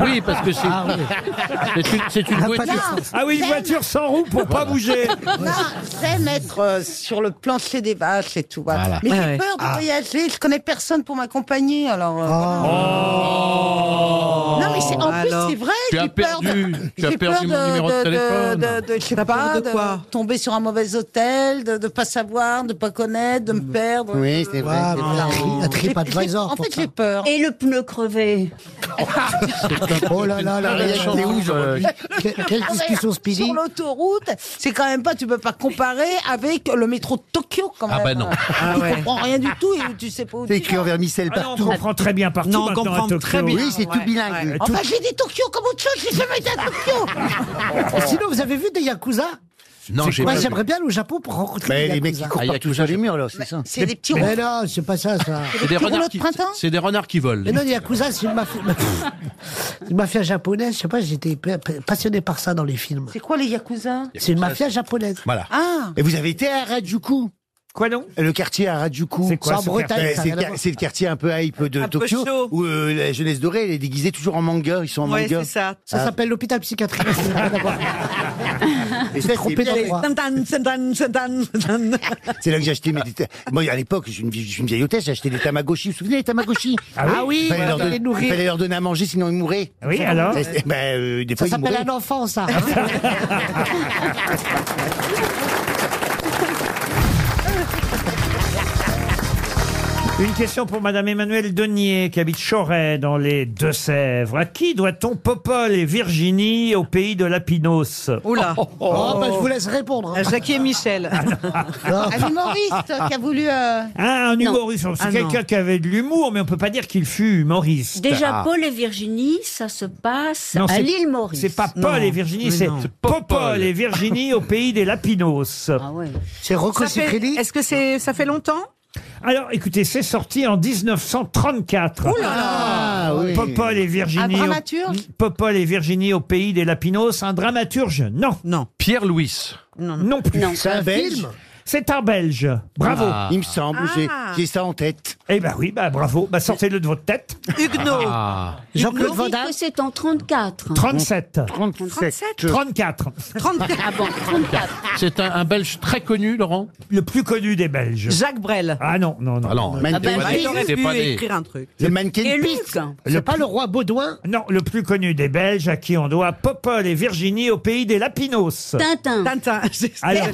[SPEAKER 9] Oui, parce que c'est
[SPEAKER 2] Ah
[SPEAKER 9] c'est une, c'est une voiture.
[SPEAKER 2] Ah oui, une voiture sans roue pour pas bouger.
[SPEAKER 3] Non, j'aime être euh, sur le plancher des vaches et tout. voilà.
[SPEAKER 2] Voilà.
[SPEAKER 3] Mais
[SPEAKER 2] Ouais,
[SPEAKER 3] j'ai
[SPEAKER 2] ouais.
[SPEAKER 3] peur de
[SPEAKER 2] Ah. Oh.
[SPEAKER 3] voyager, je connais personne pour m'accompagner. Alors, euh, voilà. Non, mais c'est- en
[SPEAKER 2] Alors.
[SPEAKER 3] plus, c'est vrai,
[SPEAKER 2] Tu as
[SPEAKER 3] j'ai peur
[SPEAKER 2] perdu-
[SPEAKER 3] de-
[SPEAKER 2] tu as
[SPEAKER 3] j'ai
[SPEAKER 2] perdu
[SPEAKER 3] peur
[SPEAKER 2] mon numéro de téléphone.
[SPEAKER 3] de- je sais
[SPEAKER 2] T'as peur
[SPEAKER 3] pas,
[SPEAKER 2] de quoi
[SPEAKER 3] tomber sur un mauvais hôtel, de ne pas savoir, de ne pas connaître, de me perdre.
[SPEAKER 4] Oui, c'est vrai, c'est vrai. Un trip
[SPEAKER 3] J'ai- j'ai-
[SPEAKER 4] advisor
[SPEAKER 3] En
[SPEAKER 4] pour
[SPEAKER 3] fait, j'ai peur. Et le pneu crevé.
[SPEAKER 4] Oh là là là là, t'es où, aujourd'hui Quelle discussion speedy
[SPEAKER 3] Ah, Sur l'autoroute, c'est quand même pas, tu peux pas comparer avec le métro de Tokyo quand même.
[SPEAKER 4] Ah bah non. Ah ouais.
[SPEAKER 3] Tu comprends rien du tout et tu sais pas où
[SPEAKER 4] C'est
[SPEAKER 3] tu
[SPEAKER 4] écrit en vermicelle
[SPEAKER 3] Ah non, on
[SPEAKER 4] partout.
[SPEAKER 3] comprend très
[SPEAKER 2] bien partout
[SPEAKER 4] Non, on
[SPEAKER 2] maintenant à
[SPEAKER 4] comprend
[SPEAKER 2] Tokyo.
[SPEAKER 4] très bien. Oui, c'est tout
[SPEAKER 3] Ouais,
[SPEAKER 4] bilingue.
[SPEAKER 3] ouais.
[SPEAKER 4] Tout-
[SPEAKER 3] Enfin, j'ai dit Tokyo comme autre chose, j'ai jamais été à Tokyo.
[SPEAKER 6] Sinon, vous avez vu des Yakuza
[SPEAKER 4] Non,
[SPEAKER 6] C'est
[SPEAKER 4] j'ai
[SPEAKER 6] quoi
[SPEAKER 4] pas vu.
[SPEAKER 6] j'aimerais bien aller au Japon pour rencontrer
[SPEAKER 4] Mais
[SPEAKER 6] des
[SPEAKER 4] les mecs qui
[SPEAKER 6] Yakuza.
[SPEAKER 9] Ah,
[SPEAKER 4] courent
[SPEAKER 7] Ah,
[SPEAKER 4] partout sur les murs, là, c'est ça
[SPEAKER 6] Mais- Mais non, c'est pas ça, ça.
[SPEAKER 9] C'est des, renards qui, c'est des renards qui volent.
[SPEAKER 6] Mais non, les Yakuza, c'est une mafia, une mafia japonaise. Je sais pas, j'étais pa- pa- passionné par ça dans les films.
[SPEAKER 3] C'est quoi les Yakuza
[SPEAKER 6] C'est une mafia japonaise.
[SPEAKER 4] Voilà.
[SPEAKER 3] Ah.
[SPEAKER 4] Et vous avez été à Harajuku
[SPEAKER 2] Quoi non
[SPEAKER 4] Le quartier à Harajuku.
[SPEAKER 2] C'est quoi,
[SPEAKER 4] C'est
[SPEAKER 2] ce
[SPEAKER 4] en Bretagne,
[SPEAKER 2] quartier
[SPEAKER 4] ça a rien à voir. C'est le quartier un peu hype de Tokyo où euh, la jeunesse dorée elle est déguisée toujours en manga. Ils sont en
[SPEAKER 6] Ouais,
[SPEAKER 4] manga. Ah,
[SPEAKER 6] c'est ça. Ça
[SPEAKER 11] Ah.
[SPEAKER 6] s'appelle l'hôpital psychiatrique.
[SPEAKER 4] Et ça, c'est bien. C'est là que j'ai acheté mes. Moi, à l'époque, je suis une vieille- je suis une vieille hôtesse, j'ai acheté des tamagotchi. Vous vous souvenez des tamagotchi
[SPEAKER 6] Ah oui Ah oui,
[SPEAKER 4] Fallait
[SPEAKER 6] voilà,
[SPEAKER 4] leur don-
[SPEAKER 6] les nourrir. Ah
[SPEAKER 4] fallait leur donner à manger, sinon ils mouraient.
[SPEAKER 2] Ah
[SPEAKER 6] Oui, alors
[SPEAKER 4] Et c'est- ben, euh, des fois,
[SPEAKER 6] Ça
[SPEAKER 4] ils
[SPEAKER 6] s'appelle
[SPEAKER 4] mouraient.
[SPEAKER 6] un enfant, ça. hein.
[SPEAKER 2] Une question pour Madame Emmanuelle Denier, qui habite Choret, dans les Deux-Sèvres. À qui doit-on Popol et Virginie au pays de Lapinos
[SPEAKER 11] Oula.
[SPEAKER 6] Oh, bah, je vous laisse répondre.
[SPEAKER 11] Euh, Jackie et Michel.
[SPEAKER 2] Un humoriste qui a
[SPEAKER 3] voulu.
[SPEAKER 16] euh,
[SPEAKER 2] Ah, un humoriste, c'est quelqu'un qui avait de l'humour, mais on peut pas dire qu'il fut humoriste.
[SPEAKER 5] Déjà,
[SPEAKER 2] Ah.
[SPEAKER 5] Paul et Virginie, ça se passe
[SPEAKER 2] Non,
[SPEAKER 5] à
[SPEAKER 2] c'est-
[SPEAKER 5] l'île Maurice.
[SPEAKER 2] C'est pas Paul
[SPEAKER 5] Non.
[SPEAKER 2] et Virginie,
[SPEAKER 5] Mais
[SPEAKER 2] c'est
[SPEAKER 5] non.
[SPEAKER 2] Popol et Virginie au pays des Lapinos.
[SPEAKER 6] C'est
[SPEAKER 11] Ça fait- Est-ce que c'est ça fait longtemps
[SPEAKER 2] Alors, écoutez, c'est sorti en 1934.
[SPEAKER 11] Ouh là là Ah, oui.
[SPEAKER 2] Popol et Virginie.
[SPEAKER 11] Un
[SPEAKER 2] au-
[SPEAKER 11] dramaturge
[SPEAKER 2] Popol et Virginie au pays des Lapinos. Un dramaturge Non.
[SPEAKER 11] Non.
[SPEAKER 2] Pierre Louis. Non, plus.
[SPEAKER 11] Non. C'est un Un Belge film
[SPEAKER 2] C'est un Belge. Bravo.
[SPEAKER 4] Ah. Il me semble, j'ai- Ah. j'ai
[SPEAKER 2] ça en tête. Eh ben oui, bah bravo. Bah sortez-le de votre tête.
[SPEAKER 5] Huguenot.
[SPEAKER 1] Ah.
[SPEAKER 2] Jean-Claude
[SPEAKER 5] Vous
[SPEAKER 2] Van
[SPEAKER 5] dites
[SPEAKER 2] Damme.
[SPEAKER 5] que c'est en 34.
[SPEAKER 2] 37.
[SPEAKER 5] 37.
[SPEAKER 2] 34.
[SPEAKER 5] 34. Ah bon, 34.
[SPEAKER 2] C'est un, Belge très connu, Laurent Le plus connu des Belges.
[SPEAKER 11] Jacques Brel.
[SPEAKER 2] Ah non, non, non.
[SPEAKER 11] Ah ben, j'aurais pu écrire un truc. Et lui, hein.
[SPEAKER 2] pas le roi Baudouin Non, le plus connu des Belges à qui on doit Popol et Virginie au pays des Lapinos.
[SPEAKER 5] Tintin.
[SPEAKER 11] Tintin.
[SPEAKER 2] Alors-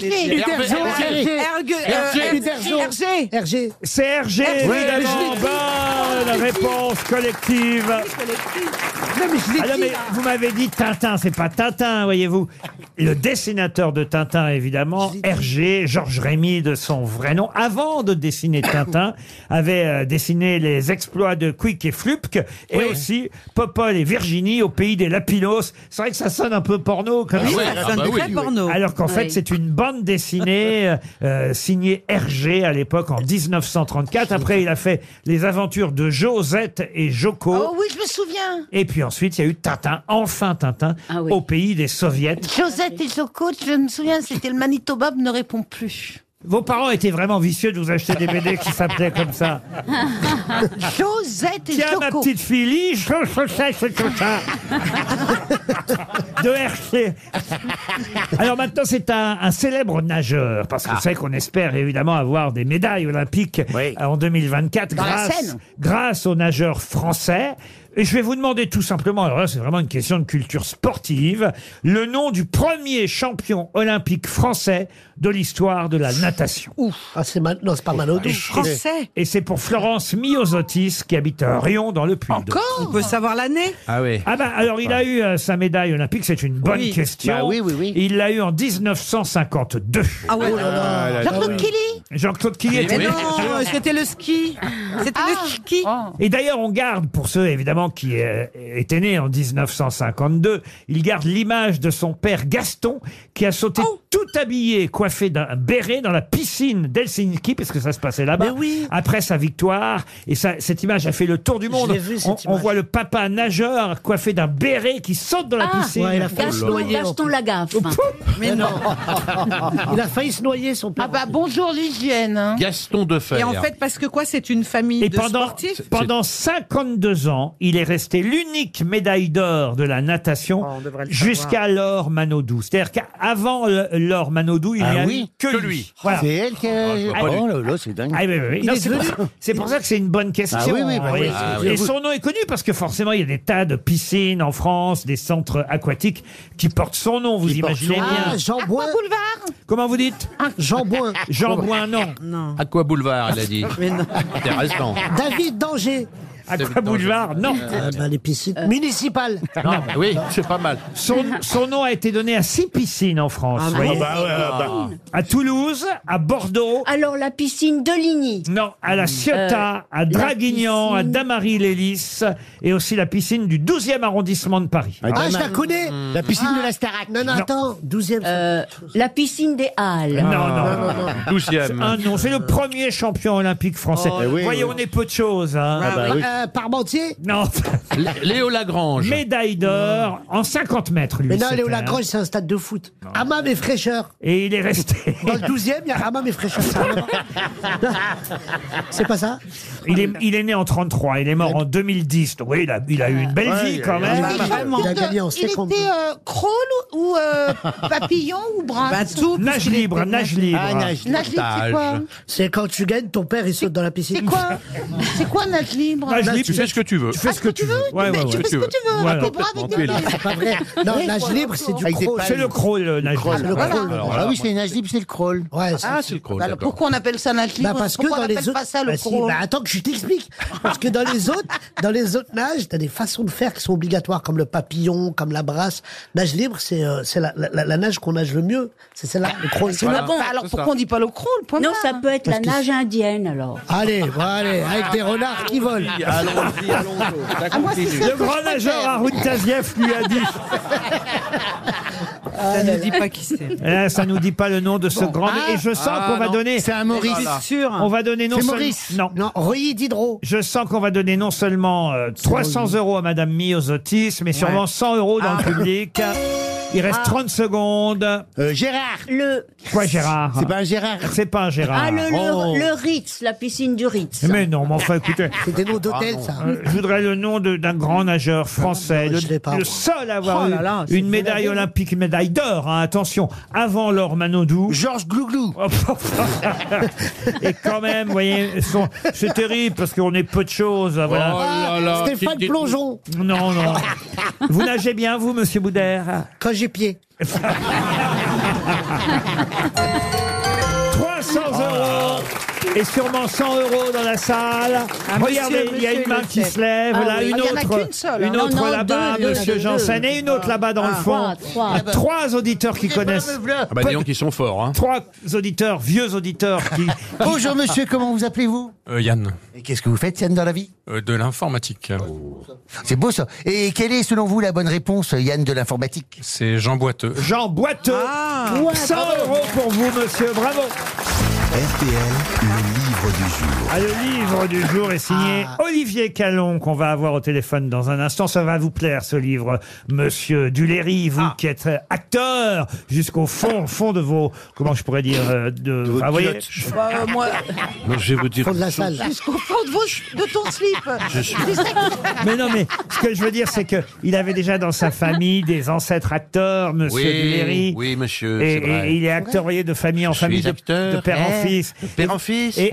[SPEAKER 9] Euh,
[SPEAKER 11] Hergé.
[SPEAKER 6] Hergé.
[SPEAKER 2] C'est Hergé,
[SPEAKER 11] Hergé, mais je l'ai
[SPEAKER 2] évidemment.
[SPEAKER 11] dit.
[SPEAKER 2] Bonne réponse collective. Ah non, mais vous m'avez dit Tintin, c'est pas Tintin, voyez-vous. Le dessinateur de Tintin, évidemment, Hergé, Georges Rémy de son vrai nom, avant de dessiner Tintin, avait euh, dessiné les exploits de Quick et Flupke, et aussi Popol et Virginie au pays des Lapinos. C'est vrai que ça sonne un peu porno, comme
[SPEAKER 11] Ah oui, ça sonne Ah bah très oui. porno.
[SPEAKER 2] Alors qu'en
[SPEAKER 11] Oui.
[SPEAKER 2] fait, c'est une bande dessinée euh, euh, signée Hergé à l'époque, en 1934. Après, il a fait Les aventures de Josette et Joko.
[SPEAKER 3] Oh oui, je me souviens.
[SPEAKER 2] Et puis ensuite, il y a eu Tintin, enfin Tintin, au pays des soviets.
[SPEAKER 3] Josette et Joko, je me souviens, c'était le Manitoba ne répond plus.
[SPEAKER 2] Vos parents étaient vraiment vicieux de vous acheter des BD qui s'appelaient comme ça.
[SPEAKER 6] Ah
[SPEAKER 3] Josette et
[SPEAKER 2] Tiens, ma
[SPEAKER 3] Joko.
[SPEAKER 2] petite fille, lis, je je sais, c'est tout ça. De Hergé. Alors maintenant, c'est un, un célèbre nageur, parce que c'est vrai qu'on espère évidemment avoir des médailles olympiques euh, en 2024
[SPEAKER 3] Dans la
[SPEAKER 2] grâce,
[SPEAKER 3] Seine.
[SPEAKER 2] grâce aux nageurs français. Et je vais vous demander tout simplement, alors là c'est vraiment une question de culture sportive, le nom du premier champion olympique français de l'histoire de la natation.
[SPEAKER 6] Ouf. Ah, c'est mal... Non, c'est pas Manodou.
[SPEAKER 2] Et- Et c'est pour Florence Miosotis qui habite à Rion dans le Puy.
[SPEAKER 11] On peut savoir l'année
[SPEAKER 2] Ah oui. Ah bah alors il a eu euh, sa médaille olympique, c'est une bonne
[SPEAKER 11] Oui.
[SPEAKER 2] question.
[SPEAKER 11] Bah oui, oui, oui.
[SPEAKER 2] Il l'a eu en 1952.
[SPEAKER 11] Ah ouais. Oh là là.
[SPEAKER 2] Ah là là.
[SPEAKER 11] Jean-Claude
[SPEAKER 2] Oui. Ah.
[SPEAKER 11] Killy
[SPEAKER 2] Jean-Claude Killy
[SPEAKER 11] Mais
[SPEAKER 2] était-
[SPEAKER 11] non, c'était le ski. C'était le ski.
[SPEAKER 3] Ah. Oh.
[SPEAKER 2] Et d'ailleurs, on garde, pour ceux évidemment Mitterrand, qui euh, était né en 1952, il garde l'image de son père Gaston, qui a sauté
[SPEAKER 6] Oh.
[SPEAKER 2] tout habillé, coiffé d'un béret dans la piscine d'Helsinki, parce que ça se passait là-bas, après sa victoire. Et ça, cette image a fait le tour du monde.
[SPEAKER 6] l'ai vu, cette
[SPEAKER 2] on, on
[SPEAKER 6] image.
[SPEAKER 2] voit le papa nageur coiffé d'un béret qui saute dans la
[SPEAKER 5] Ah,
[SPEAKER 2] piscine.
[SPEAKER 5] Gaston, Gaston Lagaffe.
[SPEAKER 6] Oh,
[SPEAKER 2] Mais non.
[SPEAKER 6] Il a failli se noyer son père.
[SPEAKER 3] Ah bah bonjour l'hygiène. hein.
[SPEAKER 9] Gaston de Fer.
[SPEAKER 11] Et en fait, parce que quoi, c'est une famille
[SPEAKER 2] Et
[SPEAKER 11] de
[SPEAKER 2] pendant,
[SPEAKER 11] sportifs
[SPEAKER 2] pendant 52 ans, il est resté l'unique médaille d'or de la natation
[SPEAKER 4] Ah,
[SPEAKER 11] devrait le savoir.
[SPEAKER 2] jusqu'à Laure Manodou. C'est-à-dire qu'avant le- Laure Manodou, il
[SPEAKER 4] Ah
[SPEAKER 2] n'y a
[SPEAKER 4] oui,
[SPEAKER 2] eu que,
[SPEAKER 4] que
[SPEAKER 2] lui.
[SPEAKER 4] lui.
[SPEAKER 2] Voilà.
[SPEAKER 4] C'est elle qui a- Ah, je vois pas lui. Oh là là, c'est dingue.
[SPEAKER 2] Ah oui, oui, oui.
[SPEAKER 4] Il
[SPEAKER 2] Non,
[SPEAKER 4] est
[SPEAKER 2] c'est pour,
[SPEAKER 4] devenu-
[SPEAKER 2] c'est pour ça que c'est une bonne question.
[SPEAKER 4] Ah oui, oui, bah
[SPEAKER 2] Vous
[SPEAKER 4] oui,
[SPEAKER 2] voyez.
[SPEAKER 4] ah oui.
[SPEAKER 2] Et son nom est connu parce que forcément, il y a des tas de piscines en France, des centres aquatiques qui portent son nom, vous imaginez
[SPEAKER 4] Ah,
[SPEAKER 2] bien.
[SPEAKER 6] Jean Boin.
[SPEAKER 3] Boulevard
[SPEAKER 2] Comment vous dites
[SPEAKER 6] Jean Boin.
[SPEAKER 2] Jean Boin, non.
[SPEAKER 9] À quoi boulevard, il a dit Intéressant.
[SPEAKER 2] Ah,
[SPEAKER 6] David Danger.
[SPEAKER 2] À quoi boulevard Non.
[SPEAKER 6] Ah
[SPEAKER 9] ben,
[SPEAKER 6] bah, les piscines municipales.
[SPEAKER 9] Non, mais oui, c'est pas mal.
[SPEAKER 2] Son, son nom a été donné à six piscines en France.
[SPEAKER 9] Ah
[SPEAKER 2] vous voyez.
[SPEAKER 9] bon Ah bah ouais, ah bah.
[SPEAKER 2] À Toulouse, à Bordeaux.
[SPEAKER 5] Alors la piscine de Ligny.
[SPEAKER 2] Non, à la Ciotat, à Draguignan, à Damary-l'Hélice et aussi la piscine du 12e arrondissement de Paris. Ah.
[SPEAKER 6] Ah, je la connais
[SPEAKER 2] Hmm.
[SPEAKER 6] Starac. Non, non, attends, 12e.
[SPEAKER 5] Ah. Euh, la piscine des Halles.
[SPEAKER 2] Non, non, non, non.
[SPEAKER 9] Douzième.
[SPEAKER 2] Ah non, c'est le premier champion olympique français.
[SPEAKER 9] Oh, Eh oui,
[SPEAKER 2] Voyez,
[SPEAKER 9] oui.
[SPEAKER 2] on est peu de choses. hein.
[SPEAKER 9] Ah bah oui.
[SPEAKER 6] Euh, Parmentier
[SPEAKER 2] Non.
[SPEAKER 9] Lé- Léo Lagrange.
[SPEAKER 2] Médaille d'or en 50 mètres, lui.
[SPEAKER 6] Mais non,
[SPEAKER 2] c'était,
[SPEAKER 6] Léo
[SPEAKER 2] hein.
[SPEAKER 6] Lagrange, c'est un stade de foot. Ah, Hammam et fraîcheur.
[SPEAKER 2] Et il est resté.
[SPEAKER 6] Dans le 12e, il y a Hammam et fraîcheur. c'est vraiment- C'est pas ça
[SPEAKER 2] Il
[SPEAKER 6] oh
[SPEAKER 2] est, il est né en 33, il est mort en 2010. Donc oui, il a, il a eu une belle
[SPEAKER 6] Ouais,
[SPEAKER 2] vie
[SPEAKER 6] il a-
[SPEAKER 2] quand
[SPEAKER 6] il a-
[SPEAKER 2] même.
[SPEAKER 6] il a- Vraiment. il a gagné en
[SPEAKER 16] Il était
[SPEAKER 6] seconde.
[SPEAKER 16] euh, crawl ou euh, papillon ou bras
[SPEAKER 6] Bah,
[SPEAKER 2] nage libre, nage libre.
[SPEAKER 16] Nage libre, c'est quoi
[SPEAKER 6] Ah, C'est quand tu gagnes, ton père, il saute dans la piscine. Bah,
[SPEAKER 16] C'est quoi C'est quoi nage libre Ah,
[SPEAKER 2] Nage libre,
[SPEAKER 9] Tu fais ce que tu veux.
[SPEAKER 2] Tu fais ce que tu veux. Ouais, ouais,
[SPEAKER 16] tu
[SPEAKER 2] ouais.
[SPEAKER 16] fais ce que tu veux
[SPEAKER 2] Voilà.
[SPEAKER 16] avec tes bras, avec tes
[SPEAKER 9] Complètement.
[SPEAKER 16] pieds.
[SPEAKER 6] C'est pas vrai. Non, nage libre, c'est du
[SPEAKER 4] Avec des
[SPEAKER 6] crawl.
[SPEAKER 4] palmes.
[SPEAKER 2] C'est le crawl, le nage
[SPEAKER 4] Crawl,
[SPEAKER 2] libre.
[SPEAKER 4] le
[SPEAKER 2] Voilà.
[SPEAKER 4] crawl. Alors,
[SPEAKER 9] là,
[SPEAKER 4] ah oui,
[SPEAKER 9] moi,
[SPEAKER 4] c'est nage libre, c'est le crawl.
[SPEAKER 6] Ouais, c'est-
[SPEAKER 9] Ah, c'est le
[SPEAKER 3] Bah,
[SPEAKER 9] crawl,
[SPEAKER 16] Alors
[SPEAKER 9] d'accord.
[SPEAKER 16] pourquoi on appelle ça nage libre
[SPEAKER 6] Bah, parce que
[SPEAKER 16] Pourquoi
[SPEAKER 6] dans
[SPEAKER 16] on
[SPEAKER 6] les
[SPEAKER 16] appelle
[SPEAKER 6] autres.
[SPEAKER 16] pas ça le
[SPEAKER 6] Bah, si,
[SPEAKER 16] crawl
[SPEAKER 6] bah, attends que je t'explique. Parce que dans les autres, dans les autres nages, t'as des façons de faire qui sont obligatoires, comme le papillon, comme la brasse. Nage libre, c'est euh, c'est la, la- la- la nage qu'on nage le mieux. C'est celle-là, le crawl.
[SPEAKER 16] C'est
[SPEAKER 9] Voilà.
[SPEAKER 16] pas bon.
[SPEAKER 9] C'est
[SPEAKER 16] Bah, Alors
[SPEAKER 9] ça.
[SPEAKER 16] pourquoi on dit pas le crawl point
[SPEAKER 5] Non,
[SPEAKER 16] barre
[SPEAKER 5] ça peut être la nage indienne alors.
[SPEAKER 6] Allez, bon, Eh ben, allez, avec des renards qui volent.
[SPEAKER 9] Allons-y, allons-y. Ça
[SPEAKER 16] Ah, moi, c'est
[SPEAKER 9] continue.
[SPEAKER 16] ça.
[SPEAKER 2] Le grand nageur Haroun Tazieff lui a dit.
[SPEAKER 11] Ça ne dit pas qui c'est.
[SPEAKER 2] Eh, ça nous dit pas le nom de ce grand. Et je sens
[SPEAKER 9] Ah,
[SPEAKER 2] qu'on va
[SPEAKER 9] non.
[SPEAKER 2] donner.
[SPEAKER 4] C'est un Maurice.
[SPEAKER 11] Je suis sûr.
[SPEAKER 2] On va donner non
[SPEAKER 4] C'est
[SPEAKER 2] seulement-
[SPEAKER 4] Maurice.
[SPEAKER 2] Non.
[SPEAKER 6] Non, Reuilly Diderot.
[SPEAKER 2] Je sens qu'on va donner non seulement euh, 300 euros à Madame Miosotis, mais sûrement 100 euros
[SPEAKER 4] Ah.
[SPEAKER 2] dans le public. Il reste 30 secondes.
[SPEAKER 4] Euh, Gérard
[SPEAKER 5] Le,
[SPEAKER 2] Quoi, Gérard
[SPEAKER 4] C'est pas un Gérard
[SPEAKER 2] C'est pas un Gérard.
[SPEAKER 5] ah, le, le-
[SPEAKER 4] oh.
[SPEAKER 5] le Ritz, la piscine du Ritz.
[SPEAKER 2] Eh Mais non, mais enfin, écoutez.
[SPEAKER 6] C'est des noms d'hôtels, ça.
[SPEAKER 2] Euh, je voudrais le nom de- d'un grand nageur français,
[SPEAKER 6] Non,
[SPEAKER 2] le,
[SPEAKER 6] je l'ai pas, moi.
[SPEAKER 2] le seul à avoir
[SPEAKER 11] Oh
[SPEAKER 2] eu
[SPEAKER 11] là là, c'est
[SPEAKER 2] une médaille
[SPEAKER 11] fabuleux.
[SPEAKER 2] olympique, une médaille d'or, hein, attention, avant Laure Manodou. Oh,
[SPEAKER 4] Georges Glouglou.
[SPEAKER 2] Et quand même, vous voyez, son- c'est terrible parce qu'on est peu de choses. hein,
[SPEAKER 9] Oh
[SPEAKER 2] Bah
[SPEAKER 9] là
[SPEAKER 2] Voilà.
[SPEAKER 9] là,
[SPEAKER 6] Ah, Stéphane
[SPEAKER 9] petite-
[SPEAKER 6] Plongeon,
[SPEAKER 2] Non, non. Vous nagez bien, vous, monsieur Boudère
[SPEAKER 6] quand j'ai pied.
[SPEAKER 2] 300 euros et sûrement 100 euros dans la salle. Regardez,
[SPEAKER 11] monsieur,
[SPEAKER 2] Ah, il y a une
[SPEAKER 11] monsieur
[SPEAKER 2] main
[SPEAKER 11] le
[SPEAKER 2] qui
[SPEAKER 11] fait.
[SPEAKER 2] se lève,
[SPEAKER 16] Ah oui.
[SPEAKER 2] là, une
[SPEAKER 16] Ah, il y en a
[SPEAKER 2] autre,
[SPEAKER 16] qu'une seule, hein.
[SPEAKER 2] une
[SPEAKER 16] Non,
[SPEAKER 2] autre
[SPEAKER 5] non,
[SPEAKER 2] là-bas,
[SPEAKER 5] deux, deux,
[SPEAKER 2] monsieur
[SPEAKER 5] deux,
[SPEAKER 2] Janssen,
[SPEAKER 5] deux.
[SPEAKER 2] et une autre là-bas dans le fond.
[SPEAKER 5] Trois, trois.
[SPEAKER 2] Ah, Trois auditeurs qui connaissent.
[SPEAKER 9] Ah bah dis donc, ils sont forts. Hein.
[SPEAKER 2] Trois auditeurs, vieux auditeurs qui.
[SPEAKER 10] Bonjour monsieur, comment vous appelez-vous
[SPEAKER 19] Euh, Yann,
[SPEAKER 10] Et qu'est-ce que vous faites, Yann, dans la vie
[SPEAKER 19] euh, de l'informatique.
[SPEAKER 7] Oh.
[SPEAKER 10] C'est beau ça. Et quelle est selon vous la bonne réponse, Yann, de l'informatique
[SPEAKER 19] C'est Jean Boiteux.
[SPEAKER 2] Jean Boiteux.
[SPEAKER 9] Ah.
[SPEAKER 2] 100 euros pour vous, monsieur. Bravo.
[SPEAKER 1] RTL, le livre du jour.
[SPEAKER 2] Ah, le livre du jour est signé Olivier Calon, qu'on va avoir au téléphone dans un instant. Ça va vous plaire, ce livre, monsieur Duléry, vous qui êtes euh, acteur jusqu'au fond, fond de vos. Comment je pourrais dire euh, de,
[SPEAKER 9] vos
[SPEAKER 2] Ah, voyez,
[SPEAKER 9] culottes.
[SPEAKER 16] Bah, euh, moi,
[SPEAKER 9] Non, je vais
[SPEAKER 2] Ah,
[SPEAKER 9] vous dire.
[SPEAKER 6] Fond de la
[SPEAKER 9] une chose.
[SPEAKER 6] salle.
[SPEAKER 16] jusqu'au fond de, vos, de ton slip. C'est ça que-
[SPEAKER 2] Mais non, mais ce que je veux dire, c'est que il avait déjà dans sa famille des ancêtres acteurs, Monsieur Duléry.
[SPEAKER 9] Oui, oui, monsieur.
[SPEAKER 2] Et,
[SPEAKER 9] c'est vrai.
[SPEAKER 2] et il est acteur, vous voyez, de famille en
[SPEAKER 9] Je
[SPEAKER 2] famille,
[SPEAKER 9] suis
[SPEAKER 2] de,
[SPEAKER 9] acteur,
[SPEAKER 2] de père en
[SPEAKER 9] eh,
[SPEAKER 2] fils.
[SPEAKER 9] de père en fils,
[SPEAKER 2] Et,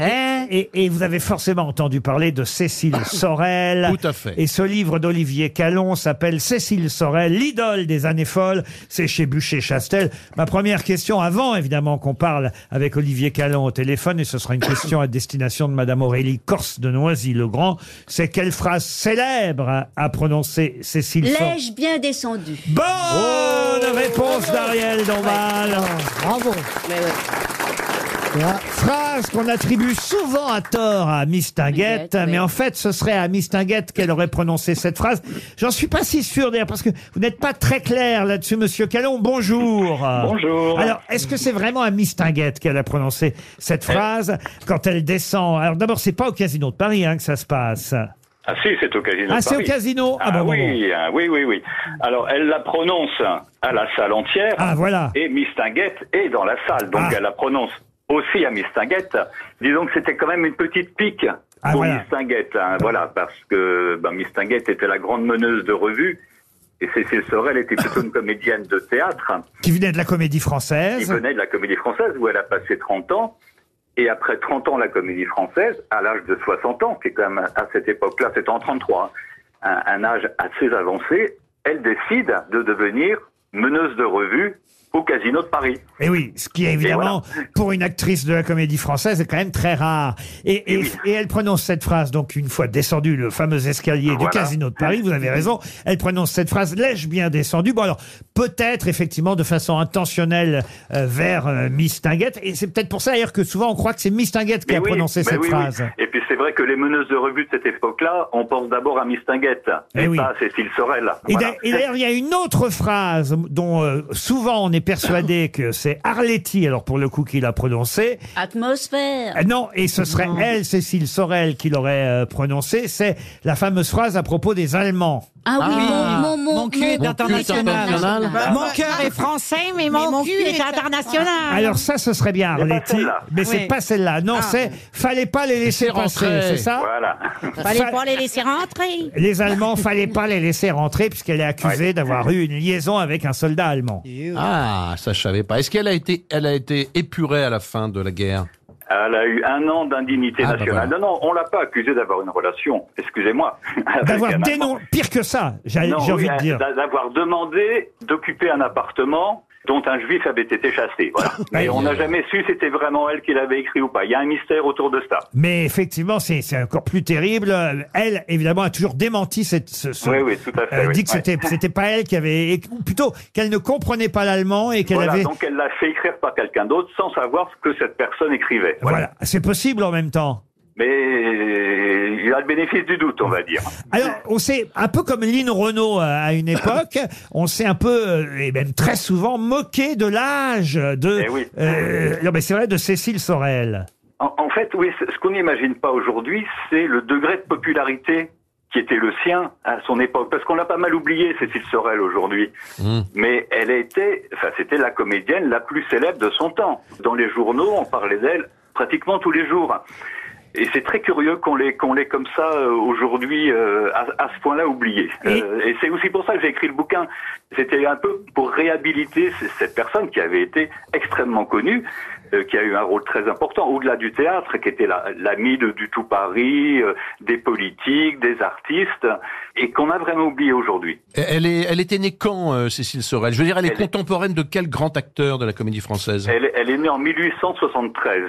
[SPEAKER 9] eh.
[SPEAKER 2] et- et vous avez forcément entendu parler de Cécile Sorel.
[SPEAKER 9] Ah, Tout à fait.
[SPEAKER 2] Et ce livre d'Olivier Calon s'appelle Cécile Sorel, l'idole des années folles. C'est chez Bûcher Chastel. Ma première question, avant évidemment qu'on parle avec Olivier Calon au téléphone, et ce sera une question à destination de Madame Aurélie Corse de Noisy-le-Grand, c'est quelle phrase célèbre a- a prononcé Cécile Sorel
[SPEAKER 5] L'ai-je bien descendu
[SPEAKER 2] Bonne réponse d'Ariel Dombal.
[SPEAKER 6] Bravo.
[SPEAKER 16] Mais ouais.
[SPEAKER 6] Tu vois,
[SPEAKER 2] phrase qu'on attribue souvent à tort à Miss Tinguette, mais en fait, ce serait à Miss Tinguette qu'elle aurait prononcé cette phrase. J'en suis pas si sûr d'ailleurs, parce que vous n'êtes pas très clair là-dessus, monsieur Calon. Bonjour.
[SPEAKER 17] Bonjour.
[SPEAKER 2] Alors, est-ce que c'est vraiment à Miss Tinguette qu'elle a prononcé cette phrase quand elle descend Alors d'abord, c'est pas au casino de Paris hein, que ça se passe.
[SPEAKER 20] Ah si, c'est au casino.
[SPEAKER 2] Ah,
[SPEAKER 20] de
[SPEAKER 2] c'est au
[SPEAKER 20] Paris.
[SPEAKER 2] casino. Ah,
[SPEAKER 20] Ah,
[SPEAKER 2] bah, bon,
[SPEAKER 20] oui, ah, oui, oui, oui. Alors, elle la prononce à la salle entière.
[SPEAKER 2] Ah, voilà. Ah.
[SPEAKER 20] Et Mistinguette est dans la salle, donc elle la prononce aussi à Mistinguette. Disons que c'était quand même une petite pique
[SPEAKER 2] Ah,
[SPEAKER 20] pour
[SPEAKER 2] voilà.
[SPEAKER 20] Mistinguette, hein, voilà, parce que ben, Mistinguette était la grande meneuse de revue. Et Cécile Sorel était plutôt une comédienne de théâtre
[SPEAKER 2] Qui venait de la comédie
[SPEAKER 20] qui
[SPEAKER 2] française.
[SPEAKER 20] venait de la comédie française où elle a passé 30 ans. Et après 30 ans, la comédie française, à l'âge de 60 ans, qui est quand même à cette époque-là, c'était en 33, hein, un, un âge assez avancé, elle décide de devenir meneuse de revue au Casino de Paris.
[SPEAKER 2] Et oui, ce qui est évidemment, pour une actrice de la comédie française, est quand même très rare. Et, et, et elle prononce cette phrase, donc une fois descendu le fameux escalier du
[SPEAKER 20] Voilà.
[SPEAKER 2] Casino de Paris, vous avez raison, elle prononce cette phrase, l'ai-je bien descendu Bon alors, peut-être effectivement de façon intentionnelle euh, vers euh, Miss Tinguette, et c'est peut-être pour ça d'ailleurs que souvent on croit que c'est Miss Tinguette qui
[SPEAKER 20] Mais
[SPEAKER 2] a
[SPEAKER 20] oui,
[SPEAKER 2] prononcé
[SPEAKER 20] mais
[SPEAKER 2] cette
[SPEAKER 20] oui, oui.
[SPEAKER 2] phrase.
[SPEAKER 20] Et puis c'est vrai que les meneuses de revue de cette époque-là, on pense d'abord à Mistinguette, et pas à Cécile Sorel.
[SPEAKER 2] Et
[SPEAKER 20] Voilà.
[SPEAKER 2] d'a- et d'ailleurs, Eh il y a une autre phrase dont euh, souvent on est persuadé que c'est Arletty, alors pour le coup qu'il a prononcée,
[SPEAKER 5] Atmosphère.
[SPEAKER 2] Ah Non, et ce serait elle, Cécile Sorel, qui l'aurait euh, prononcé. C'est la fameuse phrase à propos des Allemands.
[SPEAKER 5] Ah oui,
[SPEAKER 11] Ah,
[SPEAKER 5] mon, mon, mon,
[SPEAKER 11] mon cul est international. Mon cœur est français, mais mon, cul, est international.
[SPEAKER 2] Alors ça, ce serait bien Arletty, mais c'est
[SPEAKER 11] Oui.
[SPEAKER 2] pas celle-là. Non, c'est fallait pas les laisser passer, c'est ça
[SPEAKER 20] Voilà.
[SPEAKER 2] Fa-
[SPEAKER 11] les laisser rentrer.
[SPEAKER 2] Les Allemands, fallait pas les laisser rentrer puisqu'elle est accusée d'avoir eu une liaison avec un soldat allemand.
[SPEAKER 7] Ah, ça je savais pas. Est-ce qu'elle a été, elle a été épurée à la fin de la guerre
[SPEAKER 20] Elle a eu un an d'indignité
[SPEAKER 7] Ah, bah
[SPEAKER 20] nationale. Non, non, on l'a pas accusée d'avoir une relation, excusez-moi. avec
[SPEAKER 2] D'avoir
[SPEAKER 20] un
[SPEAKER 2] dénon... Pire que ça, j'ai j'ai
[SPEAKER 20] Non,
[SPEAKER 2] envie
[SPEAKER 20] oui,
[SPEAKER 2] de
[SPEAKER 20] euh,
[SPEAKER 2] dire.
[SPEAKER 20] d'a- D'avoir demandé d'occuper un appartement dont un juif avait été chassé. Voilà.
[SPEAKER 2] Bah,
[SPEAKER 20] Mais on n'a jamais su si c'était vraiment elle qui l'avait écrit ou pas. Il y a un mystère autour de ça.
[SPEAKER 2] Mais effectivement, c'est c'est encore plus terrible. Euh, Elle, évidemment, a toujours démenti cette, ce, ce-
[SPEAKER 20] Oui, oui, tout à fait,
[SPEAKER 2] euh,
[SPEAKER 20] oui.
[SPEAKER 2] dit que c'était
[SPEAKER 20] Ouais.
[SPEAKER 2] c'était pas elle qui avait, et plutôt qu'elle ne comprenait pas l'allemand et qu'elle
[SPEAKER 20] Voilà,
[SPEAKER 2] avait.
[SPEAKER 20] donc elle l'a fait écrire par quelqu'un d'autre sans savoir ce que cette personne écrivait.
[SPEAKER 2] Voilà, c'est possible en même temps.
[SPEAKER 20] Mais il a le bénéfice du doute, on va dire.
[SPEAKER 2] Alors, on sait, un peu comme Lynn Renault euh, à une époque, on s'est un peu, euh, et même très souvent, moqué de l'âge de.
[SPEAKER 20] Eh
[SPEAKER 2] euh, non, mais c'est vrai, de Cécile Sorel.
[SPEAKER 20] En, en fait, oui, ce ce qu'on n'imagine pas aujourd'hui, c'est le degré de popularité qui était le sien à son époque. Parce qu'on l'a pas mal oublié, Cécile Sorel, aujourd'hui. Mais elle était, enfin, c'était la comédienne la plus célèbre de son temps. Dans les journaux, on parlait d'elle pratiquement tous les jours. Et c'est très curieux qu'on l'ait, qu'on l'ait comme ça euh, aujourd'hui euh, à, à ce point-là oublié. Euh, et c'est aussi pour ça que j'ai écrit le bouquin. C'était un peu pour réhabiliter c- cette personne qui avait été extrêmement connue, euh, qui a eu un rôle très important au-delà du théâtre, qui était la- l'ami de du tout Paris, euh, des politiques, des artistes, et qu'on a vraiment oublié aujourd'hui.
[SPEAKER 7] Et Elle, est, elle était née quand, euh, Cécile Sorel Je veux dire, elle est contemporaine de quel grand acteur de la comédie française
[SPEAKER 20] Elle, elle est née en 1873.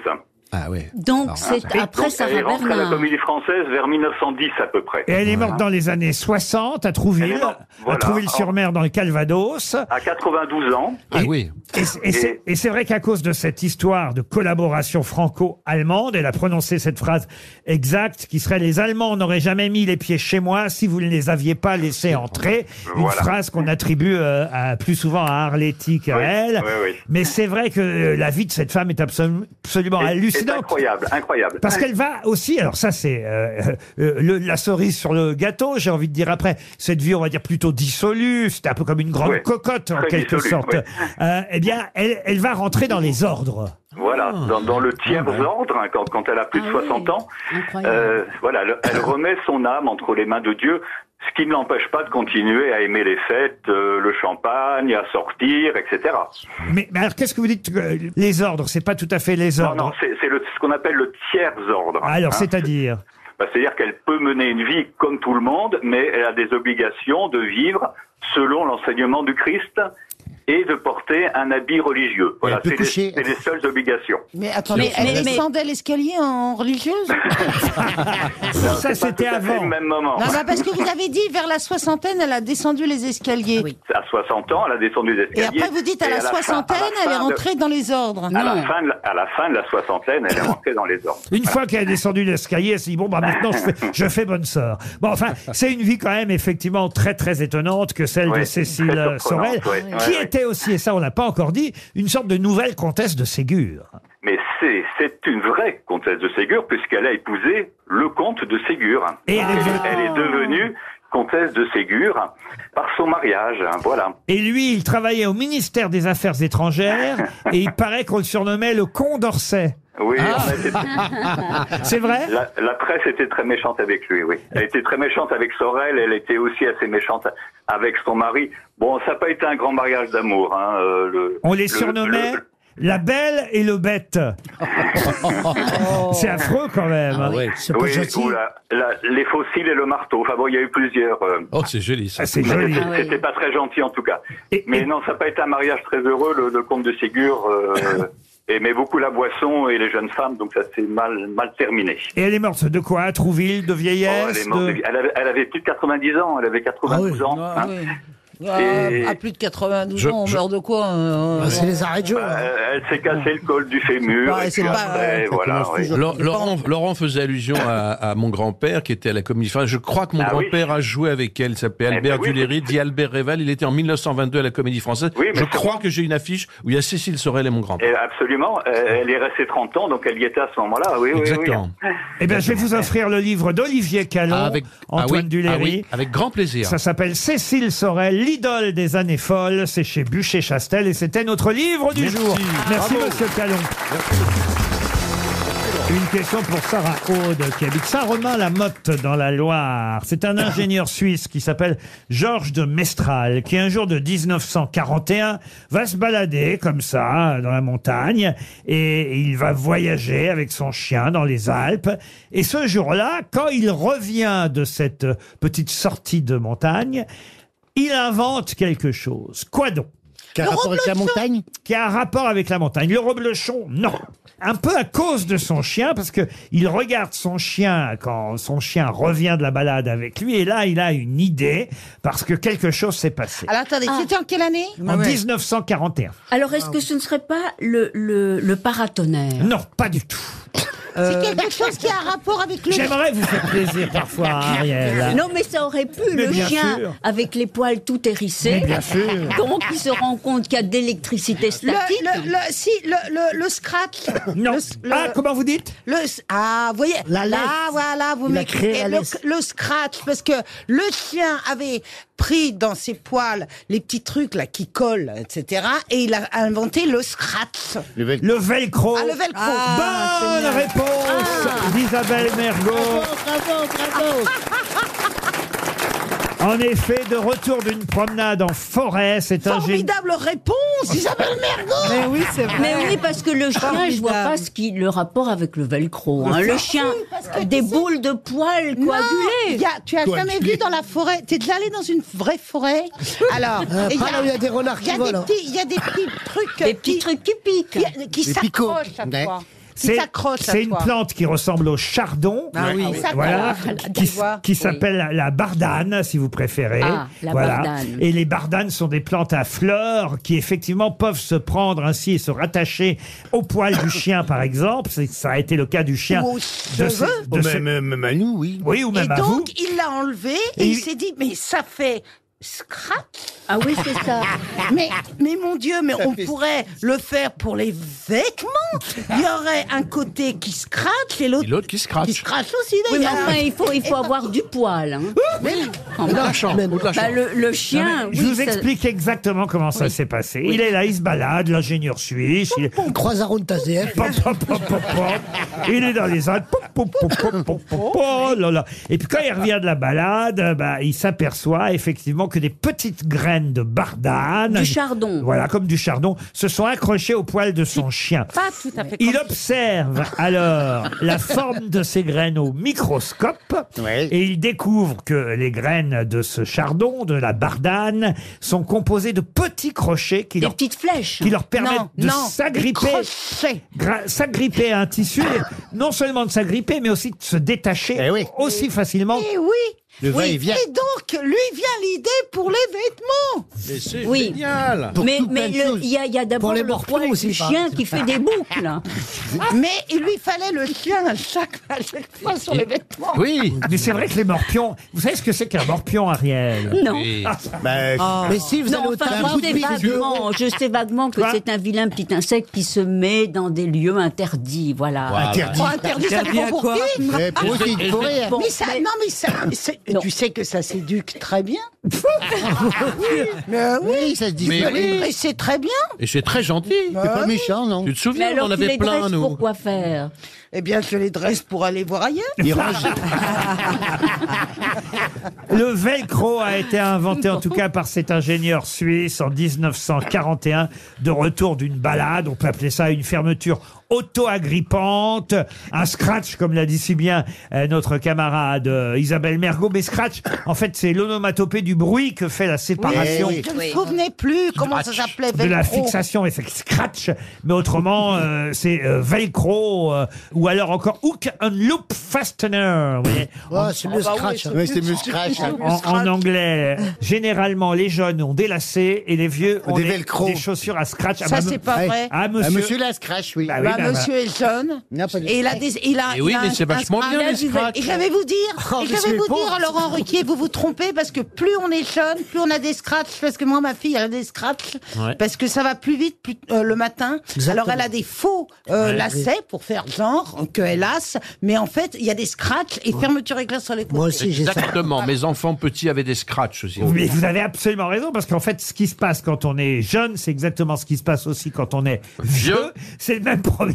[SPEAKER 7] Ah ouais.
[SPEAKER 5] Donc,
[SPEAKER 7] Alors,
[SPEAKER 5] c'est
[SPEAKER 7] ah,
[SPEAKER 5] après
[SPEAKER 20] Donc, elle
[SPEAKER 5] Sarah
[SPEAKER 20] est rentrée à la
[SPEAKER 5] Bernard.
[SPEAKER 20] comédie française vers 1910 à peu près.
[SPEAKER 2] Et elle est morte dans les années 60 à Trouville, à
[SPEAKER 20] voilà.
[SPEAKER 2] Trouville-sur-Mer dans le Calvados.
[SPEAKER 20] À 92 ans.
[SPEAKER 7] Ah oui.
[SPEAKER 2] Et, et c'est- et c'est vrai qu'à cause de cette histoire de collaboration franco-allemande, elle a prononcé cette phrase exacte qui serait Les Allemands n'auraient jamais mis les pieds chez moi si vous ne les aviez pas laissés entrer. Une
[SPEAKER 20] Voilà.
[SPEAKER 2] phrase qu'on attribue euh, à- plus souvent à Arletty qu'à
[SPEAKER 20] Oui,
[SPEAKER 2] elle.
[SPEAKER 20] oui, oui.
[SPEAKER 2] Mais c'est vrai que euh, la vie de cette femme est absolu- absolument
[SPEAKER 20] Et- et c'est
[SPEAKER 2] hallucinante.
[SPEAKER 20] incroyable, incroyable.
[SPEAKER 2] Parce qu'elle va aussi, alors ça c'est euh, euh, le- la cerise sur le gâteau, j'ai envie de dire après, cette vie on va dire plutôt dissolue, c'était un peu comme une grande
[SPEAKER 20] Ouais.
[SPEAKER 2] cocotte en
[SPEAKER 20] Très
[SPEAKER 2] quelque
[SPEAKER 20] dissolue,
[SPEAKER 2] sorte.
[SPEAKER 20] ouais.
[SPEAKER 2] Euh, eh bien, elle, elle va rentrer dans les ordres.
[SPEAKER 20] Voilà,
[SPEAKER 7] Ah.
[SPEAKER 20] dans, dans le tiers
[SPEAKER 2] Ah
[SPEAKER 20] ordre, hein, quand, quand elle a plus de 60 ans, euh, voilà, le- elle remet son âme entre les mains de Dieu, ce qui ne l'empêche pas de continuer à aimer les fêtes, euh, le champagne, à sortir, etc.
[SPEAKER 2] Mais, mais alors qu'est-ce que vous dites euh, Les ordres, c'est pas tout à fait les
[SPEAKER 20] Non,
[SPEAKER 2] ordres.
[SPEAKER 20] non, c'est c'est le- ce qu'on appelle le tiers ordre.
[SPEAKER 2] Alors
[SPEAKER 20] hein.
[SPEAKER 2] c'est-à-dire
[SPEAKER 20] Bah, C'est-à-dire qu'elle peut mener une vie comme tout le monde, mais elle a des obligations de vivre selon l'enseignement du Christ et de porter un habit religieux. Voilà,
[SPEAKER 4] peut
[SPEAKER 20] c'est les,
[SPEAKER 4] coucher.
[SPEAKER 20] c'est les seules obligations.
[SPEAKER 3] Mais attendez, elle descendait l'escalier en religieuse
[SPEAKER 20] Non,
[SPEAKER 2] Ça,
[SPEAKER 20] c'est pas
[SPEAKER 2] c'était
[SPEAKER 20] tout à fait
[SPEAKER 2] avant.
[SPEAKER 20] le même moment.
[SPEAKER 3] Non, bah, parce que vous avez dit, vers la soixantaine, elle a descendu les escaliers.
[SPEAKER 20] À 60 ans, elle a descendu les
[SPEAKER 3] Et
[SPEAKER 20] escaliers.
[SPEAKER 3] après, vous dites, à
[SPEAKER 20] et
[SPEAKER 3] la
[SPEAKER 20] fin-
[SPEAKER 3] soixantaine,
[SPEAKER 20] à la
[SPEAKER 3] elle est
[SPEAKER 20] fin de- Ah
[SPEAKER 3] rentrée dans les ordres.
[SPEAKER 20] À la, fin de la, à la fin de la soixantaine, elle est rentrée dans les ordres.
[SPEAKER 2] Une fois qu'elle est descendue l'escalier, elle s'est dit, bon, bah maintenant, je fais, je fais bonne sœur. Bon, enfin, c'est une vie quand même, effectivement, très, très étonnante que celle de
[SPEAKER 20] Oui,
[SPEAKER 2] Cécile
[SPEAKER 20] très
[SPEAKER 2] euh, Sorel,
[SPEAKER 20] surprenante, oui.
[SPEAKER 2] qui
[SPEAKER 20] Oui, oui.
[SPEAKER 2] était aussi, et ça, on l'a pas encore dit, une sorte de nouvelle comtesse de Ségur.
[SPEAKER 20] Mais c'est, c'est une vraie comtesse de Ségur puisqu'elle a épousé le comte de Ségur.
[SPEAKER 2] Et elle est
[SPEAKER 20] elle,
[SPEAKER 2] devenue-
[SPEAKER 20] elle est devenue comtesse de Ségur par son mariage. hein, Voilà.
[SPEAKER 2] Et lui, il travaillait au ministère des Affaires étrangères, et il paraît qu'on le surnommait le Condorcet.
[SPEAKER 20] Oui,
[SPEAKER 2] Ah.
[SPEAKER 20] en fait, c'est-
[SPEAKER 2] C'est vrai
[SPEAKER 20] la, la presse était très méchante avec lui, oui. Elle était très méchante avec Sorel, elle était aussi assez méchante avec son mari. Bon, ça n'a pas été un grand mariage d'amour. hein, euh, le-
[SPEAKER 2] On les
[SPEAKER 20] le-
[SPEAKER 2] surnommait
[SPEAKER 20] le-
[SPEAKER 2] la belle et le bête. Oh. C'est affreux quand même.
[SPEAKER 7] Ah
[SPEAKER 20] Oui, ou la- la- les fossiles et le marteau. Enfin bon, il y a eu plusieurs.
[SPEAKER 7] Oh, c'est joli ça.
[SPEAKER 2] c'est
[SPEAKER 20] Mais
[SPEAKER 2] joli.
[SPEAKER 20] c'était-
[SPEAKER 2] Ah oui.
[SPEAKER 20] C'était pas très gentil en tout cas. mais non, ça n'a pas été un mariage très heureux. Le, le comte de Ségur euh, aimait beaucoup la boisson et les jeunes femmes, donc ça s'est mal, mal terminé.
[SPEAKER 2] Et elle est morte de quoi À Trouville, de
[SPEAKER 20] Oh,
[SPEAKER 2] vieillesse
[SPEAKER 20] elle, est morte
[SPEAKER 2] de-
[SPEAKER 20] de- elle avait, elle avait plus de 90 ans,
[SPEAKER 2] Ah
[SPEAKER 20] elle avait 92 ans. hein.
[SPEAKER 16] Ah,
[SPEAKER 20] Et-
[SPEAKER 3] À plus de 92
[SPEAKER 20] Je-
[SPEAKER 3] ans, on
[SPEAKER 20] je-
[SPEAKER 3] meurt de quoi
[SPEAKER 16] hein,
[SPEAKER 3] euh,
[SPEAKER 20] Bah, c'est
[SPEAKER 3] euh,
[SPEAKER 20] les Bah, elle s'est cassé le col du fémur.
[SPEAKER 3] Ouais,
[SPEAKER 20] et
[SPEAKER 3] c'est
[SPEAKER 20] puis
[SPEAKER 3] pas-
[SPEAKER 2] Ah,
[SPEAKER 20] après,
[SPEAKER 3] ouais,
[SPEAKER 20] voilà. oui.
[SPEAKER 7] Laurent, Laurent- Laurent faisait allusion à, à mon grand-père qui était à la comédie. Enfin, je crois que mon
[SPEAKER 20] Ah oui. Eh ben
[SPEAKER 7] grand-père a joué avec elle. Il s'appelait Albert Duléry, dit Albert Réval. Il était en 1922 à la comédie française. je crois que j'ai une affiche où il y a Cécile Sorel et mon grand-père.
[SPEAKER 20] Et absolument, euh, elle est restée 30 ans, donc elle y était à ce moment-là. Oui, oui, oui.
[SPEAKER 7] Exactement.
[SPEAKER 2] Eh bien, je vais vous offrir le livre d'Olivier Calon,
[SPEAKER 20] Eh,
[SPEAKER 7] Ah, avec- ah
[SPEAKER 2] Antoine
[SPEAKER 7] oui,
[SPEAKER 2] Duléry.
[SPEAKER 7] ah oui, avec grand plaisir.
[SPEAKER 2] Ça s'appelle Cécile Sorel, l'idole des années folles. C'est chez Bûcher Chastel et c'était notre livre du
[SPEAKER 7] Merci.
[SPEAKER 2] jour. Merci,
[SPEAKER 7] Bravo.
[SPEAKER 2] monsieur Calon. Une question pour Sarah Aude qui habite Saint-Romain-la-Motte dans la Loire. C'est un ingénieur suisse qui s'appelle Georges de Mestral qui un jour de 1941 va se balader comme ça dans la montagne et il va voyager avec son chien dans les Alpes. Et ce jour-là, quand il revient de cette petite sortie de montagne, il invente quelque chose. Quoi donc
[SPEAKER 6] Qui a Le rapport avec la reblochon. montagne
[SPEAKER 2] Qui a un rapport avec la montagne. Le reblochon, non. Un peu à cause de son chien, parce que il regarde son chien quand son chien revient de la balade avec lui, et là, il a une idée, parce que quelque chose s'est passé.
[SPEAKER 3] Alors attendez, c'était en quelle année
[SPEAKER 2] en 1941.
[SPEAKER 5] Ah. Alors, est-ce que ce ne serait pas le, le, le paratonnerre
[SPEAKER 2] Non, pas du tout.
[SPEAKER 5] Euh,
[SPEAKER 3] C'est quelque chose qui a un rapport avec le.
[SPEAKER 2] J'aimerais vous faire plaisir parfois, Ariel.
[SPEAKER 5] Non, mais ça aurait pu.
[SPEAKER 2] Mais
[SPEAKER 5] le
[SPEAKER 2] bien
[SPEAKER 5] chien,
[SPEAKER 2] sûr.
[SPEAKER 5] avec les poils tout hérissés.
[SPEAKER 2] Mais bien sûr.
[SPEAKER 5] Donc, il se rend compte qu'il y a de l'électricité
[SPEAKER 3] Le,
[SPEAKER 5] statique.
[SPEAKER 3] le- le- si, le, le, le scratch.
[SPEAKER 2] Non.
[SPEAKER 3] Le-
[SPEAKER 2] ah,
[SPEAKER 3] le-
[SPEAKER 2] comment vous dites
[SPEAKER 3] Le, ah, vous voyez,
[SPEAKER 2] La laisse.
[SPEAKER 3] là, voilà, vous
[SPEAKER 2] Il a
[SPEAKER 3] m'écoutez.
[SPEAKER 2] créé la
[SPEAKER 3] Le,
[SPEAKER 2] laisse.
[SPEAKER 3] le scratch, parce que le chien avait pris dans ses poils les petits trucs là qui collent, etc. Et il a inventé le scratch.
[SPEAKER 2] Le velcro. Le velcro. Ah,
[SPEAKER 3] Ah, le velcro. Ah,
[SPEAKER 2] Bonne réponse d'Isabelle Mergot.
[SPEAKER 16] Bravo, bravo
[SPEAKER 3] Ah,
[SPEAKER 2] En effet, de retour d'une promenade en forêt, c'est un génie.
[SPEAKER 3] Formidable réponse, Isabelle Mergot
[SPEAKER 5] Mais oui, c'est vrai. Mais oui, parce que le chien, je vois pas ce qui, le rapport avec le velcro. hein. Le
[SPEAKER 3] Ah
[SPEAKER 5] chien, des boules de poils coagulées.
[SPEAKER 3] Il y a- tu as jamais vu dans la forêt T'es déjà allé dans une vraie forêt Alors,
[SPEAKER 6] Euh,
[SPEAKER 3] et
[SPEAKER 6] pas là où il y a des renards
[SPEAKER 3] il y a
[SPEAKER 6] qui
[SPEAKER 3] des
[SPEAKER 6] volent.
[SPEAKER 3] petits- Il y a des petits trucs.
[SPEAKER 5] Des petits trucs qui piquent.
[SPEAKER 3] Qui, qui
[SPEAKER 6] Des picots.
[SPEAKER 3] s'accrochent à
[SPEAKER 6] Ouais.
[SPEAKER 3] toi. Qui
[SPEAKER 2] C'est
[SPEAKER 3] s'accrochent à
[SPEAKER 2] c'est une
[SPEAKER 3] toi.
[SPEAKER 2] plante qui ressemble au chardon,
[SPEAKER 3] Ah oui. Ça,
[SPEAKER 2] voilà,
[SPEAKER 3] voilà, tu
[SPEAKER 2] qui- qui,
[SPEAKER 3] vois.
[SPEAKER 2] qui
[SPEAKER 3] Oui.
[SPEAKER 2] s'appelle la- la bardane, si vous préférez.
[SPEAKER 3] Ah, la
[SPEAKER 2] voilà.
[SPEAKER 3] bardane.
[SPEAKER 2] Et les bardanes sont des plantes à fleurs qui effectivement peuvent se prendre ainsi et se rattacher au poil du chien, par exemple. C'est- Ça a été le cas du chien.
[SPEAKER 3] Ou aux cheveux.
[SPEAKER 2] de ce-
[SPEAKER 4] à nous, oui.
[SPEAKER 2] Oui, ou même
[SPEAKER 3] et
[SPEAKER 2] à vous.
[SPEAKER 3] donc, il l'a enlevé et,
[SPEAKER 2] Et
[SPEAKER 3] il
[SPEAKER 2] il-
[SPEAKER 3] s'est dit, mais ça fait scratch.
[SPEAKER 5] Ah oui, c'est ça.
[SPEAKER 3] mais, mais mon Dieu, mais on pourrait le faire pour les vêtements. Il y aurait un côté qui scratch et l'autre
[SPEAKER 7] L'autre qui se crache.
[SPEAKER 3] qui scratch aussi.
[SPEAKER 5] Oui, mais
[SPEAKER 3] d'ailleurs.
[SPEAKER 5] enfin, il faut, il faut avoir du poil. hein. Quand même. Bah, le, le chien,
[SPEAKER 2] Non, mais
[SPEAKER 5] oui,
[SPEAKER 2] je vous
[SPEAKER 5] ça-
[SPEAKER 2] explique exactement comment ça s'est passé. Il est là, il se balade, l'ingénieur suisse. Il...
[SPEAKER 6] Croise à Ronde
[SPEAKER 2] Pop, pop, pop, pop, pop. Il est dans les Alpes. Pop, pou, pou, pou, pou, pou, oh là là. Et puis quand il revient de la balade, euh, bah, il s'aperçoit effectivement que des petites graines de bardane,
[SPEAKER 5] Du chardon.
[SPEAKER 2] voilà, comme du chardon, se sont accrochées au poil de son chien.
[SPEAKER 5] Pas tout à fait.
[SPEAKER 2] Il
[SPEAKER 5] comme-
[SPEAKER 2] observe alors la forme de ces graines au microscope et il découvre que les graines de ce chardon, de la bardane, sont composées de petits crochets qui, leur,
[SPEAKER 5] flèches.
[SPEAKER 2] qui leur permettent
[SPEAKER 21] Non,
[SPEAKER 2] de
[SPEAKER 21] non,
[SPEAKER 2] s'agripper,
[SPEAKER 21] des crochets.
[SPEAKER 2] gra- s'agripper à un tissu, et non seulement de s'agripper, mais aussi de se détacher aussi facilement.
[SPEAKER 3] Eh oui.
[SPEAKER 2] Le
[SPEAKER 3] oui.
[SPEAKER 2] va-et-vient.
[SPEAKER 3] Et donc, lui vient l'idée pour les vêtements.
[SPEAKER 7] Mais c'est
[SPEAKER 5] Oui.
[SPEAKER 7] génial.
[SPEAKER 5] Mais mais le- il y a, il y a d'abord le poil du chien qui fait des boucles.
[SPEAKER 3] Mais il lui fallait le chien à chaque, à chaque fois sur les vêtements.
[SPEAKER 2] mais c'est vrai que les morpions, vous savez ce que c'est qu'un morpion, Ariel
[SPEAKER 5] Non.
[SPEAKER 2] Ah,
[SPEAKER 5] Ah. Non, enfin, je sais vaguement, je sais vaguement que
[SPEAKER 2] Quoi
[SPEAKER 5] c'est un vilain petit insecte qui se met dans des lieux interdits, voilà.
[SPEAKER 2] Voilà. Interdit. Oh,
[SPEAKER 3] Interdit, ça prend pour
[SPEAKER 2] Eh,
[SPEAKER 3] qui
[SPEAKER 5] Bon,
[SPEAKER 3] Mais ça, non, mais ça, c'est- tu sais que ça séduque très bien. mais oui, ça se
[SPEAKER 7] dit pas.
[SPEAKER 3] Mais c'est très bien.
[SPEAKER 7] Et c'est très gentil. C'est
[SPEAKER 2] Bah
[SPEAKER 3] pas
[SPEAKER 7] méchant, non Tu te souviens, on en avait plein, nous.
[SPEAKER 5] quoi faire
[SPEAKER 3] Eh bien, je les dresse pour aller voir ailleurs.
[SPEAKER 2] Le velcro a été inventé en tout cas par cet ingénieur suisse en 1941 de retour d'une balade. On peut appeler ça une fermeture auto-agrippante, un scratch comme l'a dit si bien euh, notre camarade euh, Isabelle Mergot. Mais scratch, en fait, c'est l'onomatopée du bruit que fait la séparation.
[SPEAKER 3] Je ne me souvenais plus comment ça s'appelait.
[SPEAKER 2] De la
[SPEAKER 3] Velcro.
[SPEAKER 2] fixation, et fait scratch, mais autrement, euh, c'est euh, velcro, euh, ou alors encore hook and loop fastener. vous voyez. En-
[SPEAKER 9] c'est
[SPEAKER 3] Ah bah
[SPEAKER 9] mieux scratch. hein. Ouais, c'est mieux scratch.
[SPEAKER 2] en, en anglais, généralement, les jeunes ont des lacets et les vieux ont
[SPEAKER 4] Des
[SPEAKER 2] des,
[SPEAKER 4] velcro.
[SPEAKER 2] des chaussures à scratch. Ah,
[SPEAKER 3] Ça,
[SPEAKER 2] bah,
[SPEAKER 3] c'est pas
[SPEAKER 2] ah,
[SPEAKER 3] vrai.
[SPEAKER 2] Ah, monsieur.
[SPEAKER 4] Ah, monsieur la scratch, oui.
[SPEAKER 2] Bah oui,
[SPEAKER 3] Bah,
[SPEAKER 2] bah, bah.
[SPEAKER 3] monsieur est jeune. Et il a des, il a,
[SPEAKER 4] Eh oui,
[SPEAKER 3] il a
[SPEAKER 4] mais
[SPEAKER 3] un-
[SPEAKER 4] c'est
[SPEAKER 3] un
[SPEAKER 4] vachement
[SPEAKER 3] scratch.
[SPEAKER 4] bien, les
[SPEAKER 3] Et je vais-
[SPEAKER 4] scratchs.
[SPEAKER 3] Et je vais vous dire,
[SPEAKER 4] Oh,
[SPEAKER 3] et je
[SPEAKER 4] mais c'est
[SPEAKER 3] vais vous
[SPEAKER 4] pauvre.
[SPEAKER 3] dire, Laurent Ruquier, vous vous trompez parce que plus on est jeune, plus on a des scratchs. Parce que moi, ma fille, elle a des scratchs
[SPEAKER 4] Ouais.
[SPEAKER 3] parce que ça va plus vite plus, euh, le matin.
[SPEAKER 4] Exactement.
[SPEAKER 3] Alors, elle a des faux euh,
[SPEAKER 4] Ouais.
[SPEAKER 3] lacets pour faire genre que hélas, mais en fait, il y a des scratchs et fermeture éclair sur les côtés.
[SPEAKER 7] Exactement. Mes enfants petits avaient des scratchs aussi.
[SPEAKER 2] Mais vous avez absolument raison, parce qu'en fait, ce qui se passe quand on est jeune, c'est exactement ce qui se passe aussi quand on est vieux. C'est le même problème.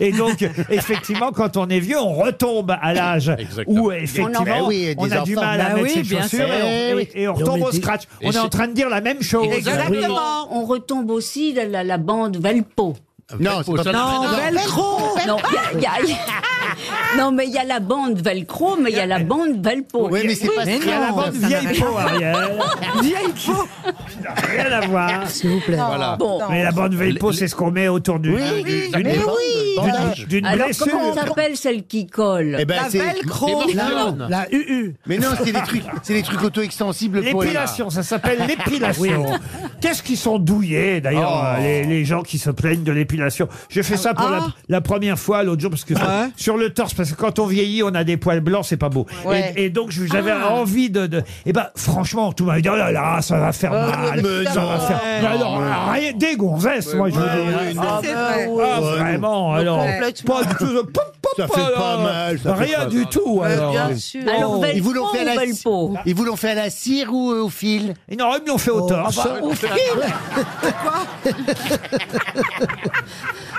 [SPEAKER 2] Et donc, effectivement, quand on est vieux, on retombe à l'âge où, effectivement,
[SPEAKER 4] Bah
[SPEAKER 2] on,
[SPEAKER 4] oui, des
[SPEAKER 2] a du
[SPEAKER 4] enfants.
[SPEAKER 2] mal à
[SPEAKER 4] Bah
[SPEAKER 2] mettre
[SPEAKER 4] oui,
[SPEAKER 2] ses
[SPEAKER 4] bien
[SPEAKER 2] chaussures
[SPEAKER 4] sûr.
[SPEAKER 2] et, on,
[SPEAKER 4] Eh oui.
[SPEAKER 2] et- et on
[SPEAKER 4] Et on
[SPEAKER 2] retombe
[SPEAKER 4] met
[SPEAKER 2] au
[SPEAKER 4] des-
[SPEAKER 2] scratch.
[SPEAKER 4] Et
[SPEAKER 2] on est
[SPEAKER 4] c'est-
[SPEAKER 2] en train de dire la même chose.
[SPEAKER 5] Exactement. On retombe aussi la, la, la bande Velpo.
[SPEAKER 4] Non, Oh, c'est pas ça.
[SPEAKER 5] Non,
[SPEAKER 3] Velcro
[SPEAKER 5] Non, il y a- il y a- il y a- Non, mais il y a la bande Velcro, mais il y a la bande Velpo.
[SPEAKER 4] Oui, mais c'est pas
[SPEAKER 2] Il y a la bande vieille peau, Ariel.
[SPEAKER 5] Vieille peau
[SPEAKER 2] Rien à
[SPEAKER 4] Ah,
[SPEAKER 2] voir.
[SPEAKER 9] S'il vous plaît.
[SPEAKER 2] Voilà.
[SPEAKER 5] Bon.
[SPEAKER 2] Mais la bande Velpo, c'est ce qu'on met autour du-
[SPEAKER 4] Oui,
[SPEAKER 2] du-
[SPEAKER 4] mais
[SPEAKER 2] d'une
[SPEAKER 4] oui.
[SPEAKER 2] d'une- d'une
[SPEAKER 5] Alors,
[SPEAKER 2] blessure.
[SPEAKER 5] comment on s'appelle celle qui colle
[SPEAKER 4] Eh ben, c'est- c'est
[SPEAKER 5] Non,
[SPEAKER 4] Marcione.
[SPEAKER 9] La UU.
[SPEAKER 4] Mais non, c'est des trucs, c'est des trucs auto-extensibles pour les-
[SPEAKER 2] L'épilation, ça s'appelle l'épilation. Qu'est-ce qu'ils sont douillés d'ailleurs,
[SPEAKER 4] Ah Oh.
[SPEAKER 2] euh, les, les gens qui se plaignent de l'épilation. J'ai fait ça pour la,
[SPEAKER 4] Ah.
[SPEAKER 2] la première fois l'autre jour parce que sur, sur le torse, parce que quand on vieillit, on a des poils blancs, c'est pas beau.
[SPEAKER 4] Ouais.
[SPEAKER 2] Et, et donc je- j'avais
[SPEAKER 4] Ah.
[SPEAKER 2] envie de, de- Eh ben franchement, tout le monde m'a dit oh là là, ça va faire
[SPEAKER 4] Oh,
[SPEAKER 2] mal.
[SPEAKER 4] mais
[SPEAKER 2] ça va
[SPEAKER 4] non.
[SPEAKER 2] faire. Mais alors,
[SPEAKER 4] Ouais.
[SPEAKER 2] rien- des gonzesses, moi je vous dis.
[SPEAKER 4] Ah,
[SPEAKER 2] Ah,
[SPEAKER 4] bah
[SPEAKER 2] ah,
[SPEAKER 4] oui.
[SPEAKER 2] vraiment,
[SPEAKER 4] Ouais,
[SPEAKER 2] alors.
[SPEAKER 4] non.
[SPEAKER 2] Pas du tout. pop, pop,
[SPEAKER 4] Ça fait
[SPEAKER 2] alors.
[SPEAKER 4] pas mal, ça fait
[SPEAKER 2] Rien
[SPEAKER 4] pas
[SPEAKER 2] du
[SPEAKER 4] mal.
[SPEAKER 2] tout.
[SPEAKER 4] Ouais,
[SPEAKER 2] alors.
[SPEAKER 4] bien sûr.
[SPEAKER 5] Alors,
[SPEAKER 4] Oh. Ils vous l'ont
[SPEAKER 5] Velpo
[SPEAKER 4] fait à
[SPEAKER 5] ou
[SPEAKER 4] la-
[SPEAKER 5] Velpo
[SPEAKER 4] Ils vous l'ont fait à la cire ou euh, au fil
[SPEAKER 2] Et non, ils me l'ont fait au torse.
[SPEAKER 4] bah,
[SPEAKER 3] Au fil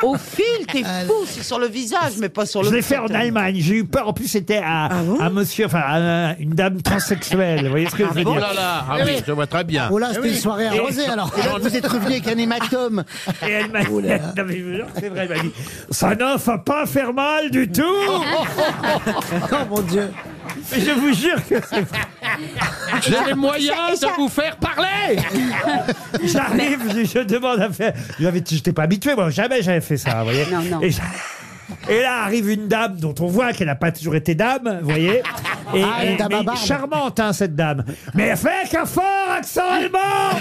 [SPEAKER 3] Au fil, t'es fou, c'est sur le visage, mais pas sur le
[SPEAKER 2] Ah,
[SPEAKER 3] Ah
[SPEAKER 2] Je l'ai fait en
[SPEAKER 3] fil.
[SPEAKER 2] Allemagne. J'ai eu peur. En plus, c'était à un monsieur, enfin, à une dame transsexuelle. Vous voyez ce que je veux
[SPEAKER 7] Oh
[SPEAKER 2] dire
[SPEAKER 7] là là, ah oui, je vois très bien.
[SPEAKER 2] Oh là, c'était
[SPEAKER 4] Eh oui.
[SPEAKER 2] une soirée
[SPEAKER 4] Et-
[SPEAKER 2] arrosée, alors.
[SPEAKER 4] Et vous êtes revenu avec un hématome.
[SPEAKER 2] Et elle m'a dit,
[SPEAKER 4] Oh là là.
[SPEAKER 2] Non, mais je vous jure que c'est vrai, elle m'a dit, ça ne va pas faire mal du tout. oh mon Dieu. Je vous jure que c'est vrai.
[SPEAKER 7] J'ai les moyens de vous faire parler
[SPEAKER 2] J'arrive, je, je demande à faire. J'avais, j'étais pas habitué, moi, jamais j'avais fait ça, vous voyez.
[SPEAKER 5] Non, non.
[SPEAKER 2] Et, j'a- et là arrive une dame dont on voit qu'elle n'a pas toujours été dame, vous voyez. Et,
[SPEAKER 9] Ah, une
[SPEAKER 2] et-
[SPEAKER 9] dame à
[SPEAKER 2] mais
[SPEAKER 9] barbe.
[SPEAKER 2] charmante, hein, cette dame. Mais elle fait avec un fort accent allemand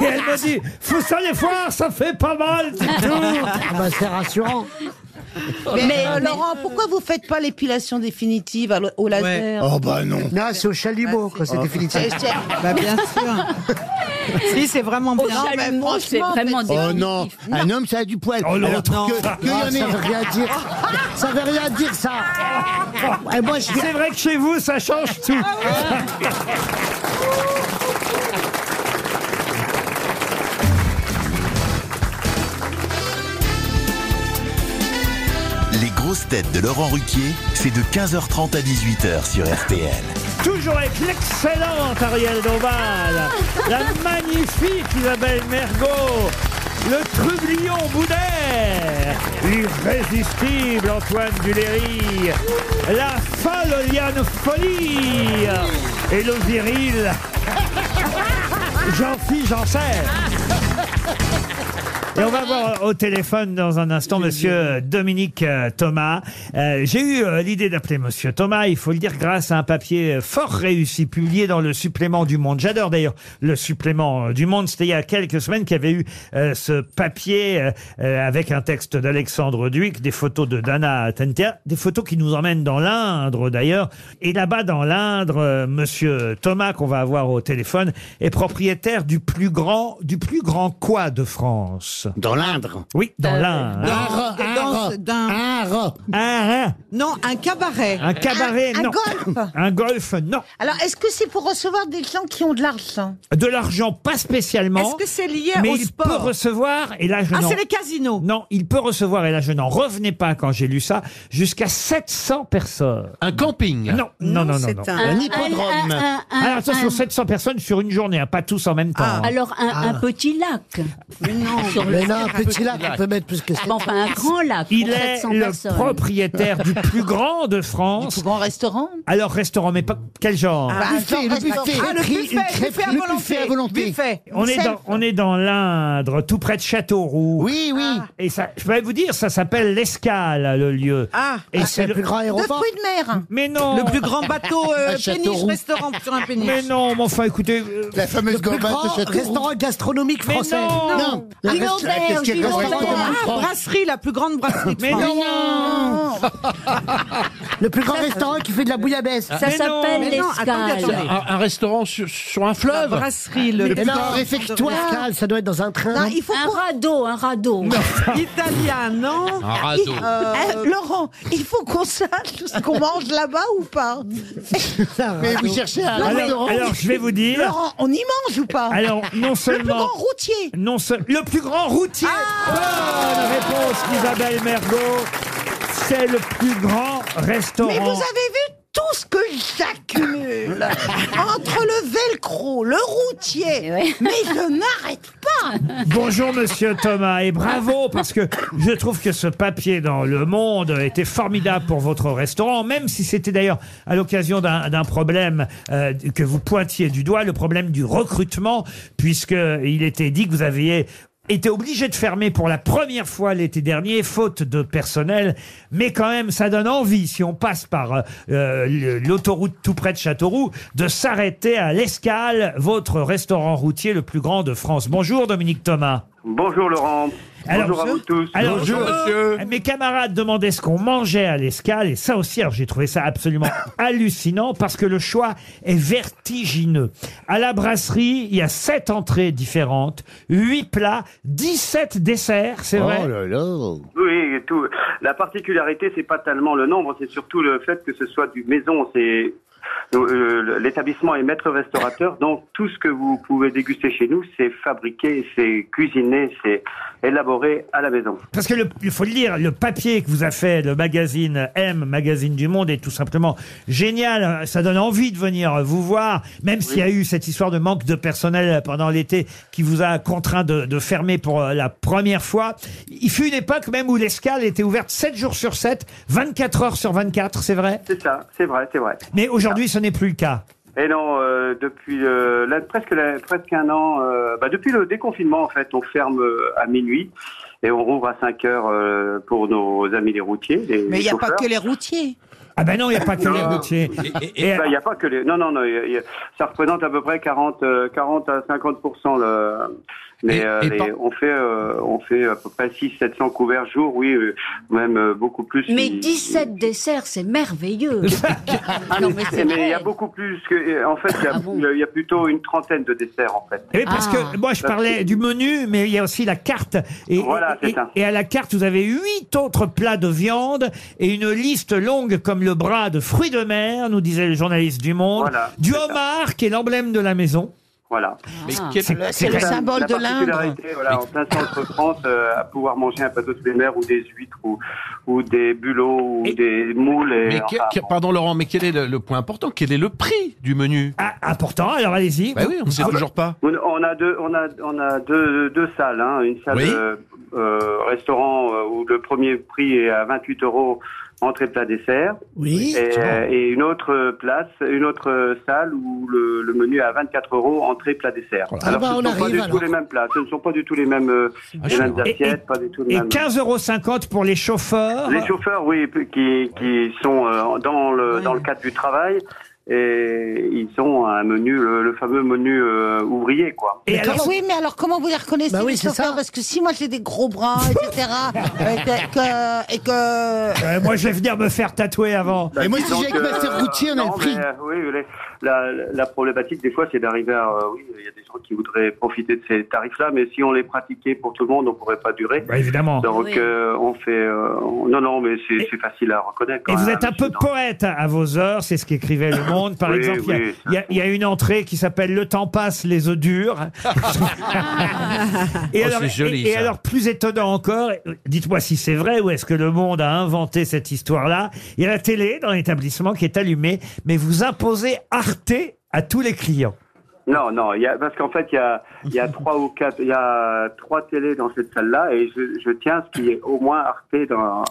[SPEAKER 2] Et elle me dit Vous savez voir, ça fait pas mal du tout
[SPEAKER 9] Ah bah, c'est rassurant.
[SPEAKER 3] Mais,
[SPEAKER 9] Mais-
[SPEAKER 3] euh,
[SPEAKER 9] mais-
[SPEAKER 3] Laurent, pourquoi vous faites pas l'épilation définitive à l- au laser
[SPEAKER 9] Ouais.
[SPEAKER 6] Ah,
[SPEAKER 3] Oh
[SPEAKER 4] bah non.
[SPEAKER 9] Non, c'est au chalumeau quand c'est
[SPEAKER 3] Oh.
[SPEAKER 9] définitif.
[SPEAKER 3] C'est- c'est-
[SPEAKER 9] bah bien sûr. si, c'est vraiment
[SPEAKER 5] Au
[SPEAKER 9] bien.
[SPEAKER 5] Non, mais chalumeau, franchement, c'est vraiment
[SPEAKER 4] Oh non, un homme ça a du poil.
[SPEAKER 2] Oh, non.
[SPEAKER 4] Alors que,
[SPEAKER 2] Non.
[SPEAKER 4] que y en
[SPEAKER 9] Ah,
[SPEAKER 4] ait-
[SPEAKER 9] ça veut rien dire. Ça veut rien dire ça. Et moi, je... Ah
[SPEAKER 2] C'est vrai que chez vous, ça change tout
[SPEAKER 1] Les grosses grosses têtes de Laurent Ruquier, c'est de 15h30 à 18h sur RTL.
[SPEAKER 2] Toujours avec l'excellente Ariel Dombal, la magnifique Isabelle Mergot, le trublion Boudère, l'irrésistible Antoine Duléry, la folle Liane Folie et le viril Jean-Philippe Janssen. Et on va voir au téléphone dans un instant Monsieur Dominique euh, Thomas. Euh, J'ai eu euh, l'idée d'appeler Monsieur Thomas, il faut le dire, grâce à un papier euh, fort réussi publié dans le supplément du Monde. J'adore d'ailleurs le supplément euh, du Monde. C'était il y a quelques semaines qu'il y avait eu euh, ce papier euh, euh, avec un texte d'Alexandre Duic, des photos de Dana Tentea, des photos qui nous emmènent dans l'Indre d'ailleurs. Et là-bas dans l'Indre, euh, Monsieur Thomas qu'on va avoir au téléphone est propriétaire du plus grand, du plus grand quoi de France Dans l'Indre. Oui,
[SPEAKER 3] Euh,
[SPEAKER 2] dans l'Indre. ah,
[SPEAKER 6] d'un.
[SPEAKER 9] Un rat.
[SPEAKER 2] Un rat.
[SPEAKER 6] Non, un cabaret.
[SPEAKER 2] Un cabaret,
[SPEAKER 3] Un- un
[SPEAKER 2] non.
[SPEAKER 3] golf.
[SPEAKER 2] Un golf, non.
[SPEAKER 3] Alors, est-ce que c'est pour recevoir des gens qui ont de l'argent
[SPEAKER 2] De l'argent, pas spécialement.
[SPEAKER 3] Est-ce que c'est lié
[SPEAKER 2] mais
[SPEAKER 3] au
[SPEAKER 2] il
[SPEAKER 3] sport
[SPEAKER 2] peut recevoir, et là je
[SPEAKER 3] Ah,
[SPEAKER 2] n'en-
[SPEAKER 3] c'est les
[SPEAKER 6] casinos
[SPEAKER 2] Non, il peut recevoir, et là je n'en revenais pas quand j'ai lu ça, jusqu'à 700 personnes. Un camping Non, non, non, non.
[SPEAKER 5] c'est
[SPEAKER 2] non.
[SPEAKER 5] un- Un hippodrome. un- un- un-
[SPEAKER 2] Alors attention,
[SPEAKER 5] un-
[SPEAKER 2] 700 personnes sur une journée, hein, pas tous en même temps. hein.
[SPEAKER 5] Ah. Alors un, un petit lac. non,
[SPEAKER 2] Mais non, un petit lac, on peut mettre plus que ça.
[SPEAKER 5] Ah enfin, un grand lac. pour
[SPEAKER 2] Il est
[SPEAKER 5] 700
[SPEAKER 2] le
[SPEAKER 5] personnes.
[SPEAKER 2] propriétaire du plus grand de France. Du plus grand restaurant Alors restaurant, mais pas quel genre
[SPEAKER 9] Ah, Le buffet, le buffet.
[SPEAKER 6] Ah, le
[SPEAKER 9] Une
[SPEAKER 6] buffet,
[SPEAKER 9] crêpe-
[SPEAKER 6] buffet à
[SPEAKER 9] le
[SPEAKER 6] volonté.
[SPEAKER 9] buffet à volonté.
[SPEAKER 6] Buffet.
[SPEAKER 2] On est, dans, on est dans l'Indre, tout près de Châteauroux.
[SPEAKER 9] Oui, oui.
[SPEAKER 2] Et ça, je vais vous dire, ça s'appelle l'Escale, le lieu.
[SPEAKER 6] Ah,
[SPEAKER 2] et
[SPEAKER 6] ah, le plus grand aéroport.
[SPEAKER 3] Fruits de mer.
[SPEAKER 2] Mais non.
[SPEAKER 6] Le plus grand bateau euh,
[SPEAKER 2] À Châteauroux.
[SPEAKER 6] péniche restaurant sur un péniche.
[SPEAKER 2] Mais non, mais enfin, écoutez. euh,
[SPEAKER 9] La fameuse
[SPEAKER 2] le plus
[SPEAKER 9] gourmande de
[SPEAKER 2] grand
[SPEAKER 9] Châteauroux.
[SPEAKER 2] restaurant
[SPEAKER 6] gastronomique
[SPEAKER 2] Mais
[SPEAKER 6] français.
[SPEAKER 2] non.
[SPEAKER 6] non.
[SPEAKER 9] La
[SPEAKER 6] Gilles
[SPEAKER 9] restaur-
[SPEAKER 6] Aubert,
[SPEAKER 9] qu'est-ce qu'il y a
[SPEAKER 6] Gilles
[SPEAKER 9] comme
[SPEAKER 6] Aubert.
[SPEAKER 9] restaurant en
[SPEAKER 6] Ah,
[SPEAKER 9] France
[SPEAKER 6] brasserie, la plus grande brasserie de
[SPEAKER 9] Mais
[SPEAKER 6] France.
[SPEAKER 9] non. Le plus grand restaurant qui fait de la bouillabaisse.
[SPEAKER 7] Ah.
[SPEAKER 6] Ça Mais non. s'appelle Mais non, attendez, l'escale. attendez.
[SPEAKER 7] Un, un restaurant sur, sur un fleuve
[SPEAKER 6] brasserie, le-
[SPEAKER 7] Mais
[SPEAKER 6] Mais
[SPEAKER 7] putain,
[SPEAKER 6] non,
[SPEAKER 7] réfectoire.
[SPEAKER 22] Escale, ça doit être dans un train.
[SPEAKER 3] Non, il faut
[SPEAKER 5] un radeau, un radeau.
[SPEAKER 6] Italien, non
[SPEAKER 7] Un radeau.
[SPEAKER 3] Euh, eh, Laurent, il faut qu'on sache ce qu'on mange là-bas ou pas
[SPEAKER 9] Mais vous cherchez un
[SPEAKER 2] Alors-
[SPEAKER 9] restaurant.
[SPEAKER 2] alors, je vais vous dire-
[SPEAKER 3] Laurent, on y mange ou pas
[SPEAKER 2] Alors, non seulement.
[SPEAKER 3] Le plus grand routier
[SPEAKER 2] Non seul- Le plus grand routier Bonne réponse d'Isabelle Mergot. C'est le plus grand restaurant.
[SPEAKER 3] Mais vous avez vu tout ce que j'accumule Entre le velcro, le routier, mais je n'arrête pas
[SPEAKER 2] Bonjour Monsieur Thomas et bravo parce que je trouve que ce papier dans Le Monde était formidable pour votre restaurant, même si c'était d'ailleurs à l'occasion d'un d'un problème euh, que vous pointiez du doigt, le problème du recrutement, puisque il était dit que vous aviez été obligé de fermer pour la première fois l'été dernier, faute de personnel, mais quand même ça donne envie, si on passe par euh, euh, l'autoroute tout près de Châteauroux, de s'arrêter à l'Escale, votre restaurant routier le plus grand de France. Bonjour Dominique Thomas.
[SPEAKER 23] Bonjour Laurent. Bonjour à vous tous.
[SPEAKER 2] Alors, euh, Mes camarades demandaient ce qu'on mangeait à l'escale, et ça aussi, alors, j'ai trouvé ça absolument hallucinant parce que le choix est vertigineux. À la brasserie, il y a sept entrées différentes, huit plats, 17 desserts, c'est vrai.
[SPEAKER 23] Oui, et tout. La particularité, c'est pas tellement le nombre, c'est surtout le fait que ce soit du maison. C'est euh, l'établissement est maître restaurateur, donc tout ce que vous pouvez déguster chez nous, c'est fabriqué, c'est cuisiné, c'est élaboré à la maison.
[SPEAKER 2] Parce que le- il faut le dire, le papier que vous a fait le magazine M, magazine du Monde, est tout simplement génial. Ça donne envie de venir vous voir, même s'il y a eu cette histoire de manque de personnel pendant l'été qui vous a contraint de, de fermer pour euh, la première fois. Il fut une époque même où l'escale était ouverte 7 jours sur 7, 24 heures sur 24, c'est vrai
[SPEAKER 23] C'est ça, c'est vrai, c'est vrai.
[SPEAKER 2] Mais aujourd'hui, ce n'est plus le cas.
[SPEAKER 23] Et non, euh, depuis euh, là, presque là, presque un an, euh, bah, depuis le déconfinement en fait, on ferme euh, à minuit et on rouvre à 5 heures euh, pour nos amis les routiers. Les,
[SPEAKER 3] Mais il
[SPEAKER 23] n'y
[SPEAKER 3] n'y a pas que les routiers
[SPEAKER 2] Ah ben non, il n'y a pas que les
[SPEAKER 23] Non.
[SPEAKER 2] routiers.
[SPEAKER 23] Il n'y Bah, a pas que les. Non, non, non. y a- y a- Ça représente à peu près 40, euh, 40 à 50 le. Mais euh,
[SPEAKER 7] et
[SPEAKER 23] les-
[SPEAKER 7] par-
[SPEAKER 23] on fait, euh, on fait à peu près 6 700 couverts jour, oui, euh, même euh, beaucoup plus.
[SPEAKER 5] Mais
[SPEAKER 23] Il-
[SPEAKER 5] 17 desserts, c'est merveilleux.
[SPEAKER 23] Ah,
[SPEAKER 5] non,
[SPEAKER 23] mais
[SPEAKER 5] mais
[SPEAKER 23] c'est-
[SPEAKER 5] c'est
[SPEAKER 23] mais il y
[SPEAKER 5] vrai.
[SPEAKER 23] a beaucoup plus que. En fait, il y a-
[SPEAKER 3] Ah
[SPEAKER 23] il y, a plutôt une trentaine de desserts en fait.
[SPEAKER 2] Eh Oui, parce
[SPEAKER 23] Ah.
[SPEAKER 2] que moi je parlais du menu, mais il y a aussi la carte. Et, et- et à la carte, vous avez huit autres plats de viande et une liste longue comme le bras de fruits de mer, nous disait le journaliste du Monde.
[SPEAKER 23] Voilà,
[SPEAKER 2] du homard, qui est l'emblème de la maison.
[SPEAKER 23] Voilà.
[SPEAKER 3] Ah, C'est le- c'est le symbole
[SPEAKER 23] la
[SPEAKER 3] de l'Indre.
[SPEAKER 23] particularité, Voilà, en plein centre France, euh, à pouvoir manger un plateau de plein air ou des huîtres ou, ou des bulots ou des moules. Et,
[SPEAKER 7] Mais que-
[SPEAKER 23] enfin,
[SPEAKER 7] que- pardon Laurent, mais quel est le, le point important Quel est le prix du menu
[SPEAKER 2] ah, Important, alors allez-y.
[SPEAKER 7] Bah oui, on ne sait
[SPEAKER 23] Ah,
[SPEAKER 7] toujours pas.
[SPEAKER 23] On, on a deux, on a, on a deux, deux salles. hein. Une salle
[SPEAKER 7] Oui.
[SPEAKER 23] euh, euh, restaurant euh, où le premier prix est à 28 euros entrée plat dessert.
[SPEAKER 6] Oui.
[SPEAKER 23] Et, euh, et une autre place, une autre euh, salle où le, le menu est à 24 euros entrée plat dessert.
[SPEAKER 2] Ah bah,
[SPEAKER 23] ce
[SPEAKER 2] on
[SPEAKER 23] ne sont pas
[SPEAKER 2] arrive,
[SPEAKER 23] du
[SPEAKER 2] alors.
[SPEAKER 23] tout les mêmes plats, ce ne sont pas du tout les mêmes, euh, les mêmes
[SPEAKER 2] Et-
[SPEAKER 23] assiettes,
[SPEAKER 2] et-
[SPEAKER 23] pas du tout les
[SPEAKER 2] Ah, Et
[SPEAKER 23] mêmes.
[SPEAKER 2] 15,50 euros pour les chauffeurs.
[SPEAKER 23] Les chauffeurs, oui, qui, qui sont euh, dans, le, dans le cadre du travail et ils ont un menu, le, le fameux menu euh, ouvrier, quoi.
[SPEAKER 3] Mais comment- oui, mais alors comment vous les reconnaissez
[SPEAKER 23] Bah oui,
[SPEAKER 3] les
[SPEAKER 23] c'est
[SPEAKER 3] chauffeurs Parce que si moi j'ai des gros bras, etc., et que, et que-
[SPEAKER 2] Euh, moi, je vais venir me faire tatouer avant.
[SPEAKER 23] Bah, disons que, euh, non, mais, euh, oui, les- la, la problématique, des fois, c'est d'arriver à. euh, oui, il y a des gens qui voudraient profiter de ces tarifs-là, mais si on les pratiquait pour tout le monde, on ne pourrait pas durer.
[SPEAKER 2] Bah, évidemment.
[SPEAKER 23] Donc,
[SPEAKER 2] Oui.
[SPEAKER 23] euh, on fait. euh, on- non, non, mais c'est c'est facile à reconnaître.
[SPEAKER 2] Et
[SPEAKER 23] quand
[SPEAKER 2] vous
[SPEAKER 23] même,
[SPEAKER 2] êtes un peu poète hein, à vos heures, c'est ce qu'écrivait Le Monde. Par
[SPEAKER 23] Oui,
[SPEAKER 2] exemple, il y a-
[SPEAKER 23] oui,
[SPEAKER 2] il y, a- il y a une entrée qui s'appelle Le temps passe, les œufs durs.
[SPEAKER 7] Oh, c'est
[SPEAKER 2] et,
[SPEAKER 7] joli,
[SPEAKER 2] et
[SPEAKER 7] ça.
[SPEAKER 2] alors, plus étonnant encore, dites-moi si c'est vrai ou est-ce que Le Monde a inventé cette histoire-là. Il y a la télé dans l'établissement qui est allumée, mais vous imposez Arte à tous les clients.
[SPEAKER 23] Non, non, il y a, parce qu'en fait, il y a, il y a trois ou quatre, il y a trois télés dans cette salle-là, et je, je tiens à ce qu'il y ait au moins Arte dans,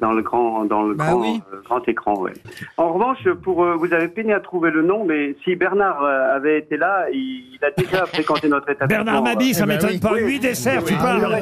[SPEAKER 23] dans le grand, dans
[SPEAKER 2] Bah
[SPEAKER 23] le grand, euh, grand écran. ouais. En revanche, pour euh, vous avez peiné à trouver le nom, mais si Bernard euh, avait été là, il, il a déjà fréquenté notre établissement. Eh ben
[SPEAKER 2] Bernard Mabie, ça m'étonne pas. Huit desserts, tu parles.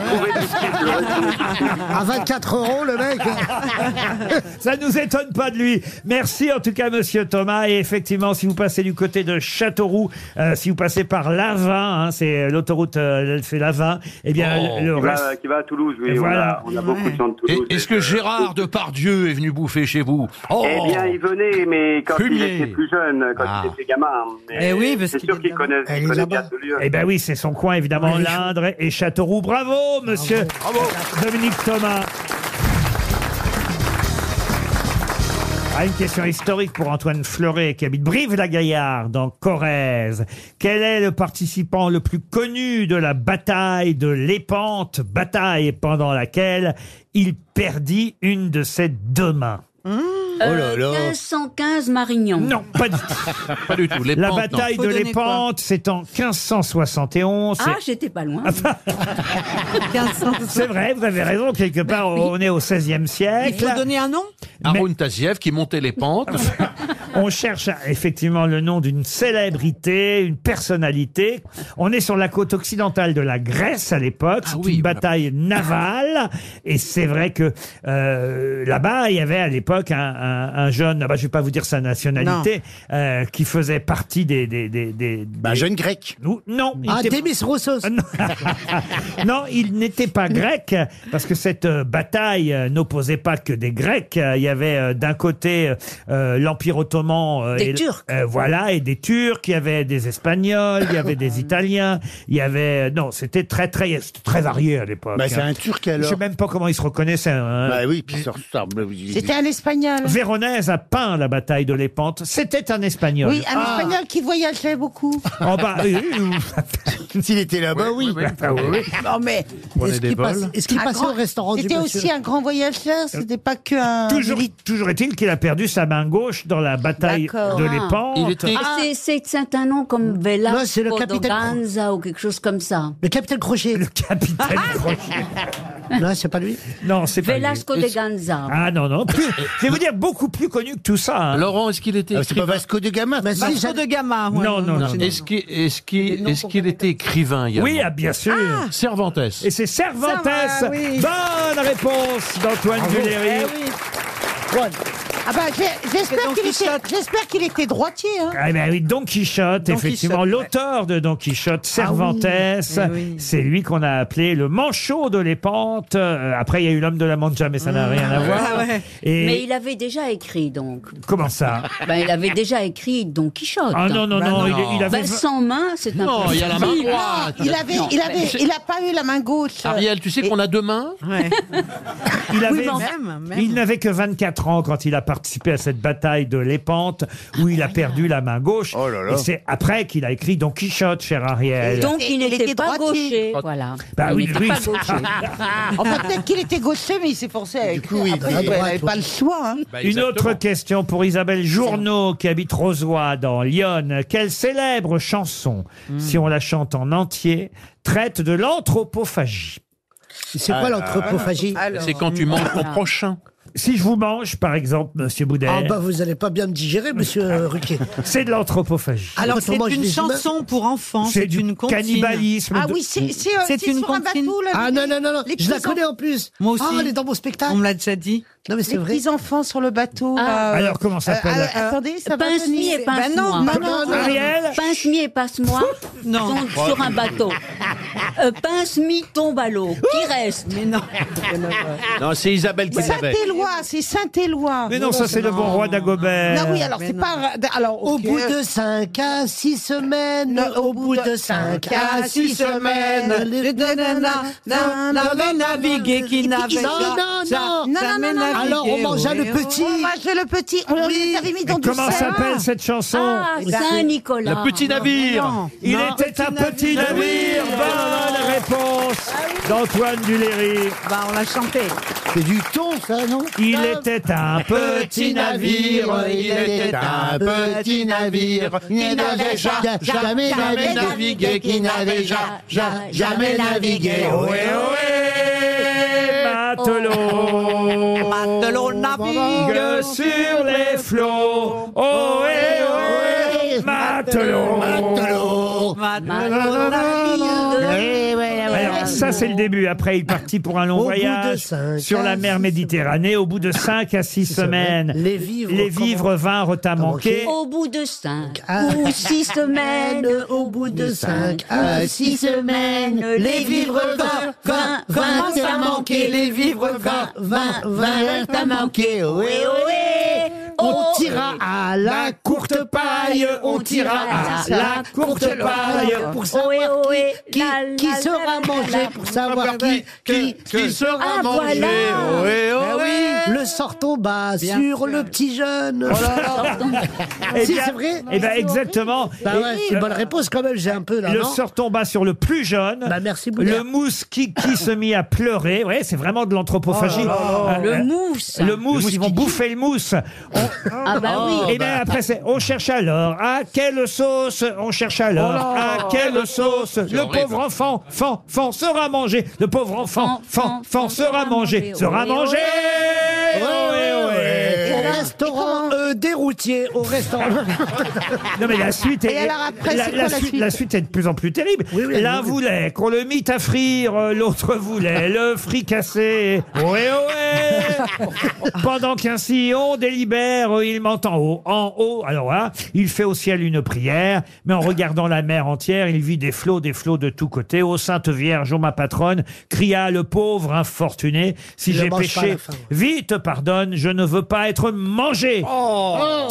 [SPEAKER 9] À 24 euros, le mec.
[SPEAKER 2] Ça nous étonne pas de lui. Merci en tout cas, monsieur Thomas. Et effectivement, si vous passez du côté de Châteauroux, euh, si vous passez par Lavin, hein, c'est l'autoroute, euh, elle fait Lavin, eh bien, le- le
[SPEAKER 23] qui,
[SPEAKER 2] reste.
[SPEAKER 23] va, qui va à Toulouse, oui.
[SPEAKER 2] Et
[SPEAKER 23] on a-
[SPEAKER 2] voilà.
[SPEAKER 23] On a, beaucoup de gens de Toulouse.
[SPEAKER 7] Est-ce que Gérard Depardieu est venu bouffer chez vous Oh
[SPEAKER 23] Eh bien, il venait, mais quand
[SPEAKER 7] Fumier.
[SPEAKER 23] il était plus jeune, quand
[SPEAKER 7] Ah.
[SPEAKER 23] il était gamin.
[SPEAKER 2] Eh oui, parce
[SPEAKER 23] c'est sûr qu'il connaît, il connaît bien ce lieu.
[SPEAKER 2] Eh ben oui, c'est son coin, évidemment,
[SPEAKER 23] Oui.
[SPEAKER 2] l'Indre et Châteauroux. Bravo, monsieur Dominique Thomas. Ah, une question historique pour Antoine Fleuret, qui habite Brive-la-Gaillarde, en Corrèze. Quel est le participant le plus connu de la bataille de l'Épante, bataille pendant laquelle il perdit une de ses deux mains
[SPEAKER 5] Euh, 1515 Marignan.
[SPEAKER 2] Oh Non, pas du
[SPEAKER 7] Pas du tout.
[SPEAKER 2] La
[SPEAKER 7] L'épante, non.
[SPEAKER 2] bataille
[SPEAKER 5] Faut
[SPEAKER 2] de
[SPEAKER 5] donner quoi
[SPEAKER 2] l'Épante, c'est en 1571.
[SPEAKER 5] Ah,
[SPEAKER 2] c'est-
[SPEAKER 5] j'étais pas loin.
[SPEAKER 2] C'est vrai, vous avez raison, quelque part, on est au XVIe siècle.
[SPEAKER 7] Il faut
[SPEAKER 2] donner un nom
[SPEAKER 7] Haroun Taziev qui montait les pentes.
[SPEAKER 2] On cherche effectivement le nom d'une célébrité, une personnalité. On est sur la côte occidentale de la Grèce à l'époque. C'est une bataille navale. Et c'est vrai que euh, là-bas, il y avait à l'époque un, un- un jeune, ah bah, je ne vais pas vous dire sa nationalité, euh, qui faisait partie des... des, des, un jeune
[SPEAKER 4] grec.
[SPEAKER 2] Non. il
[SPEAKER 6] Ah,
[SPEAKER 2] était-
[SPEAKER 6] Démis Roussos.
[SPEAKER 2] non, il n'était pas grec, parce que cette euh, bataille euh, n'opposait pas que des Grecs. Euh, Il y avait euh, d'un côté euh, l'Empire ottoman. euh,
[SPEAKER 5] Des
[SPEAKER 2] et-
[SPEAKER 5] Turcs.
[SPEAKER 2] euh, voilà, et des Turcs, il y avait des Espagnols, il y avait des Italiens, il y avait... euh, Non, c'était très, très, c'était très varié à l'époque.
[SPEAKER 4] Bah, c'est
[SPEAKER 2] hein.
[SPEAKER 4] un Turc,
[SPEAKER 2] Je
[SPEAKER 4] alors.
[SPEAKER 2] sais même pas comment ils se reconnaissaient. hein.
[SPEAKER 4] Bah oui, puis ça ressemble.
[SPEAKER 3] C'était un Espagnol.
[SPEAKER 2] Véronèse a peint la bataille de l'Épante. C'était un Espagnol.
[SPEAKER 3] Oui, un
[SPEAKER 2] Ah. Oh, bah,
[SPEAKER 3] Espagnol qui voyageait beaucoup.
[SPEAKER 2] En bas,
[SPEAKER 4] S'il était là-bas, oui.
[SPEAKER 3] Non mais
[SPEAKER 4] Prenez des vols.
[SPEAKER 3] est-ce qu'il
[SPEAKER 4] Un
[SPEAKER 3] passait
[SPEAKER 4] grand-
[SPEAKER 3] au restaurant du Euh,
[SPEAKER 4] C'était
[SPEAKER 3] C'était
[SPEAKER 4] aussi
[SPEAKER 3] aussi un grand voyageur, c'était pas que un
[SPEAKER 2] Toujours, toujours est-il qu'il a perdu sa main gauche dans la bataille de l'Épante.
[SPEAKER 5] Ah, c'est- c'est c'est un nom comme Vela,
[SPEAKER 2] Non, c'est le capitaine
[SPEAKER 5] Ganza ou quelque chose comme ça. Ah
[SPEAKER 6] Le capitaine Crochet.
[SPEAKER 2] Le capitaine Crochet.
[SPEAKER 6] Non, c'est pas lui.
[SPEAKER 2] Non, c'est pas lui.
[SPEAKER 5] Velasco de Ganza.
[SPEAKER 2] Ah non, non. plus- je vais vous dire, beaucoup plus connu que tout ça. hein.
[SPEAKER 7] Laurent, est-ce qu'il était
[SPEAKER 4] Ah, c'est pas Vasco de Gama.
[SPEAKER 6] Vasco de Gama. ouais, ouais, ouais, c'est-
[SPEAKER 7] Est-ce qu'il est-ce qu'il- est-ce qu'il était écrivain également
[SPEAKER 2] Oui, ah, bien sûr.
[SPEAKER 7] Cervantes.
[SPEAKER 2] Et c'est Cervantes.
[SPEAKER 3] Ça va, oui. Eh
[SPEAKER 2] Bonne réponse d'Antoine Duléry.
[SPEAKER 3] Ah bah j'ai- j'espère qu'il était, j'espère qu'il était droitier. Hein.
[SPEAKER 2] Ah ben oui, Don Quichotte,
[SPEAKER 3] Don
[SPEAKER 2] effectivement,
[SPEAKER 3] Quichotte, ouais.
[SPEAKER 2] l'auteur de Don Quichotte, Cervantes,
[SPEAKER 3] oui, eh oui.
[SPEAKER 2] c'est lui qu'on a appelé le manchot de l'épante. Euh, Après, il y a eu l'homme de la mancha, mais ça n'a rien à voir. Ah
[SPEAKER 7] Ah
[SPEAKER 2] Et
[SPEAKER 5] Ah Mais il avait déjà écrit, donc.
[SPEAKER 2] comment ça
[SPEAKER 5] Ben, il avait déjà écrit Don Quichotte.
[SPEAKER 2] Ah non, non,
[SPEAKER 5] Ben
[SPEAKER 2] non, il- il avait-
[SPEAKER 5] Ben, sans main, c'est un
[SPEAKER 7] Bah Non, il y a la main droite.
[SPEAKER 3] Il avait,
[SPEAKER 7] Non,
[SPEAKER 3] il avait,
[SPEAKER 7] mais-
[SPEAKER 3] il a pas eu la main gauche.
[SPEAKER 7] Ariel, tu sais qu'on a deux mains
[SPEAKER 2] Il,
[SPEAKER 3] mais-
[SPEAKER 2] avait,
[SPEAKER 3] Même, même.
[SPEAKER 2] il n'avait que 24 ans quand il a participé à cette bataille de l'épante où il a perdu la main gauche.
[SPEAKER 5] Oh là.
[SPEAKER 2] Et c'est après qu'il a écrit Don Quichotte, cher Ariel.
[SPEAKER 5] Donc il
[SPEAKER 16] il
[SPEAKER 5] n'était
[SPEAKER 16] était
[SPEAKER 5] pas
[SPEAKER 16] droitier.
[SPEAKER 5] gaucher, voilà.
[SPEAKER 2] Bah
[SPEAKER 5] il
[SPEAKER 2] oui,
[SPEAKER 5] n'était
[SPEAKER 2] oui.
[SPEAKER 5] pas gaucher.
[SPEAKER 16] Enfin, peut-être qu'il était gaucher, mais il s'est forcé à écrire.
[SPEAKER 4] oui,
[SPEAKER 16] Après,
[SPEAKER 4] à
[SPEAKER 16] il n'avait
[SPEAKER 4] droite,
[SPEAKER 16] pas le choix. hein.
[SPEAKER 2] Bah,
[SPEAKER 7] Bah,
[SPEAKER 2] Une autre question pour Isabelle Journeau qui habite Rosoy dans Lyon. Quelle célèbre chanson,
[SPEAKER 7] Hmm.
[SPEAKER 2] si on la chante en entier, traite de l'anthropophagie
[SPEAKER 6] C'est quoi Ah, l'anthropophagie alors.
[SPEAKER 7] C'est quand tu manges ton
[SPEAKER 6] Voilà.
[SPEAKER 7] prochain.
[SPEAKER 2] Si je vous mange, par exemple, monsieur Boudet,
[SPEAKER 6] Ah bah vous allez pas bien me digérer, monsieur euh, Ruquier.
[SPEAKER 2] c'est de l'anthropophagie.
[SPEAKER 6] Alors,
[SPEAKER 11] Alors, c'est
[SPEAKER 6] Comment je
[SPEAKER 11] une
[SPEAKER 6] les humains
[SPEAKER 11] chanson pour enfants,
[SPEAKER 2] C'est
[SPEAKER 11] c'est
[SPEAKER 2] du
[SPEAKER 11] une comptine.
[SPEAKER 2] cannibalisme
[SPEAKER 16] Ah oui, c'est c'est, euh,
[SPEAKER 11] C'est
[SPEAKER 16] c'est
[SPEAKER 11] une
[SPEAKER 16] sur un
[SPEAKER 11] comptine.
[SPEAKER 16] bateau. Là,
[SPEAKER 6] Ah
[SPEAKER 16] les-
[SPEAKER 6] non, non, non, non,
[SPEAKER 16] les
[SPEAKER 6] je la
[SPEAKER 16] petits
[SPEAKER 6] connais
[SPEAKER 16] enfants.
[SPEAKER 6] en plus.
[SPEAKER 11] Moi aussi.
[SPEAKER 6] Ah, elle est dans mon spectacle.
[SPEAKER 11] On me l'a déjà dit.
[SPEAKER 6] Non, mais c'est
[SPEAKER 16] les
[SPEAKER 6] vrai.
[SPEAKER 16] petits enfants sur le bateau. là, euh,
[SPEAKER 2] Alors, comment ça s'appelle
[SPEAKER 16] euh, ah, Attendez, ça va
[SPEAKER 5] Pince-mi
[SPEAKER 16] venir.
[SPEAKER 5] Ah. et
[SPEAKER 16] Ben non,
[SPEAKER 5] pince-moi.
[SPEAKER 2] Ah
[SPEAKER 16] non, non, non.
[SPEAKER 5] Pince-mi et passe-moi
[SPEAKER 11] Non.
[SPEAKER 5] sont sur un bateau. Euh, Pince-mi tombe à l'eau. Qui reste Mais non.
[SPEAKER 7] Non, c'est Isabelle qui l'avait.
[SPEAKER 16] Saint-Éloi, c'est Saint-Éloi.
[SPEAKER 2] Mais non, ça c'est le bon roi d'Agobert.
[SPEAKER 16] Non, oui, alors c'est pas. Alors,
[SPEAKER 6] Au
[SPEAKER 16] ok.
[SPEAKER 6] bout de 5 à 6 semaines, au bout de 5 à 6 semaines, les deux nanas n'avaient navigué qui n'avaient
[SPEAKER 16] Non,
[SPEAKER 6] pas-
[SPEAKER 16] non, non,
[SPEAKER 6] ça-
[SPEAKER 16] non,
[SPEAKER 6] ça
[SPEAKER 16] non,
[SPEAKER 6] m'est
[SPEAKER 16] non, non.
[SPEAKER 6] navigué, oui.
[SPEAKER 16] On mangeait le petit. On les avait mis dans
[SPEAKER 2] Mais
[SPEAKER 16] du
[SPEAKER 2] comment
[SPEAKER 16] sel.
[SPEAKER 2] s'appelle cette chanson
[SPEAKER 5] Ah,
[SPEAKER 9] Eh ben,
[SPEAKER 5] Saint-Nicolas.
[SPEAKER 7] Le petit navire.
[SPEAKER 2] Il
[SPEAKER 7] Non.
[SPEAKER 2] était un petit navire. Bonne réponse d'Antoine Duléry.
[SPEAKER 11] Bah, on l'a chanté.
[SPEAKER 4] C'est du ton, ça, non
[SPEAKER 2] Il était un petit navire,
[SPEAKER 4] il était un petit navire, il n'avait ja- ja- jamais, jamais navigué, qui n'avait ja- ja- jamais navigué. Ohé, ohé,
[SPEAKER 2] matelot,
[SPEAKER 11] matelot
[SPEAKER 2] navigue sur les flots. Oh, Ohé, ohé, matelot, matelot. Eh, Alors, ça, c'est le début. Après, il partit pour un long
[SPEAKER 6] Au bout de
[SPEAKER 2] voyage
[SPEAKER 6] cinq
[SPEAKER 2] sur
[SPEAKER 6] à
[SPEAKER 2] la mer
[SPEAKER 6] six
[SPEAKER 2] Méditerranée. Au bout de 5 à 6 semaines,
[SPEAKER 6] Les vivres
[SPEAKER 2] les vivres vinrent à manquer.
[SPEAKER 5] Au bout de cinq
[SPEAKER 6] Ah.
[SPEAKER 5] ou six semaines,
[SPEAKER 6] au bout de 5
[SPEAKER 5] à
[SPEAKER 6] à
[SPEAKER 5] six
[SPEAKER 6] 6 semaines, les vivres vinrent, vinrent, vinrent à manquer, les vivres vinrent, vinrent, vinrent à manquer, ohé, ohé.
[SPEAKER 9] Oh,
[SPEAKER 6] On tira à la courte paille, on tira
[SPEAKER 9] Ah,
[SPEAKER 6] à la courte paille pour savoir qui, qui, qui sera mangé, pour savoir qui, qui, qui sera
[SPEAKER 5] Ah,
[SPEAKER 6] mangé.
[SPEAKER 5] voilà.
[SPEAKER 6] Ohé, ohé. Ben oui, le sorton bas sur le petit jeune. Oh là là.
[SPEAKER 2] Eh
[SPEAKER 6] Si,
[SPEAKER 2] bien-
[SPEAKER 6] c'est vrai
[SPEAKER 2] Eh bien, exactement.
[SPEAKER 6] Bah
[SPEAKER 2] Et
[SPEAKER 6] ouais, c'est une bonne réponse quand même, j'ai un peu là.
[SPEAKER 2] Le
[SPEAKER 6] non
[SPEAKER 2] sort tomba sur le plus jeune.
[SPEAKER 6] Bah merci beaucoup.
[SPEAKER 2] Le mousse qui, qui se mit à pleurer. Ouais, c'est vraiment de l'anthropophagie.
[SPEAKER 6] Oh là là.
[SPEAKER 2] Euh,
[SPEAKER 5] le
[SPEAKER 2] euh,
[SPEAKER 5] mousse.
[SPEAKER 2] Le mousse, ils vont bouffer le mousse. On-
[SPEAKER 5] Ah bah oui.
[SPEAKER 2] et bien après, c'est on cherche alors à quelle sauce On cherche
[SPEAKER 6] Oh
[SPEAKER 2] alors à quelle sauce Le
[SPEAKER 7] horrible.
[SPEAKER 2] pauvre enfant, fan, fan sera mangé. Le pauvre enfant, fan, fan sera mangé. Sera
[SPEAKER 5] Ohé, ohé.
[SPEAKER 2] mangé Ohé, ohé.
[SPEAKER 6] Au restaurant euh, des routiers, au restaurant.
[SPEAKER 2] Non mais la suite est,
[SPEAKER 16] Et alors après,
[SPEAKER 2] la,
[SPEAKER 16] c'est quoi
[SPEAKER 2] la
[SPEAKER 16] la
[SPEAKER 2] suite,
[SPEAKER 16] suite
[SPEAKER 2] la suite est de plus en plus terrible.
[SPEAKER 6] Oui, oui,
[SPEAKER 2] L'un
[SPEAKER 6] oui.
[SPEAKER 2] voulait qu'on le mit à frire, euh, l'autre voulait le fricasser. Ohé ohé Pendant qu'un sillon délibère, euh, il monte en haut, en haut. Alors là, il fait au ciel une prière, mais en regardant la mer entière, il vit des flots, des flots de tous côtés. Ô Sainte Vierge, ô ma patronne, cria le pauvre infortuné, si
[SPEAKER 6] Il le
[SPEAKER 2] j'ai
[SPEAKER 6] mange pas à
[SPEAKER 2] péché,
[SPEAKER 6] la fin, ouais.
[SPEAKER 2] vite pardonne, je ne veux pas être mangé. Oh.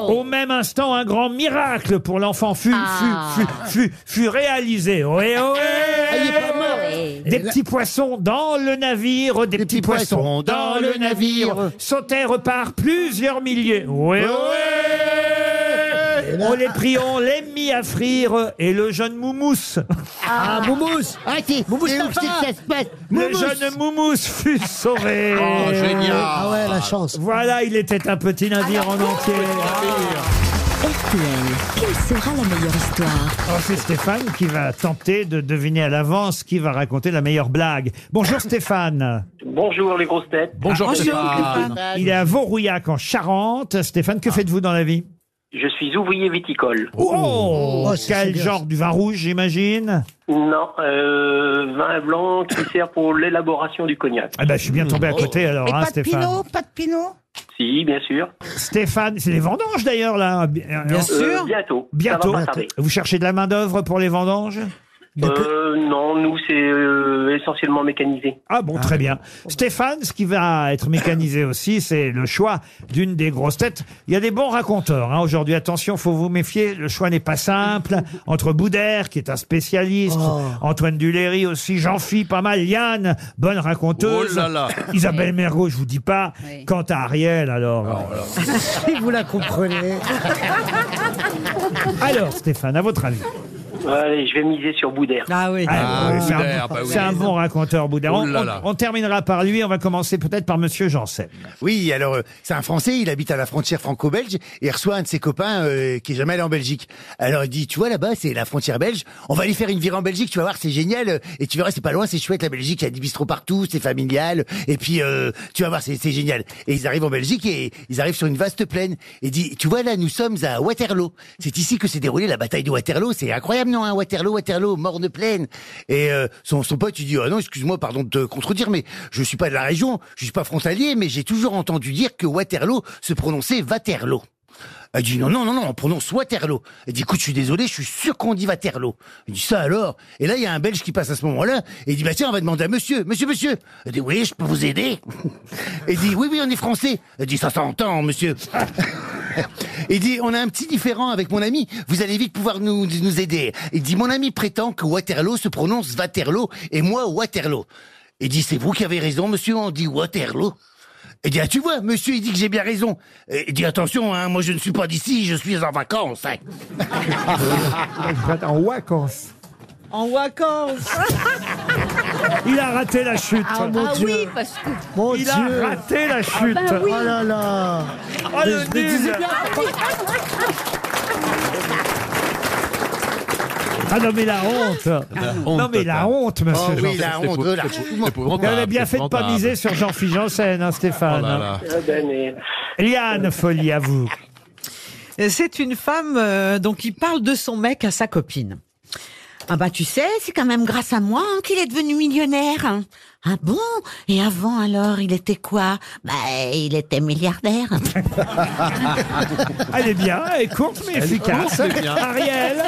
[SPEAKER 2] Au même instant, un grand miracle pour l'enfant fut, fut, fut, fut, fut réalisé. Oh, Ohé, ohé eh. Des petits poissons dans le navire, des, petits poissons, dans le navire, sautèrent par plusieurs Oh, eh, milliers. Ohé, ohé On eh. Oh, les prit, on les mit à frire, et le jeune moumousse,
[SPEAKER 6] Ah, Moumous
[SPEAKER 4] Ah, c'est c'est
[SPEAKER 6] Moumous
[SPEAKER 4] ouf, c'est
[SPEAKER 6] Tafa.
[SPEAKER 4] que ça se passe.
[SPEAKER 2] le
[SPEAKER 4] Moumous.
[SPEAKER 2] jeune moumousse fut sauvé.
[SPEAKER 7] Oh, génial.
[SPEAKER 6] Ah ouais, la chance.
[SPEAKER 2] Voilà, il était un petit navire en entier. Ah.
[SPEAKER 24] RTL, quelle sera la meilleure histoire
[SPEAKER 2] Alors Oh, c'est Stéphane qui va tenter de deviner à l'avance qui va raconter la meilleure blague. Bonjour Stéphane.
[SPEAKER 23] Bonjour les grosses têtes.
[SPEAKER 16] Ah,
[SPEAKER 7] Bonjour,
[SPEAKER 11] Bonjour,
[SPEAKER 7] Stéphane. Ah.
[SPEAKER 11] Stéphane.
[SPEAKER 2] Il est à Vaurouillac en Charente. Stéphane, que faites-vous dans la vie
[SPEAKER 23] Je suis ouvrier viticole.
[SPEAKER 2] Oh,
[SPEAKER 6] Oh, ça, c'est
[SPEAKER 2] Quel
[SPEAKER 6] bien,
[SPEAKER 2] genre du vin rouge, j'imagine
[SPEAKER 23] Non, euh, vin blanc qui sert pour l'élaboration du cognac.
[SPEAKER 2] Ah ben, je suis
[SPEAKER 7] Hmm.
[SPEAKER 2] bien tombé à côté alors,
[SPEAKER 16] Et
[SPEAKER 2] hein,
[SPEAKER 16] pas de
[SPEAKER 2] Stéphane.
[SPEAKER 16] pinot, pas de pinot.
[SPEAKER 23] Si, bien sûr.
[SPEAKER 2] Stéphane, c'est les vendanges d'ailleurs là. Bien
[SPEAKER 23] Euh, bientôt. Ça
[SPEAKER 2] Bientôt.
[SPEAKER 23] va pas tarder.
[SPEAKER 2] Vous cherchez de la main d'œuvre pour les vendanges
[SPEAKER 23] Euh, non, nous, c'est euh, essentiellement mécanisé.
[SPEAKER 2] Ah bon, très bien. Stéphane, ce qui va être mécanisé aussi, c'est le choix d'une des grosses têtes. Il y a des bons raconteurs hein, aujourd'hui. Attention, faut vous méfier. Le choix n'est pas simple. Entre Boudère, qui est un spécialiste, Antoine Duléry aussi, Jean-Philippe, pas mal, Yann, bonne raconteuse.
[SPEAKER 7] Oh là là.
[SPEAKER 2] Isabelle Mergo, je vous dis pas. Quant à Ariel,
[SPEAKER 7] Oh
[SPEAKER 2] alors.
[SPEAKER 6] Si vous la comprenez.
[SPEAKER 2] Alors, Stéphane, à votre avis
[SPEAKER 23] Allez, je vais miser sur Boudère.
[SPEAKER 11] Ah oui.
[SPEAKER 2] Ah, c'est un-
[SPEAKER 7] bah
[SPEAKER 2] c'est un, bon raconteur, Boudin.
[SPEAKER 23] Oh
[SPEAKER 2] On,
[SPEAKER 23] là là.
[SPEAKER 2] on- on terminera par lui. On va commencer peut-être par Monsieur Janssen.
[SPEAKER 4] Oui, alors euh, c'est un Français, il habite à la frontière franco-belge et il reçoit un de ses copains euh, qui est jamais allé en Belgique. Alors il dit, tu vois là-bas, c'est la frontière belge, on va aller faire une virée en Belgique, tu vas voir, c'est génial, euh, et tu verras, c'est pas loin, c'est chouette la Belgique, il y a des bistrots partout, c'est familial, et puis euh, tu vas voir, c'est c'est génial. Et ils arrivent en Belgique et ils arrivent sur une vaste plaine et dit, tu vois là, nous sommes à Waterloo. C'est ici que s'est déroulée la bataille de Waterloo, c'est incroyable, non hein, Waterloo, Waterloo, morne plaine. Et euh, son, son pote, il dit, ah non, excuse-moi, pardon de te contredire, mais je suis pas de la région, je suis pas frontalier, mais j'ai toujours entendu dire que Waterloo se prononçait Waterloo. Elle dit non, non, non, non, on prononce Waterloo. Elle dit écoute, je suis désolé, je suis sûr qu'on dit Waterloo. Il dit ça alors. Et là, il y a un Belge qui passe à ce moment-là et il dit bah tiens, on va demander à monsieur, monsieur, monsieur. Elle dit oui, je peux vous aider. Elle dit oui, oui, on est français. Elle dit ça s'entend, monsieur. Il dit, on a un petit différent avec mon ami, vous allez vite pouvoir nous, nous aider. Il dit, mon ami prétend que Waterloo se prononce Waterloo et moi Waterloo. Il dit, c'est vous qui avez raison, monsieur, on dit Waterloo. Il dit, ah, tu vois, monsieur, il dit que j'ai bien raison. Il dit, attention, hein, moi je ne suis pas d'ici, je suis en vacances. hein.
[SPEAKER 2] Ah, en vacances.
[SPEAKER 9] En vacances
[SPEAKER 2] Il a raté la chute.
[SPEAKER 9] Ah, mon Ah Dieu. oui, parce que- Mon
[SPEAKER 2] Il
[SPEAKER 9] Dieu.
[SPEAKER 2] a raté la
[SPEAKER 9] Ah
[SPEAKER 2] chute.
[SPEAKER 9] bah oui. Oh
[SPEAKER 2] là là. Oh
[SPEAKER 9] Mais
[SPEAKER 2] le
[SPEAKER 9] je le disais
[SPEAKER 2] nul.
[SPEAKER 9] bien.
[SPEAKER 2] Ah non mais la honte.
[SPEAKER 7] Ah, La
[SPEAKER 2] non
[SPEAKER 7] honte
[SPEAKER 2] mais la
[SPEAKER 7] totale.
[SPEAKER 2] honte, monsieur.
[SPEAKER 7] Oh oui,
[SPEAKER 2] Janssen.
[SPEAKER 7] la honte, C'est là. épou- c'est épouvantable,
[SPEAKER 2] Mais On a bien
[SPEAKER 7] c'est Oh
[SPEAKER 2] fait de pas
[SPEAKER 7] épouvantable.
[SPEAKER 2] miser sur Jean-Philippe Janssen, hein, Stéphane.
[SPEAKER 23] Ah ben, mais-
[SPEAKER 2] Liane, folie à vous.
[SPEAKER 11] C'est une femme, euh, donc il parle de son mec à sa copine. Ah bah tu sais, c'est quand même grâce à moi hein, qu'il est devenu millionnaire. hein. Ah bon Et avant alors, il était quoi Bah il était milliardaire.
[SPEAKER 2] Elle est bien, elle est courte mais
[SPEAKER 11] Elle est
[SPEAKER 2] efficace.
[SPEAKER 11] courte, mais bien.
[SPEAKER 2] Ariel.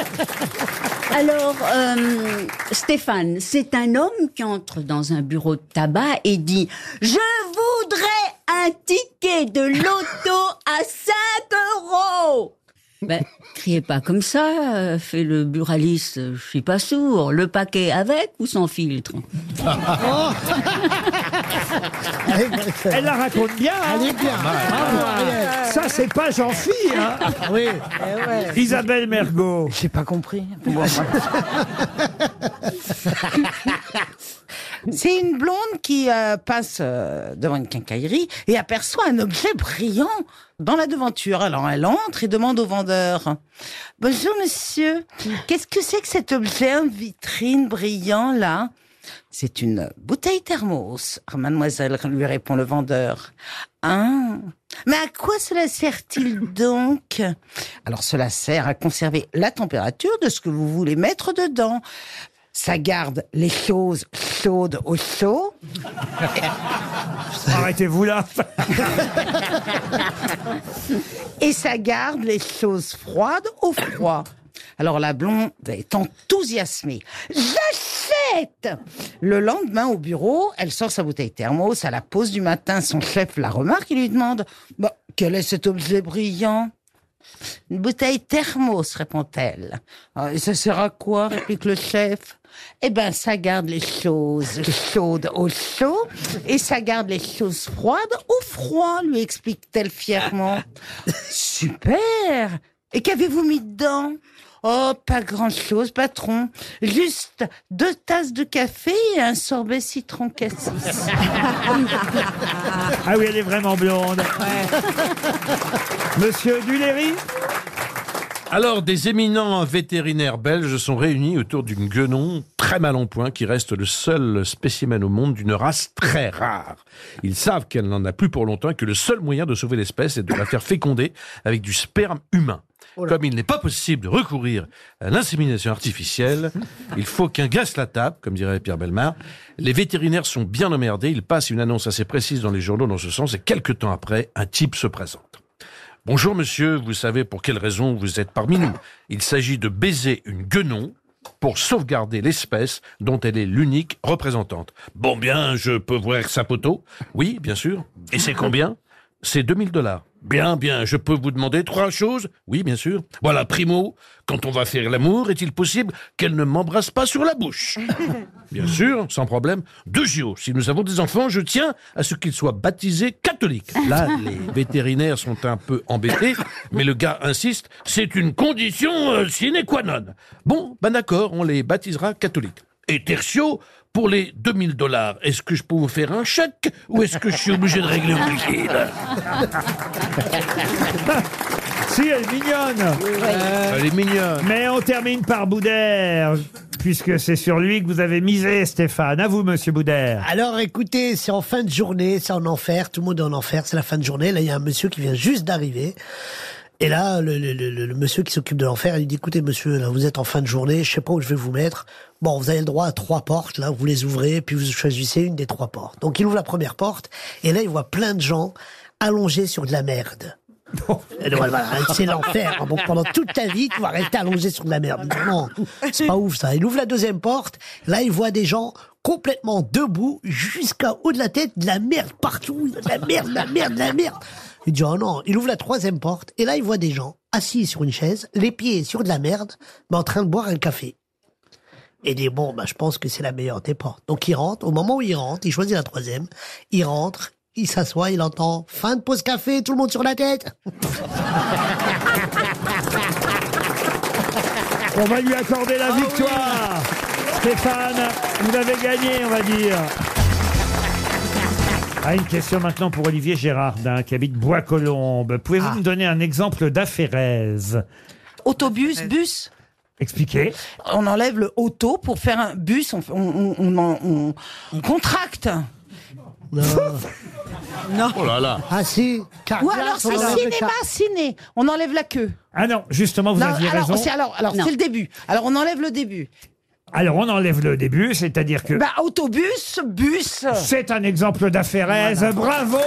[SPEAKER 5] Alors, euh, Stéphane, c'est un homme qui entre dans un bureau de tabac et dit Je voudrais un ticket de loto à 5 euros Ben, criez pas comme ça, euh, fait le buraliste, euh, je suis pas sourd. Le paquet avec ou sans filtre
[SPEAKER 2] Elle la raconte bien. Elle est bien.
[SPEAKER 7] Ah,
[SPEAKER 2] Ça, c'est pas Jean-Phi. Hein. Oui. Isabelle Mergot.
[SPEAKER 3] J'ai pas compris. C'est une blonde qui euh, passe euh, devant une quincaillerie et aperçoit un objet brillant dans la devanture. Alors elle entre et demande au vendeur Bonjour monsieur, qu'est-ce que c'est que cet objet en vitrine brillant là C'est une bouteille thermos. Ah, Mademoiselle lui répond le vendeur. Ah, mais à quoi cela sert-il donc Alors cela sert à conserver la température de ce que vous voulez mettre dedans. Ça garde les choses chaudes au chaud.
[SPEAKER 2] Arrêtez-vous là.
[SPEAKER 3] et ça garde les choses froides au froid. Alors la blonde est enthousiasmée. J'achète Le lendemain au bureau, elle sort sa bouteille thermos à la pause du matin. Son chef la remarque et lui demande Bah, Quel est cet objet brillant Une bouteille thermos, répond-elle. Ah, et Ça sert à quoi réplique le chef. Eh ben, ça garde les choses chaudes au chaud et ça garde les choses froides au froid, lui explique-t-elle fièrement. Super Et qu'avez-vous mis dedans Oh, pas grand-chose, patron. Juste deux tasses de café et un sorbet citron cassis.
[SPEAKER 2] Ah oui, elle est vraiment blonde. Monsieur Duléry
[SPEAKER 7] Alors, des éminents vétérinaires belges sont réunis autour d'une guenon très mal en point qui reste le seul spécimen au monde d'une race très rare. Ils savent qu'elle n'en a plus pour longtemps et que le seul moyen de sauver l'espèce est de la faire féconder avec du sperme humain. Comme il n'est pas possible de recourir à l'insémination artificielle, il faut qu'un gasse la table, comme dirait Pierre Belmar. Les vétérinaires sont bien emmerdés, ils passent une annonce assez précise dans les journaux dans ce sens et quelques temps après, un type se présente. Bonjour monsieur, vous savez pour quelle raison vous êtes parmi nous. Il s'agit de baiser une guenon pour sauvegarder l'espèce dont elle est l'unique représentante. Bon bien, je peux voir sa poteau Oui, bien sûr. Et c'est combien C'est 2000 dollars. Bien, bien, je peux vous demander trois choses Oui, bien sûr. Voilà, primo, quand on va faire l'amour, est-il possible qu'elle ne m'embrasse pas sur la bouche Bien sûr, sans problème. Deuxio, si nous avons des enfants, je tiens à ce qu'ils soient baptisés catholiques. Là, les vétérinaires sont un peu embêtés, mais le gars insiste, c'est une condition euh, sine qua non. Bon, ben d'accord, on les baptisera catholiques. Et tertio, pour les 2000 dollars, est-ce que je peux vous faire un chèque ou est-ce que je suis obligé de régler au liquide
[SPEAKER 2] Si, elle est mignonne.
[SPEAKER 7] Euh, Elle est mignonne.
[SPEAKER 2] Mais on termine par Boudère, puisque c'est sur lui que vous avez misé, Stéphane. À vous, monsieur Boudère.
[SPEAKER 6] Alors écoutez, c'est en fin de journée, c'est en enfer, tout le monde est en enfer, c'est la fin de journée. Là, il y a un monsieur qui vient juste d'arriver. Et là, le, le- le- le- le monsieur qui s'occupe de l'enfer, il lui dit écoutez, monsieur, là, vous êtes en fin de journée, je sais pas où je vais vous mettre. Bon, vous avez le droit à trois portes, là, vous les ouvrez, puis vous choisissez une des trois portes. Donc il ouvre la première porte, et là, il voit plein de gens allongés sur de la merde. Et donc, eh ben, voilà, c'est l'enfer. Donc pendant toute ta vie, tu vas rester allongé sur de la merde. Non, c'est pas ouf ça. Il ouvre la deuxième porte. Là, il voit des gens complètement debout, jusqu'à haut de la tête, de la merde partout, de la merde, de la merde, de la merde. Il dit oh non. Il ouvre la troisième porte et là, il voit des gens assis sur une chaise, les pieds sur de la merde, mais en train de boire un café. Et il dit, bon, bah, je pense que c'est la meilleure des portes. Donc il rentre, au moment où il rentre, il choisit la troisième, il rentre, il s'assoit, il entend, fin de pause café, tout le monde sur la tête.
[SPEAKER 2] On va lui accorder
[SPEAKER 3] Ah
[SPEAKER 2] la victoire. Stéphane, vous avez gagné, on va dire. Ah, une question maintenant pour Olivier Gérardin, qui habite Bois-Colombes. Pouvez-vous
[SPEAKER 3] Ah.
[SPEAKER 2] me donner un exemple d'aphérèse
[SPEAKER 3] Autobus, bus
[SPEAKER 2] Expliquez.
[SPEAKER 3] On enlève le auto pour faire un bus, on, on- on- on- on- on contracte.
[SPEAKER 6] Non.
[SPEAKER 7] Oh là là.
[SPEAKER 6] Ah si,
[SPEAKER 3] Ou alors c'est cinéma, ciné. On enlève la queue.
[SPEAKER 2] Ah non, justement, vous
[SPEAKER 3] Non,
[SPEAKER 2] aviez
[SPEAKER 3] alors,
[SPEAKER 2] raison.
[SPEAKER 3] c'est- Alors, alors, c'est le début. Alors, on enlève le début.
[SPEAKER 2] Alors, on enlève le début, c'est-à-dire que... Euh,
[SPEAKER 3] Bah, autobus, bus.
[SPEAKER 2] C'est un exemple d'aphérèse. Bravo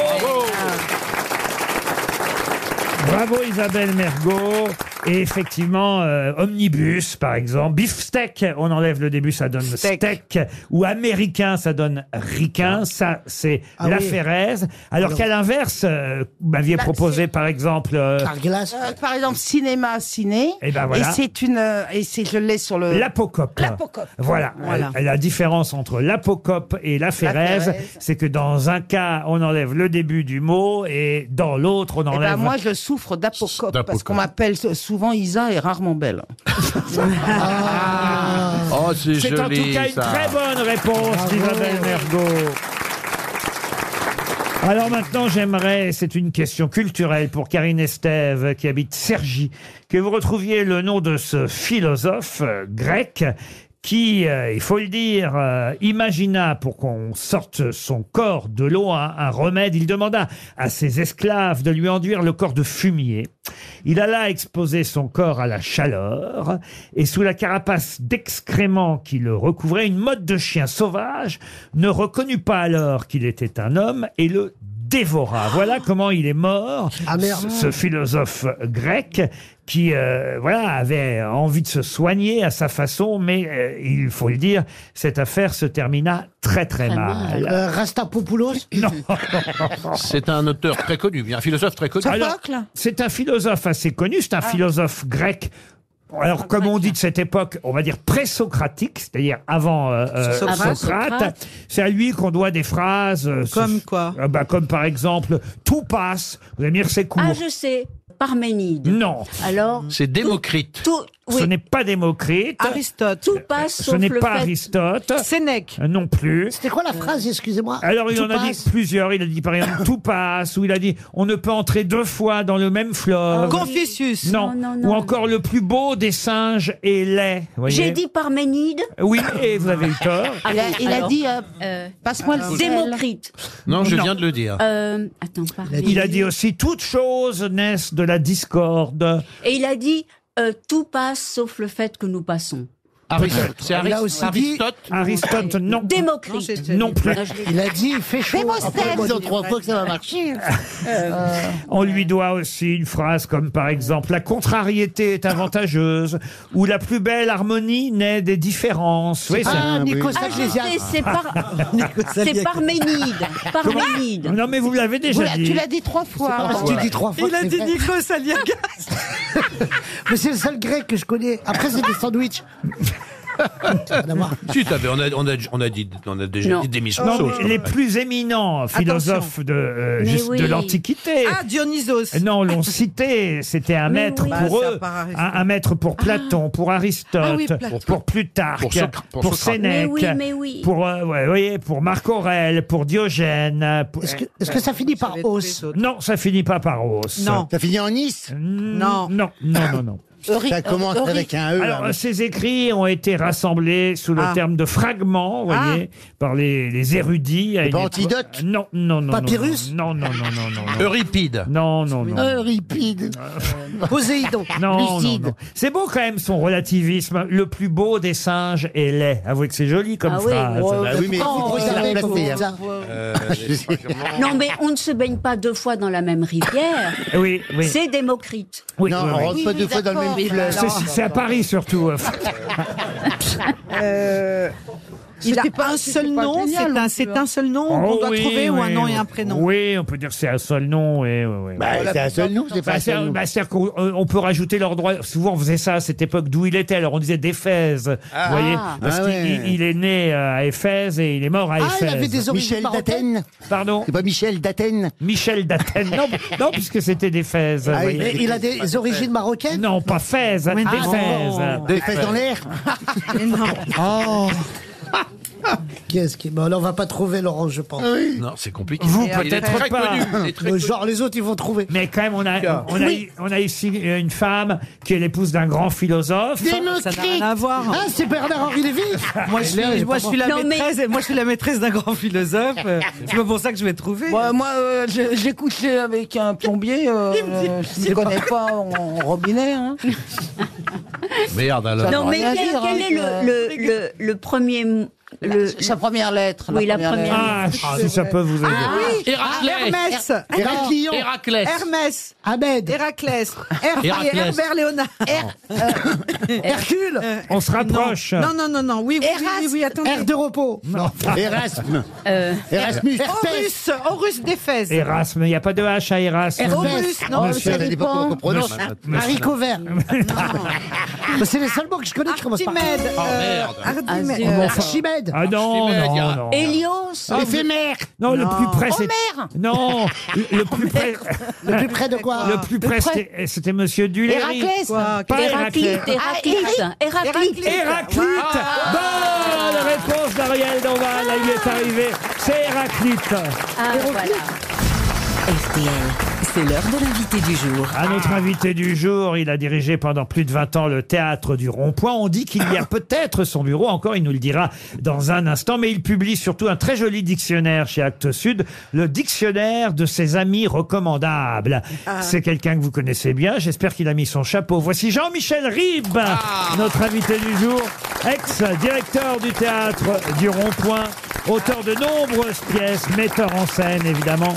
[SPEAKER 2] Bravo Isabelle Mergot. Et effectivement, euh, omnibus, par exemple. Beefsteak, on enlève le début, ça donne steak. Ou américain, ça donne ricain. Ça, c'est
[SPEAKER 6] Ah
[SPEAKER 2] la
[SPEAKER 6] oui.
[SPEAKER 2] Ferrez. Alors
[SPEAKER 6] Alors.
[SPEAKER 2] qu'à l'inverse, euh, vous m'aviez
[SPEAKER 3] Là,
[SPEAKER 2] proposé, par exemple, euh,
[SPEAKER 3] Euh, par exemple, cinéma, ciné.
[SPEAKER 2] Eh ben voilà.
[SPEAKER 3] Et c'est une. euh, Et c'est, je l'ai sur le.
[SPEAKER 2] L'apocope.
[SPEAKER 3] L'apocope.
[SPEAKER 2] Voilà. Euh, La différence entre l'apocope et l'aphérèse,
[SPEAKER 3] L'aphérèse.
[SPEAKER 2] c'est que dans un cas, on enlève le début du mot et dans l'autre, on
[SPEAKER 3] Eh ben,
[SPEAKER 2] enlève.
[SPEAKER 3] moi, je souffre d'apocope parce
[SPEAKER 2] D'apocope.
[SPEAKER 3] qu'on m'appelle souvent Isa et rarement Belle.
[SPEAKER 6] Ah.
[SPEAKER 7] Oh, c'est
[SPEAKER 2] C'est en tout cas une très bonne réponse d'Isabelle Mergot. Alors maintenant, j'aimerais, c'est une question culturelle pour Karine Estève qui habite Cergy, que vous retrouviez le nom de ce philosophe euh, grec qui, euh, il faut le dire, euh, imagina pour qu'on sorte son corps de l'eau un, un remède. Il demanda à ses esclaves de lui enduire le corps de fumier. Il alla exposer son corps à la chaleur et sous la carapace d'excréments qui le recouvrait, une mode de chiens sauvages ne reconnut pas alors qu'il était un homme et le dévora. Voilà comment il est mort, ce, ce philosophe grec qui euh, voilà avait envie de se soigner à sa façon, mais euh, il faut le dire, cette affaire se termina très très, mal.
[SPEAKER 6] Euh, Rastapopoulos
[SPEAKER 2] Non.
[SPEAKER 7] C'est un auteur très connu, bien un philosophe très connu. Ah,
[SPEAKER 2] Alors, C'est un philosophe assez connu,
[SPEAKER 5] Ah.
[SPEAKER 2] c'est un philosophe grec. Alors, comme on dit de cette époque, on va dire pré-socratique, c'est-à-dire avant euh, euh,
[SPEAKER 11] Socrate. Avant
[SPEAKER 2] Socrate.
[SPEAKER 11] Socrate.
[SPEAKER 2] C'est à lui qu'on doit des phrases. euh, comme quoi bah, Comme par exemple, tout passe. Vous allez me dire, c'est court.
[SPEAKER 5] Ah, je sais. Parménide.
[SPEAKER 2] Non.
[SPEAKER 5] Alors,
[SPEAKER 7] C'est Démocrite.
[SPEAKER 5] tout.
[SPEAKER 2] Ce
[SPEAKER 5] Oui.
[SPEAKER 2] n'est pas Démocrite.
[SPEAKER 3] Euh,
[SPEAKER 5] Aristote. Tout passe
[SPEAKER 2] Euh, Ce
[SPEAKER 5] sauf
[SPEAKER 2] n'est
[SPEAKER 5] le
[SPEAKER 2] pas
[SPEAKER 5] fait-
[SPEAKER 2] Aristote.
[SPEAKER 11] Sénèque.
[SPEAKER 2] Non plus.
[SPEAKER 6] C'était
[SPEAKER 11] Euh.
[SPEAKER 6] quoi la phrase, excusez-moi
[SPEAKER 2] Alors, il
[SPEAKER 6] Tout
[SPEAKER 2] en a
[SPEAKER 6] passe.
[SPEAKER 2] dit plusieurs. Il a dit, par exemple, tout passe, ou il a dit, on ne peut entrer deux fois dans le même
[SPEAKER 5] Ah
[SPEAKER 2] fleuve.
[SPEAKER 5] oui. Confucius.
[SPEAKER 2] Non.
[SPEAKER 5] Non, non,
[SPEAKER 2] Ou
[SPEAKER 5] non.
[SPEAKER 2] encore, le plus beau des singes est laid. Vous voyez
[SPEAKER 5] J'ai dit Parménide.
[SPEAKER 2] Oui, et vous avez eu tort.
[SPEAKER 3] Il a, il a
[SPEAKER 5] Alors euh,
[SPEAKER 3] dit, euh, passe-moi le sel.
[SPEAKER 5] Démocrite.
[SPEAKER 7] Non, je viens de le dire.
[SPEAKER 5] Euh, attends, Parménide.
[SPEAKER 2] Ah. Il a dit aussi, toutes choses naissent de la discorde.
[SPEAKER 5] Et il a dit euh, tout passe sauf le fait que nous passons.
[SPEAKER 9] Aristote.
[SPEAKER 6] Peut-être.
[SPEAKER 9] C'est Aris-
[SPEAKER 6] Il a aussi dit-
[SPEAKER 9] Aristote
[SPEAKER 2] Aristote, non.
[SPEAKER 6] Démoclite.
[SPEAKER 2] Non
[SPEAKER 5] Ah,
[SPEAKER 2] plus.
[SPEAKER 6] Il a dit, il fait chaud. Après, moi, disons trois fois que ça va marcher. Euh,
[SPEAKER 2] On lui doit aussi une phrase comme par exemple La contrariété est avantageuse ou la plus belle harmonie naît des différences. Vous voyez,
[SPEAKER 6] Ah,
[SPEAKER 2] c'est-
[SPEAKER 6] Nicolas
[SPEAKER 5] Ah, je sais, c'est
[SPEAKER 2] Ah.
[SPEAKER 5] par... C'est Parménide.
[SPEAKER 2] Comment
[SPEAKER 5] Parménide.
[SPEAKER 2] Non, mais vous l'avez déjà
[SPEAKER 5] Voilà,
[SPEAKER 2] dit.
[SPEAKER 5] tu l'as dit trois fois.
[SPEAKER 16] Ah,
[SPEAKER 6] C'est pas parce que tu dis trois fois.
[SPEAKER 5] Il a dit
[SPEAKER 6] Nikos Aliagas. Mais c'est le seul grec que je connais. Après, c'est des sandwichs.
[SPEAKER 7] Si, t'avais- on a, on, a, on, a dit, on a déjà
[SPEAKER 2] Non.
[SPEAKER 7] dit des mises
[SPEAKER 2] Non,
[SPEAKER 7] en sauce,
[SPEAKER 2] mais
[SPEAKER 7] quand
[SPEAKER 2] les
[SPEAKER 7] même.
[SPEAKER 2] plus éminents philosophes de, euh,
[SPEAKER 11] Mais
[SPEAKER 2] juste de
[SPEAKER 11] oui.
[SPEAKER 2] l'Antiquité. Euh,
[SPEAKER 11] Ah, Dionysos.
[SPEAKER 2] Non, l'ont cité. C'était un
[SPEAKER 11] Mais
[SPEAKER 2] maître
[SPEAKER 11] oui.
[SPEAKER 2] pour
[SPEAKER 11] Bah, ça
[SPEAKER 2] eux,
[SPEAKER 11] part Aristote.
[SPEAKER 2] un, un maître pour Platon, pour Aristote,
[SPEAKER 11] Ah oui, Platon.
[SPEAKER 2] pour Plutarque,
[SPEAKER 11] Pour
[SPEAKER 2] pour,
[SPEAKER 11] Socra- pour Socrate.
[SPEAKER 2] Sénèque,
[SPEAKER 11] Mais oui, mais oui.
[SPEAKER 2] pour euh, ouais, vous voyez, pour Marc Aurèle, pour Diogène. pour-
[SPEAKER 6] Est-ce que, est-ce que ça finit par os
[SPEAKER 2] Non, ça finit pas par os.
[SPEAKER 6] Non.
[SPEAKER 2] Ça finit en Nice Non. Non, non, non, non.
[SPEAKER 6] Ori- Ça commence Ori- avec un E,
[SPEAKER 2] Alors,
[SPEAKER 6] hein.
[SPEAKER 2] ces écrits ont été rassemblés sous le
[SPEAKER 6] Ah.
[SPEAKER 2] terme de fragments, vous
[SPEAKER 6] Ah.
[SPEAKER 2] voyez, par les, les érudits.
[SPEAKER 6] Et
[SPEAKER 2] à une
[SPEAKER 6] pas
[SPEAKER 2] époque-
[SPEAKER 6] Antidote
[SPEAKER 2] Non, non, non. non,
[SPEAKER 6] Papyrus
[SPEAKER 2] Non, non, non, non, non. non.
[SPEAKER 7] Euripide.
[SPEAKER 2] Non, non, Euh, non.
[SPEAKER 9] Euh,
[SPEAKER 6] Euripide. Poséidon.
[SPEAKER 2] Non, non,
[SPEAKER 6] Lucide.
[SPEAKER 2] non. C'est beau quand même son relativisme. Le plus beau des singes est laid. Avouez que c'est joli comme
[SPEAKER 5] Ah oui,
[SPEAKER 2] phrase.
[SPEAKER 5] ouais,
[SPEAKER 25] Bah oui, mais faut se la remplacer, hein.
[SPEAKER 5] Non, mais on ne se baigne pas deux fois dans la même rivière.
[SPEAKER 2] Oui, oui.
[SPEAKER 5] C'est Démocrite.
[SPEAKER 2] Oui, oui, oui. C'est-
[SPEAKER 5] fleuve.
[SPEAKER 2] C'est c'est à Paris surtout. hein.
[SPEAKER 11] Euh, Il a un seul nom, c'est un, c'est un seul nom qu'on
[SPEAKER 2] Oh
[SPEAKER 11] doit
[SPEAKER 2] oui,
[SPEAKER 11] trouver ou un
[SPEAKER 2] oui,
[SPEAKER 11] nom et
[SPEAKER 2] oui.
[SPEAKER 11] un prénom.
[SPEAKER 2] Oui, on peut dire que c'est un seul nom. Et, oui, oui,
[SPEAKER 25] Bah,
[SPEAKER 2] oui.
[SPEAKER 25] c'est un seul nom, c'est pas
[SPEAKER 2] Bah,
[SPEAKER 25] un seul
[SPEAKER 2] c'est-
[SPEAKER 25] nom.
[SPEAKER 2] bah, c'est-à-dire qu'on euh, on peut rajouter leur droit. Souvent, on faisait ça à cette époque d'où il était. Alors, on disait d'Éphèse.
[SPEAKER 25] Ah.
[SPEAKER 2] vous voyez
[SPEAKER 25] Ah.
[SPEAKER 2] Parce
[SPEAKER 25] Ah
[SPEAKER 2] qu'il
[SPEAKER 25] ouais.
[SPEAKER 2] il- il est né euh, à Éphèse et il est mort à
[SPEAKER 25] Ah,
[SPEAKER 2] Éphèse.
[SPEAKER 25] il avait des origines Michel parentales d'Athènes
[SPEAKER 2] Pardon C'est
[SPEAKER 25] pas Michel d'Athènes
[SPEAKER 2] Michel d'Athènes. Non, non, puisque c'était d'Éphèse.
[SPEAKER 6] Ah,
[SPEAKER 2] vous
[SPEAKER 6] il-
[SPEAKER 2] voyez.
[SPEAKER 6] il a des origines marocaines
[SPEAKER 2] Non, pas
[SPEAKER 25] Ah,
[SPEAKER 2] Fès,
[SPEAKER 6] Mais
[SPEAKER 2] d'Éphèse.
[SPEAKER 6] non.
[SPEAKER 25] Des fesses dans l'air
[SPEAKER 6] Oh Qu'est-ce qui. Bon, là, on va pas trouver Laurent, je pense.
[SPEAKER 7] Non, c'est compliqué.
[SPEAKER 6] Vous,
[SPEAKER 7] Il est
[SPEAKER 6] peut-être
[SPEAKER 7] très
[SPEAKER 6] pas.
[SPEAKER 7] connu, il est très
[SPEAKER 6] Mais Genre, les autres, ils vont trouver.
[SPEAKER 2] Mais quand même, on a, on, a,
[SPEAKER 6] Oui.
[SPEAKER 2] on a ici euh, une femme qui est l'épouse d'un grand philosophe.
[SPEAKER 11] Ça n'a rien à voir.
[SPEAKER 6] Ah, c'est Bernard-Henri Lévy
[SPEAKER 11] Moi, je suis,
[SPEAKER 2] Là, j'ai
[SPEAKER 11] moi,
[SPEAKER 2] pas
[SPEAKER 11] je suis la
[SPEAKER 2] compris. Non, mais-
[SPEAKER 11] maîtresse, moi, je suis la maîtresse d'un grand philosophe. euh, C'est pas pour ça que je vais trouver.
[SPEAKER 16] moi, euh, j'ai j'ai couché avec un plombier. euh, je ne connais pas en robinet. hein.
[SPEAKER 7] Merde alors.
[SPEAKER 5] Non, mais
[SPEAKER 16] rien à
[SPEAKER 5] quel,
[SPEAKER 16] dire,
[SPEAKER 5] quel
[SPEAKER 16] hein,
[SPEAKER 5] est le,
[SPEAKER 16] que-
[SPEAKER 5] le, le, le premier. m- Le,
[SPEAKER 16] Sa première lettre.
[SPEAKER 5] Oui, la première.
[SPEAKER 2] Ah,
[SPEAKER 5] lettre. Ah,
[SPEAKER 2] si ça peut vous aider.
[SPEAKER 11] Hermès.
[SPEAKER 6] Héraclion.
[SPEAKER 11] Héraclès. Hermès.
[SPEAKER 6] Ahmed.
[SPEAKER 11] Héraclès. Her-
[SPEAKER 2] Héraclès.
[SPEAKER 11] Herbert Léonard.
[SPEAKER 6] Hercule.
[SPEAKER 2] Euh, On se rapproche.
[SPEAKER 11] Non, non, non, non. Oui, oui, oui, oui, oui, attendez. Euh,
[SPEAKER 6] Air de repos.
[SPEAKER 2] Non.
[SPEAKER 25] Erasme.
[SPEAKER 6] Erasmus.
[SPEAKER 11] Horus. Horus d'Éphèse.
[SPEAKER 2] Erasme, il n'y a pas de H à Erasme.
[SPEAKER 6] Hermès. Non,
[SPEAKER 2] Monsieur-
[SPEAKER 6] ça dépend comment on prononce.
[SPEAKER 2] Monsieur-
[SPEAKER 6] Haricot vert. Mais C'est les seuls mots que je connais qui commencent par
[SPEAKER 11] Archimède.
[SPEAKER 2] Oh,
[SPEAKER 6] Ah,
[SPEAKER 11] Archimède.
[SPEAKER 6] Euh, Archimède.
[SPEAKER 2] Ah non, non, non, non.
[SPEAKER 5] Hélios.
[SPEAKER 2] Ah,
[SPEAKER 6] Éphémère.
[SPEAKER 2] Non, le plus près, c'est-
[SPEAKER 16] Homère.
[SPEAKER 2] Non, le le plus près.
[SPEAKER 6] Le plus près de quoi
[SPEAKER 2] Le plus près, c'était- eh, c'était Monsieur Duléry.
[SPEAKER 5] Héraclès.
[SPEAKER 2] Quoi Pas
[SPEAKER 5] Héraclite.
[SPEAKER 2] Héraclès. Ah.
[SPEAKER 5] Héraclite. Héraclite.
[SPEAKER 2] Héraclite Bonne réponse d'Ariel Dombal, là il est arrivé. C'est Héraclite.
[SPEAKER 5] Ah, voilà.
[SPEAKER 24] RTL, c'est l'heure de l'invité du jour.
[SPEAKER 2] À notre invité du jour, il a dirigé pendant plus de 20 ans le théâtre du Rond-Point. On dit qu'il y a peut-être son bureau encore, il nous le dira dans un instant, mais il publie surtout un très joli dictionnaire chez Actes Sud, le dictionnaire de ses amis recommandables.
[SPEAKER 24] Ah.
[SPEAKER 2] C'est quelqu'un que vous connaissez bien, j'espère qu'il a mis son chapeau. Voici Jean-Michel Ribes,
[SPEAKER 24] Ah.
[SPEAKER 2] notre invité du jour, ex-directeur du théâtre du Rond-Point, auteur de nombreuses pièces, metteur en scène évidemment.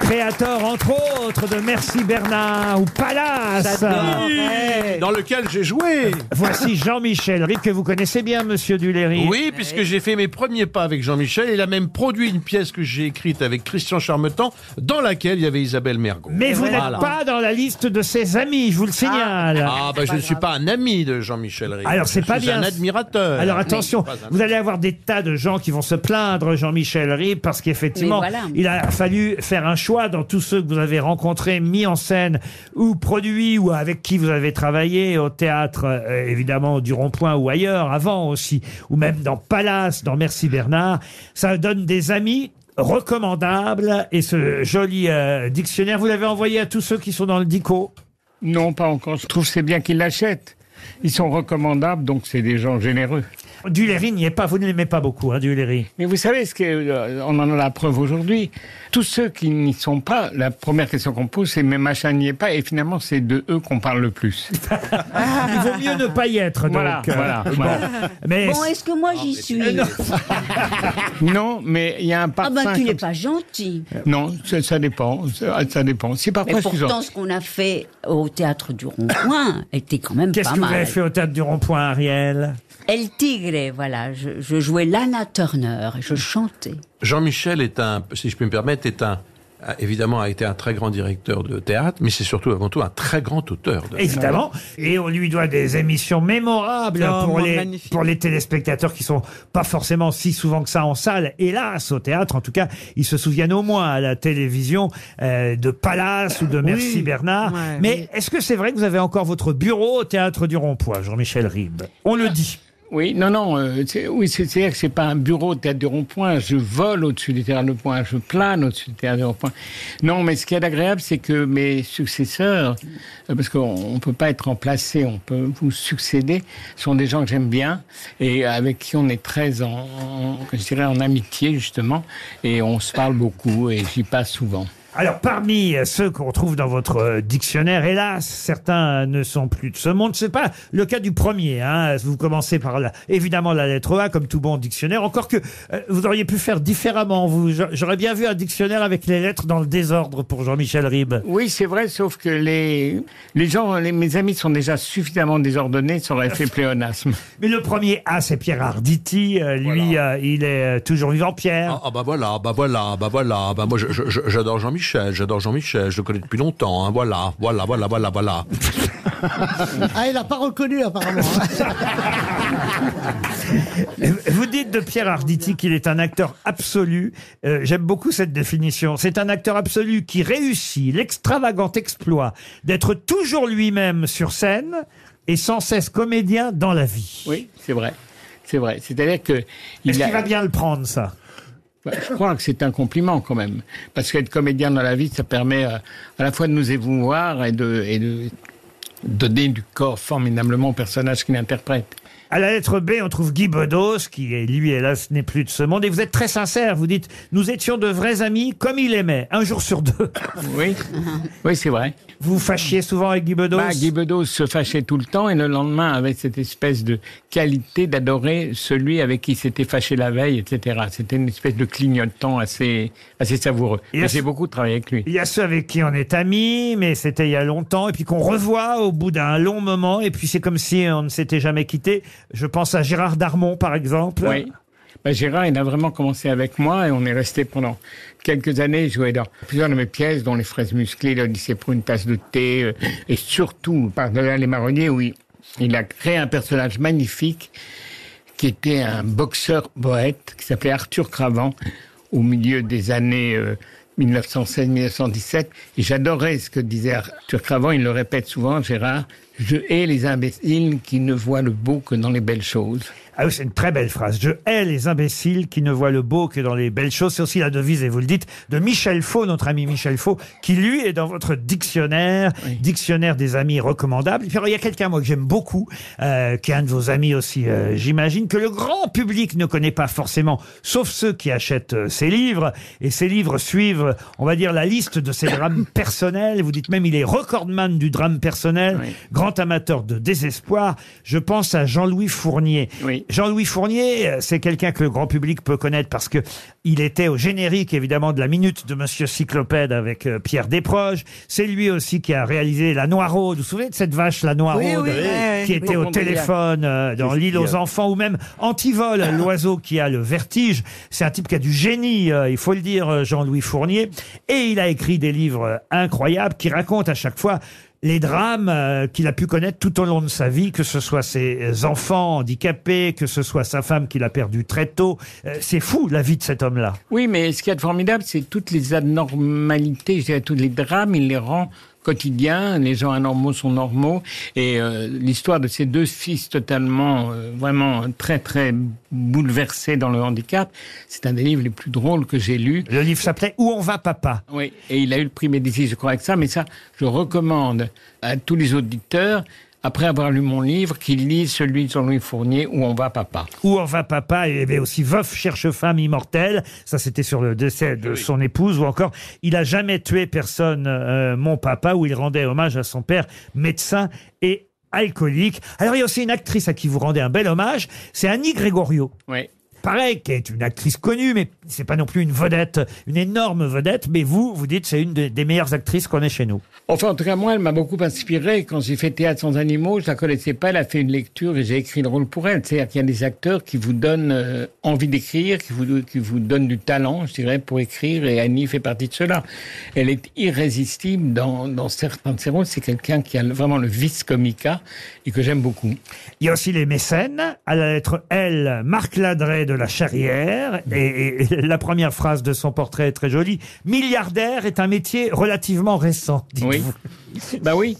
[SPEAKER 2] Créateur, entre autres, de Merci Bernard ou Palace.
[SPEAKER 7] Dans lequel j'ai joué.
[SPEAKER 2] Voici Jean-Michel Ribes, que vous connaissez bien, monsieur Duléry.
[SPEAKER 7] Oui, puisque j'ai fait mes premiers pas avec Jean-Michel. Il a même produit une pièce que j'ai écrite avec Christian Charmetan, dans laquelle il y avait Isabelle Mergo.
[SPEAKER 2] Mais vous
[SPEAKER 7] Voilà.
[SPEAKER 2] n'êtes pas dans la liste de ses amis, je vous le signale.
[SPEAKER 7] Ah, bah je ne suis pas un ami de Jean-Michel Ribes.
[SPEAKER 2] Alors, c'est
[SPEAKER 7] Je
[SPEAKER 2] pas
[SPEAKER 7] suis
[SPEAKER 2] bien.
[SPEAKER 7] un admirateur.
[SPEAKER 2] Alors attention,
[SPEAKER 7] Mais je suis pas un
[SPEAKER 2] vous allez avoir des tas de gens qui vont se plaindre, Jean-Michel Ribes, parce qu'effectivement,
[SPEAKER 7] Mais voilà.
[SPEAKER 2] il a fallu faire un choix dans tous ceux que vous avez rencontrés, mis en scène ou produits, ou avec qui vous avez travaillé au théâtre, euh, évidemment, du Rond-Point ou ailleurs, avant aussi, ou même dans Palace, dans Merci Bernard. Ça donne des amis recommandables et ce joli euh, dictionnaire, vous l'avez envoyé à tous ceux qui sont dans le DICO
[SPEAKER 26] Non, pas encore. Je trouve que c'est bien qu'ils l'achètent. Ils sont recommandables, donc c'est des gens généreux.
[SPEAKER 2] Duléry n'y est pas, vous ne l'aimez pas beaucoup, hein, Duléry.
[SPEAKER 26] Mais vous savez ce que euh, on en a la preuve aujourd'hui. Tous ceux qui n'y sont pas, la première question qu'on pose, c'est mais machin n'y est pas, et finalement c'est de eux qu'on parle le plus.
[SPEAKER 2] Il vaut mieux ne pas y être. Donc,
[SPEAKER 26] Voilà,
[SPEAKER 2] euh,
[SPEAKER 26] voilà,
[SPEAKER 2] bon.
[SPEAKER 26] voilà.
[SPEAKER 2] Mais
[SPEAKER 5] Bon, est-ce que moi j'y suis
[SPEAKER 26] non, mais il y a un
[SPEAKER 5] Ah
[SPEAKER 26] parfum.
[SPEAKER 5] ben tu n'es
[SPEAKER 26] comme-
[SPEAKER 5] pas gentil.
[SPEAKER 2] Euh,
[SPEAKER 26] Non, ça, ça dépend, ça, ça dépend. C'est
[SPEAKER 5] Mais
[SPEAKER 26] parfois
[SPEAKER 5] pourtant,
[SPEAKER 26] suffisant.
[SPEAKER 5] ce qu'on a fait au théâtre du Rond-Point était quand même
[SPEAKER 2] Qu'est-ce
[SPEAKER 5] pas
[SPEAKER 2] que vous avez
[SPEAKER 5] mal.
[SPEAKER 2] fait au théâtre du Rond-Point, Ariel
[SPEAKER 5] El Tigre, voilà. Je, je jouais Lana Turner et je chantais.
[SPEAKER 7] Jean-Michel est un, si je peux me permettre, est un, a- évidemment, a été un très grand directeur de théâtre, mais c'est surtout avant tout un très grand auteur. De
[SPEAKER 2] Évidemment. Et on lui doit des émissions mémorables
[SPEAKER 7] Oh,
[SPEAKER 2] pour,
[SPEAKER 7] moi,
[SPEAKER 2] les,
[SPEAKER 7] magnifique.
[SPEAKER 2] pour les téléspectateurs qui sont pas forcément si souvent que ça en salle. Hélas, au théâtre, en tout cas, ils se souviennent au moins à la télévision euh, de Palace ou de Merci Bernard.
[SPEAKER 11] Ouais,
[SPEAKER 2] Mais est-ce que c'est vrai que vous avez encore votre bureau au théâtre du Rond-Point, Jean-Michel Ribes On le dit.
[SPEAKER 26] Oui, non, non. euh, c'est- oui, c'est- c'est-à-dire que c'est pas un bureau de théâtre du rond-point. Je vole au-dessus du théâtre du rond-point. Je plane au-dessus du théâtre du rond-point. Non, mais ce qui est agréable, c'est que mes successeurs, euh, parce qu'on ne peut pas être remplacé, on peut vous succéder, sont des gens que j'aime bien et avec qui on est très en, en- je dirais en amitié justement, et on se parle beaucoup et j'y passe souvent.
[SPEAKER 2] Alors, parmi euh, ceux qu'on trouve dans votre euh, dictionnaire, hélas, certains euh, ne sont plus de ce monde. C'est pas le cas du premier. Hein. Vous commencez par la- évidemment la lettre A, comme tout bon dictionnaire. Encore que euh, vous auriez pu faire différemment. Vous, J'a- j'aurais bien vu un dictionnaire avec les lettres dans le désordre pour Jean-Michel Ribes.
[SPEAKER 26] Oui, c'est vrai, sauf que les, les gens, les- mes amis sont déjà suffisamment désordonnés, ça aurait fait pléonasme.
[SPEAKER 2] Mais le premier A, c'est Pierre Arditi. Euh, lui, euh, il est euh, toujours vivant, Pierre.
[SPEAKER 7] Ah, ah, bah voilà, bah voilà, bah voilà, bah moi je- je- je- j'adore Jean-Michel, j'adore Jean-Michel, je le connais depuis longtemps, hein, voilà, voilà, voilà, voilà, voilà.
[SPEAKER 6] Ah, il n'a pas reconnu, apparemment.
[SPEAKER 2] Euh, Vous dites de Pierre Arditi qu'il est un acteur absolu. Euh, J'aime beaucoup cette définition. C'est un acteur absolu qui réussit l'extravagant exploit d'être toujours lui-même sur scène et sans cesse comédien dans la vie.
[SPEAKER 26] Oui, c'est vrai. C'est vrai. C'est-à-dire que.
[SPEAKER 2] Est-ce qu'il va bien le prendre, ça
[SPEAKER 26] Bah, Je crois que c'est un compliment quand même. Parce qu'être comédien dans la vie, ça permet euh, à la fois de nous émouvoir et de, et de donner du corps formidablement au personnage qu'il interprète.
[SPEAKER 2] À la lettre B, on trouve Guy Bedos, qui est, lui, hélas, n'est plus de ce monde. Et vous êtes très sincère, vous dites, nous étions de vrais amis comme il aimait, un jour sur deux.
[SPEAKER 26] Oui, oui c'est vrai.
[SPEAKER 2] Vous vous fâchiez souvent avec Guy Bedos
[SPEAKER 26] Bah, Guy Bedos se fâchait tout le temps et le lendemain avait cette espèce de qualité d'adorer celui avec qui s'était fâché la veille, etc. C'était une espèce de clignotant assez, assez savoureux.
[SPEAKER 2] Et
[SPEAKER 26] Et
[SPEAKER 2] est-ce-
[SPEAKER 26] j'ai beaucoup travaillé avec lui.
[SPEAKER 2] Il y a ceux avec qui on est amis, mais c'était il y a longtemps, et puis qu'on revoit au bout d'un long moment, et puis c'est comme si on ne s'était jamais quitté. Je pense à Gérard Darmon, par exemple.
[SPEAKER 26] Oui. Bah, Gérard, il a vraiment commencé avec moi et on est resté pendant quelques années. Il jouait dans plusieurs de mes pièces, dont Les fraises musclées, L'Odyssée pour une tasse de thé euh, et surtout Par-delà les marronniers, où il, il a créé un personnage magnifique qui était un boxeur poète qui s'appelait Arthur Cravant au milieu des années euh, 1916-1917. Et j'adorais ce que disait Arthur Cravant, il le répète souvent, Gérard, je hais les imbéciles qui ne voient le beau que dans les belles choses.
[SPEAKER 2] Ah oui, c'est une très belle phrase. Je hais les imbéciles qui ne voient le beau que dans les belles choses. C'est aussi la devise, et vous le dites, de Michel Faux, notre ami Michel Faux, qui lui est dans votre dictionnaire, dictionnaire des amis recommandables. Et puis alors, il y a quelqu'un, moi, que j'aime beaucoup, euh, qui est un de vos amis aussi, euh, j'imagine, que le grand public ne connaît pas forcément, sauf ceux qui achètent euh, ses livres. Et ses livres suivent, on va dire, la liste de ses drames personnels. Vous dites même, il est recordman du drame personnel, grand amateur de désespoir. Je pense à Jean-Louis Fournier. Jean-Louis Fournier, euh, c'est quelqu'un que le grand public peut connaître parce que il était au générique, évidemment, de la minute de Monsieur Cyclopède avec euh, Pierre Desproges. C'est lui aussi qui a réalisé La Noiraude. Vous vous souvenez de cette vache, La Noiraude,
[SPEAKER 11] Oui, oui, oui,
[SPEAKER 2] qui
[SPEAKER 11] oui.
[SPEAKER 2] était au
[SPEAKER 11] Bon,
[SPEAKER 2] téléphone euh, dans
[SPEAKER 11] Qu'est-ce
[SPEAKER 2] L'île
[SPEAKER 11] qu'il y
[SPEAKER 2] aux
[SPEAKER 11] a
[SPEAKER 2] enfants ou même Antivol, l'oiseau qui a le vertige. C'est un type qui a du génie, euh, il faut le dire, euh, Jean-Louis Fournier. Et il a écrit des livres euh, incroyables qui racontent à chaque fois les drames euh, qu'il a pu connaître tout au long de sa vie, que ce soit ses euh, enfants handicapés, que ce soit sa femme qu'il a perdue très tôt. Euh, C'est fou la vie de cet homme-là.
[SPEAKER 26] Oui, mais ce qu'il y a de formidable, c'est toutes les anormalités, je dirais, tous les drames, il les rend quotidiens. Les gens anormaux sont normaux. Et euh, l'histoire de ces deux fils totalement, euh, vraiment très, très bouleversés dans le handicap, c'est un des livres les plus drôles que j'ai lus.
[SPEAKER 2] Le livre s'appelait Où on va, papa
[SPEAKER 26] Oui, et il a eu le prix Médicis, je crois, avec ça. Mais ça, je recommande à tous les auditeurs. après avoir lu mon livre, qu'ils lisent celui de Jean-Louis Fournier, Où on va papa.
[SPEAKER 2] Où en va papa Il y avait aussi Veuf cherche femme immortelle. Ça, c'était sur le décès de son épouse. Ou encore, Il a jamais tué personne, euh, mon papa, où il rendait hommage à son père, médecin et alcoolique. Alors, il y a aussi une actrice à qui vous rendez un bel hommage. C'est Annie Gregorio.
[SPEAKER 26] Oui.
[SPEAKER 2] Pareil, qui est une actrice connue, mais c'est pas non plus une vedette, une énorme vedette. Mais vous, vous dites, c'est une des, des meilleures actrices qu'on ait chez nous.
[SPEAKER 26] Enfin, en tout cas, moi, elle m'a beaucoup inspiré. Quand j'ai fait Théâtre sans animaux, je la connaissais pas. Elle a fait une lecture et j'ai écrit le rôle pour elle. C'est-à-dire qu'il y a des acteurs qui vous donnent euh, envie d'écrire, qui vous, qui vous donnent du talent, je dirais, pour écrire. Et Annie fait partie de cela. Elle est irrésistible dans, dans certains de ses rôles. C'est quelqu'un qui a le- vraiment le vice comica et que j'aime beaucoup.
[SPEAKER 2] Il y a aussi les mécènes, à la lettre L, Marc Ladret de la Charrière, et, et la première phrase de son portrait est très jolie. Milliardaire est un métier relativement récent,
[SPEAKER 26] Oui.
[SPEAKER 2] dites-vous.
[SPEAKER 26] bah oui.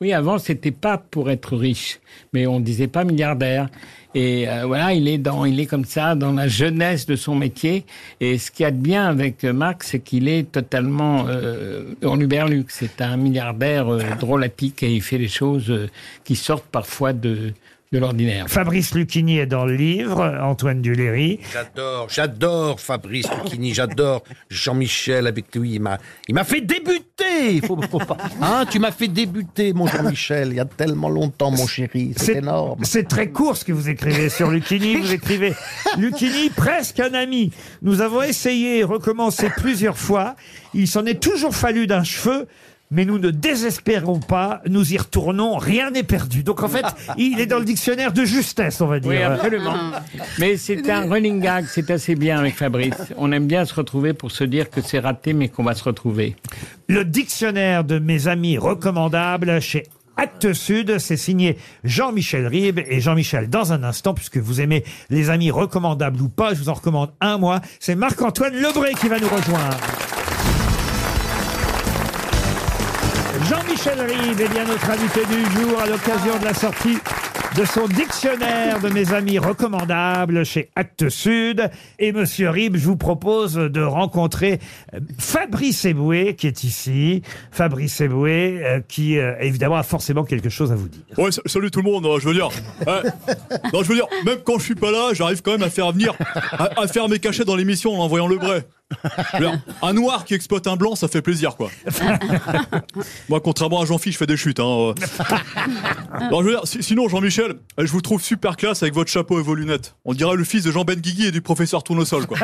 [SPEAKER 26] Oui, avant, c'était pas pour être riche, mais on disait pas milliardaire. Et euh, voilà, il est dans, il est comme ça dans la jeunesse de son métier. Et ce qu'il y a de bien avec euh, Marc, c'est qu'il est totalement euh, hurluberlu. C'est un milliardaire
[SPEAKER 2] Ah.
[SPEAKER 26] euh, drôlatique et il fait des choses euh, qui sortent parfois de de l'ordinaire.
[SPEAKER 2] Fabrice Lucchini est dans le livre, Antoine Duléry.
[SPEAKER 9] J'adore, j'adore Fabrice Lucchini, j'adore Jean-Michel avec lui. Il m'a, il m'a fait débuter. Faut, faut pas. Hein, tu m'as fait débuter, mon Jean-Michel, il y a tellement longtemps, mon chéri. C'est énorme.
[SPEAKER 2] C'est très court ce que vous écrivez sur Lucchini. Vous écrivez Lucchini, presque un ami. Nous avons essayé et recommencé plusieurs fois. Il s'en est toujours fallu d'un cheveu. Mais nous ne désespérons pas, nous y retournons, rien n'est perdu. Donc en fait, il est dans le dictionnaire de justesse, on va dire.
[SPEAKER 26] Oui, absolument. Mais c'est un running gag, c'est assez bien avec Fabrice. On aime bien se retrouver pour se dire que c'est raté, mais qu'on va se retrouver.
[SPEAKER 2] Le dictionnaire de mes amis recommandables chez Actes Sud, c'est signé Jean-Michel Ribes et Jean-Michel dans un instant, puisque vous aimez les amis recommandables ou pas, je vous en recommande un mois. C'est Marc-Antoine Lebré qui va nous rejoindre. Jean-Michel Rive est bien notre invité du jour à l'occasion de la sortie de son dictionnaire de mes amis recommandables chez Actes Sud. Et Monsieur Rib, je vous propose de rencontrer euh, Fabrice Eboué qui est ici. Fabrice Eboué euh, qui, euh, évidemment, a forcément quelque chose à vous dire.
[SPEAKER 15] Ouais, sa- salut tout le monde, euh, je veux dire. euh, non, je veux dire, même quand je suis pas là, j'arrive quand même à faire venir, à, à faire mes cachets dans l'émission en envoyant le vrai. Je veux dire, Un noir qui exploite un blanc, ça fait plaisir, quoi. Moi, contrairement à Jean-Philippe, je fais des chutes. Hein, euh. Non, je veux dire, si- sinon, Jean-Michel, euh, je vous trouve super classe avec votre chapeau et vos lunettes. On dirait le fils de Jean Benguigui et du professeur Tournesol, quoi.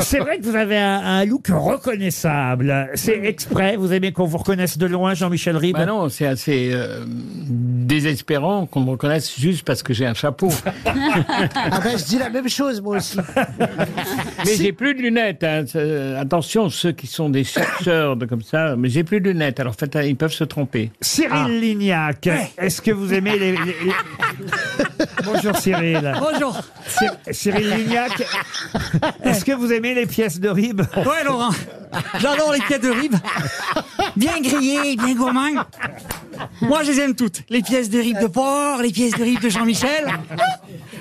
[SPEAKER 2] C'est vrai que vous avez un, un look reconnaissable. C'est exprès. Vous aimez qu'on vous reconnaisse de loin, Jean-Michel Ribes
[SPEAKER 26] Bah non, c'est assez euh, désespérant qu'on me reconnaisse juste parce que j'ai un chapeau.
[SPEAKER 6] Ah ben, je dis la même chose, moi aussi.
[SPEAKER 26] Mais j'ai plus de lunettes. hein. C'est- Attention, ceux qui sont des chercheurs de comme ça, mais j'ai plus de lunettes. Alors, en fait, ils peuvent se tromper.
[SPEAKER 2] Cyril
[SPEAKER 26] Ah.
[SPEAKER 2] Lignac, est-ce que vous aimez les... les- les- Bonjour Cyril.
[SPEAKER 27] Bonjour.
[SPEAKER 2] Cy- Cyril Lignac, est-ce que vous aimez les pièces de ribes
[SPEAKER 27] Ouais, Laurent. J'adore les pièces de ribs. Bien grillées, bien gourmandes. Moi, je les aime toutes. Les pièces de ribs de porc, les pièces de ribs de Jean-Michel.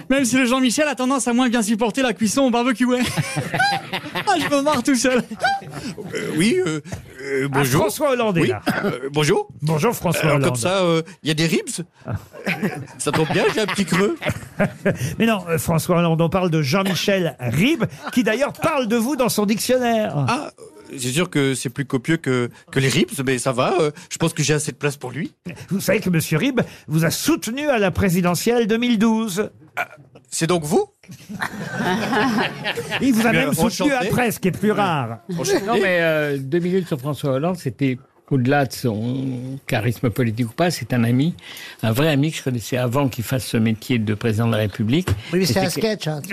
[SPEAKER 27] Même si le Jean-Michel a tendance à moins bien supporter la cuisson au barbecue. ouais. Ah, je me marre tout seul.
[SPEAKER 15] Euh, oui, euh, euh, bonjour.
[SPEAKER 2] Ah, François Hollande est
[SPEAKER 15] Oui,
[SPEAKER 2] là.
[SPEAKER 15] euh, bonjour.
[SPEAKER 2] Bonjour François
[SPEAKER 15] Alors,
[SPEAKER 2] Hollande. Ah.
[SPEAKER 15] Comme ça, euh, il y a des ribs. ça tombe bien, j'ai un petit creux.
[SPEAKER 2] Mais non, euh, François Hollande, on parle de Jean-Michel Ribes, qui d'ailleurs parle de vous dans son dictionnaire.
[SPEAKER 15] Ah, C'est sûr que c'est plus copieux que, que les ribs, mais ça va. euh, je pense que j'ai assez de place pour lui.
[SPEAKER 2] Vous savez que Monsieur Ribes vous a soutenu à la présidentielle 2012.
[SPEAKER 15] Euh, C'est donc vous
[SPEAKER 2] Ah, Il vous a
[SPEAKER 26] Mais,
[SPEAKER 2] même
[SPEAKER 26] euh,
[SPEAKER 2] soutenu
[SPEAKER 26] enchanté.
[SPEAKER 2] après, ce qui est plus rare.
[SPEAKER 26] Non, mais euh, deux minutes sur François Hollande, c'était au-delà de son charisme politique ou pas, c'est un ami, un vrai ami que je connaissais avant qu'il fasse ce métier de président de la République.
[SPEAKER 6] Oui, mais
[SPEAKER 26] Et
[SPEAKER 6] c'est un
[SPEAKER 26] que-
[SPEAKER 6] sketch. hein.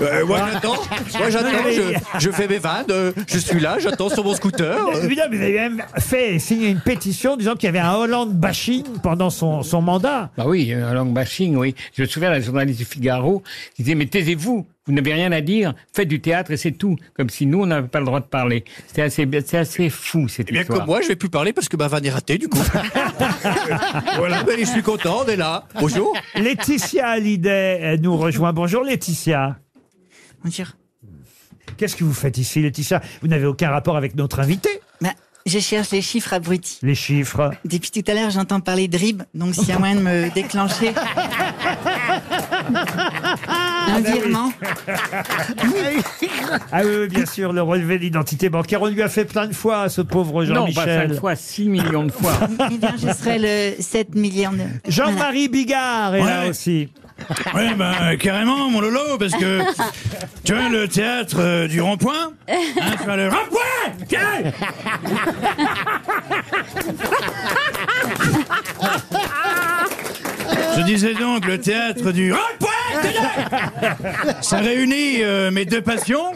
[SPEAKER 15] Euh, Moi j'attends, moi j'attends, je, je fais mes vannes, euh, je suis là, j'attends sur mon scooter. euh.
[SPEAKER 2] Mais Évidemment, vous avez même fait signer une pétition disant qu'il y avait un Hollande bashing pendant son, son mandat.
[SPEAKER 26] Bah oui, euh, un langue bashing, oui. Je me souviens, la journaliste du Figaro qui disait, mais taisez-vous, vous n'avez rien à dire, faites du théâtre et c'est tout. Comme si nous, on n'avait pas le droit de parler. C'était assez, c'est assez fou, cette
[SPEAKER 15] Et Eh bien
[SPEAKER 26] histoire.
[SPEAKER 15] comme moi, je vais plus parler parce que ma vanne est ratée du coup. voilà, Ah, mais je suis content, on est là. Bonjour.
[SPEAKER 2] Laetitia Hallyday euh, nous rejoint. Bonjour Laetitia.
[SPEAKER 27] Bonjour.
[SPEAKER 2] Qu'est-ce que vous faites ici, Laetitia Vous n'avez aucun rapport avec notre invité.
[SPEAKER 8] Bah, Je cherche les chiffres abrutis.
[SPEAKER 2] Les chiffres.
[SPEAKER 8] Depuis tout à l'heure, j'entends parler de RIB, donc s'il y a moyen de me déclencher un virement.
[SPEAKER 2] Ah oui, oui, bien sûr, le relevé d'identité bancaire. On lui a fait plein de fois, à ce pauvre
[SPEAKER 26] Non, pas
[SPEAKER 2] Jean-Michel.
[SPEAKER 26] cinq fois, 6 millions de fois.
[SPEAKER 8] Eh bien, je serai le 7 millions de...
[SPEAKER 2] Jean-Marie Bigard est là
[SPEAKER 14] Ouais.
[SPEAKER 2] aussi.
[SPEAKER 14] Oui, ben carrément, mon Lolo, parce que tu vois le théâtre euh, du rond-point, hein, tu vois le rond-point, tiens Je disais donc le théâtre du rond-point, tiens ça réunit euh, mes deux passions,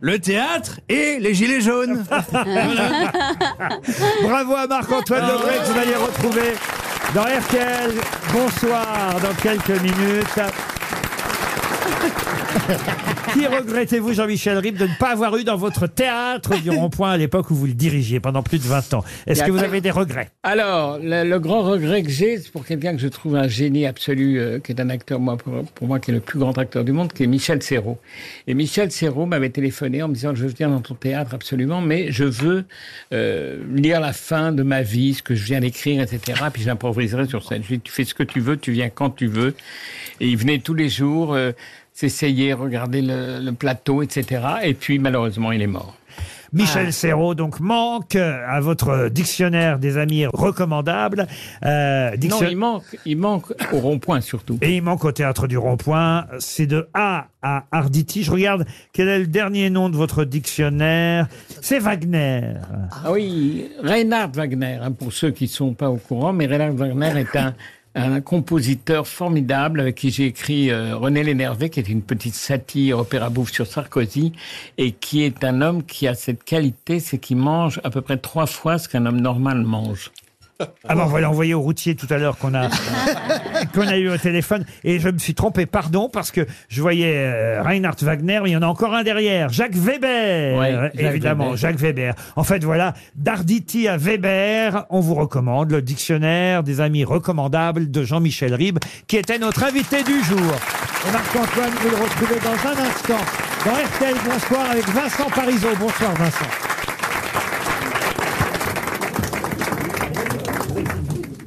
[SPEAKER 14] le théâtre et les gilets jaunes. Voilà.
[SPEAKER 2] Bravo à Marc-Antoine Lebret que vous allez retrouver dans RTL. Bonsoir dans quelques minutes. Qui regrettez-vous, Jean-Michel Rib, de ne pas avoir eu dans votre théâtre du Rond-Point à l'époque où vous le dirigiez pendant plus de 20 ans Est-ce que vous avez des regrets
[SPEAKER 26] Alors, le, le grand regret que j'ai, c'est pour quelqu'un que je trouve un génie absolu, euh, qui est un acteur, moi, pour, pour moi, qui est le plus grand acteur du monde, qui est Michel Serrault. Et Michel Serrault m'avait téléphoné en me disant, je veux venir dans ton théâtre absolument, mais je veux euh, lire la fin de ma vie, ce que je viens d'écrire, etc. Puis j'improviserai sur scène. Je lui ai dit, tu fais ce que tu veux, tu viens quand tu veux. Et il venait tous les jours euh, s'essayer, regarder le- le plateau, etc. Et puis, malheureusement, il est mort.
[SPEAKER 2] Michel
[SPEAKER 26] Ah.
[SPEAKER 2] Serrault, donc, manque euh, à votre dictionnaire des amis recommandables. Euh,
[SPEAKER 26] Non, il manque, il manque au rond-point surtout.
[SPEAKER 2] Et il manque au théâtre du rond-point. C'est de A à Arditi. Je regarde quel est le dernier nom de votre dictionnaire. C'est Wagner.
[SPEAKER 26] Ah oui, Reinhard Wagner, hein, pour ceux qui ne sont pas au courant, mais Reinhard Wagner est un, un compositeur formidable avec qui j'ai écrit euh, René Lénervé, qui est une petite satire opéra bouffe sur Sarkozy, et qui est un homme qui a cette qualité, c'est qu'il mange à peu près trois fois ce qu'un homme normal mange.
[SPEAKER 2] Ah bon, on va l'envoyer au routier tout à l'heure qu'on a, qu'on a eu au téléphone. Et je me suis trompé, pardon, parce que je voyais euh, Reinhard Wagner, mais il y en a encore un derrière. Jacques Weber,
[SPEAKER 26] Ouais, Jacques
[SPEAKER 2] évidemment.
[SPEAKER 26] Weber.
[SPEAKER 2] Jacques Weber. En fait, voilà, d'Arditi à Weber, on vous recommande le dictionnaire des amis recommandables de Jean-Michel Ribes, qui était notre invité du jour. Et Marc-Antoine, vous le retrouvez dans un instant dans RTL Bonsoir avec Vincent Parisot. Bonsoir, Vincent.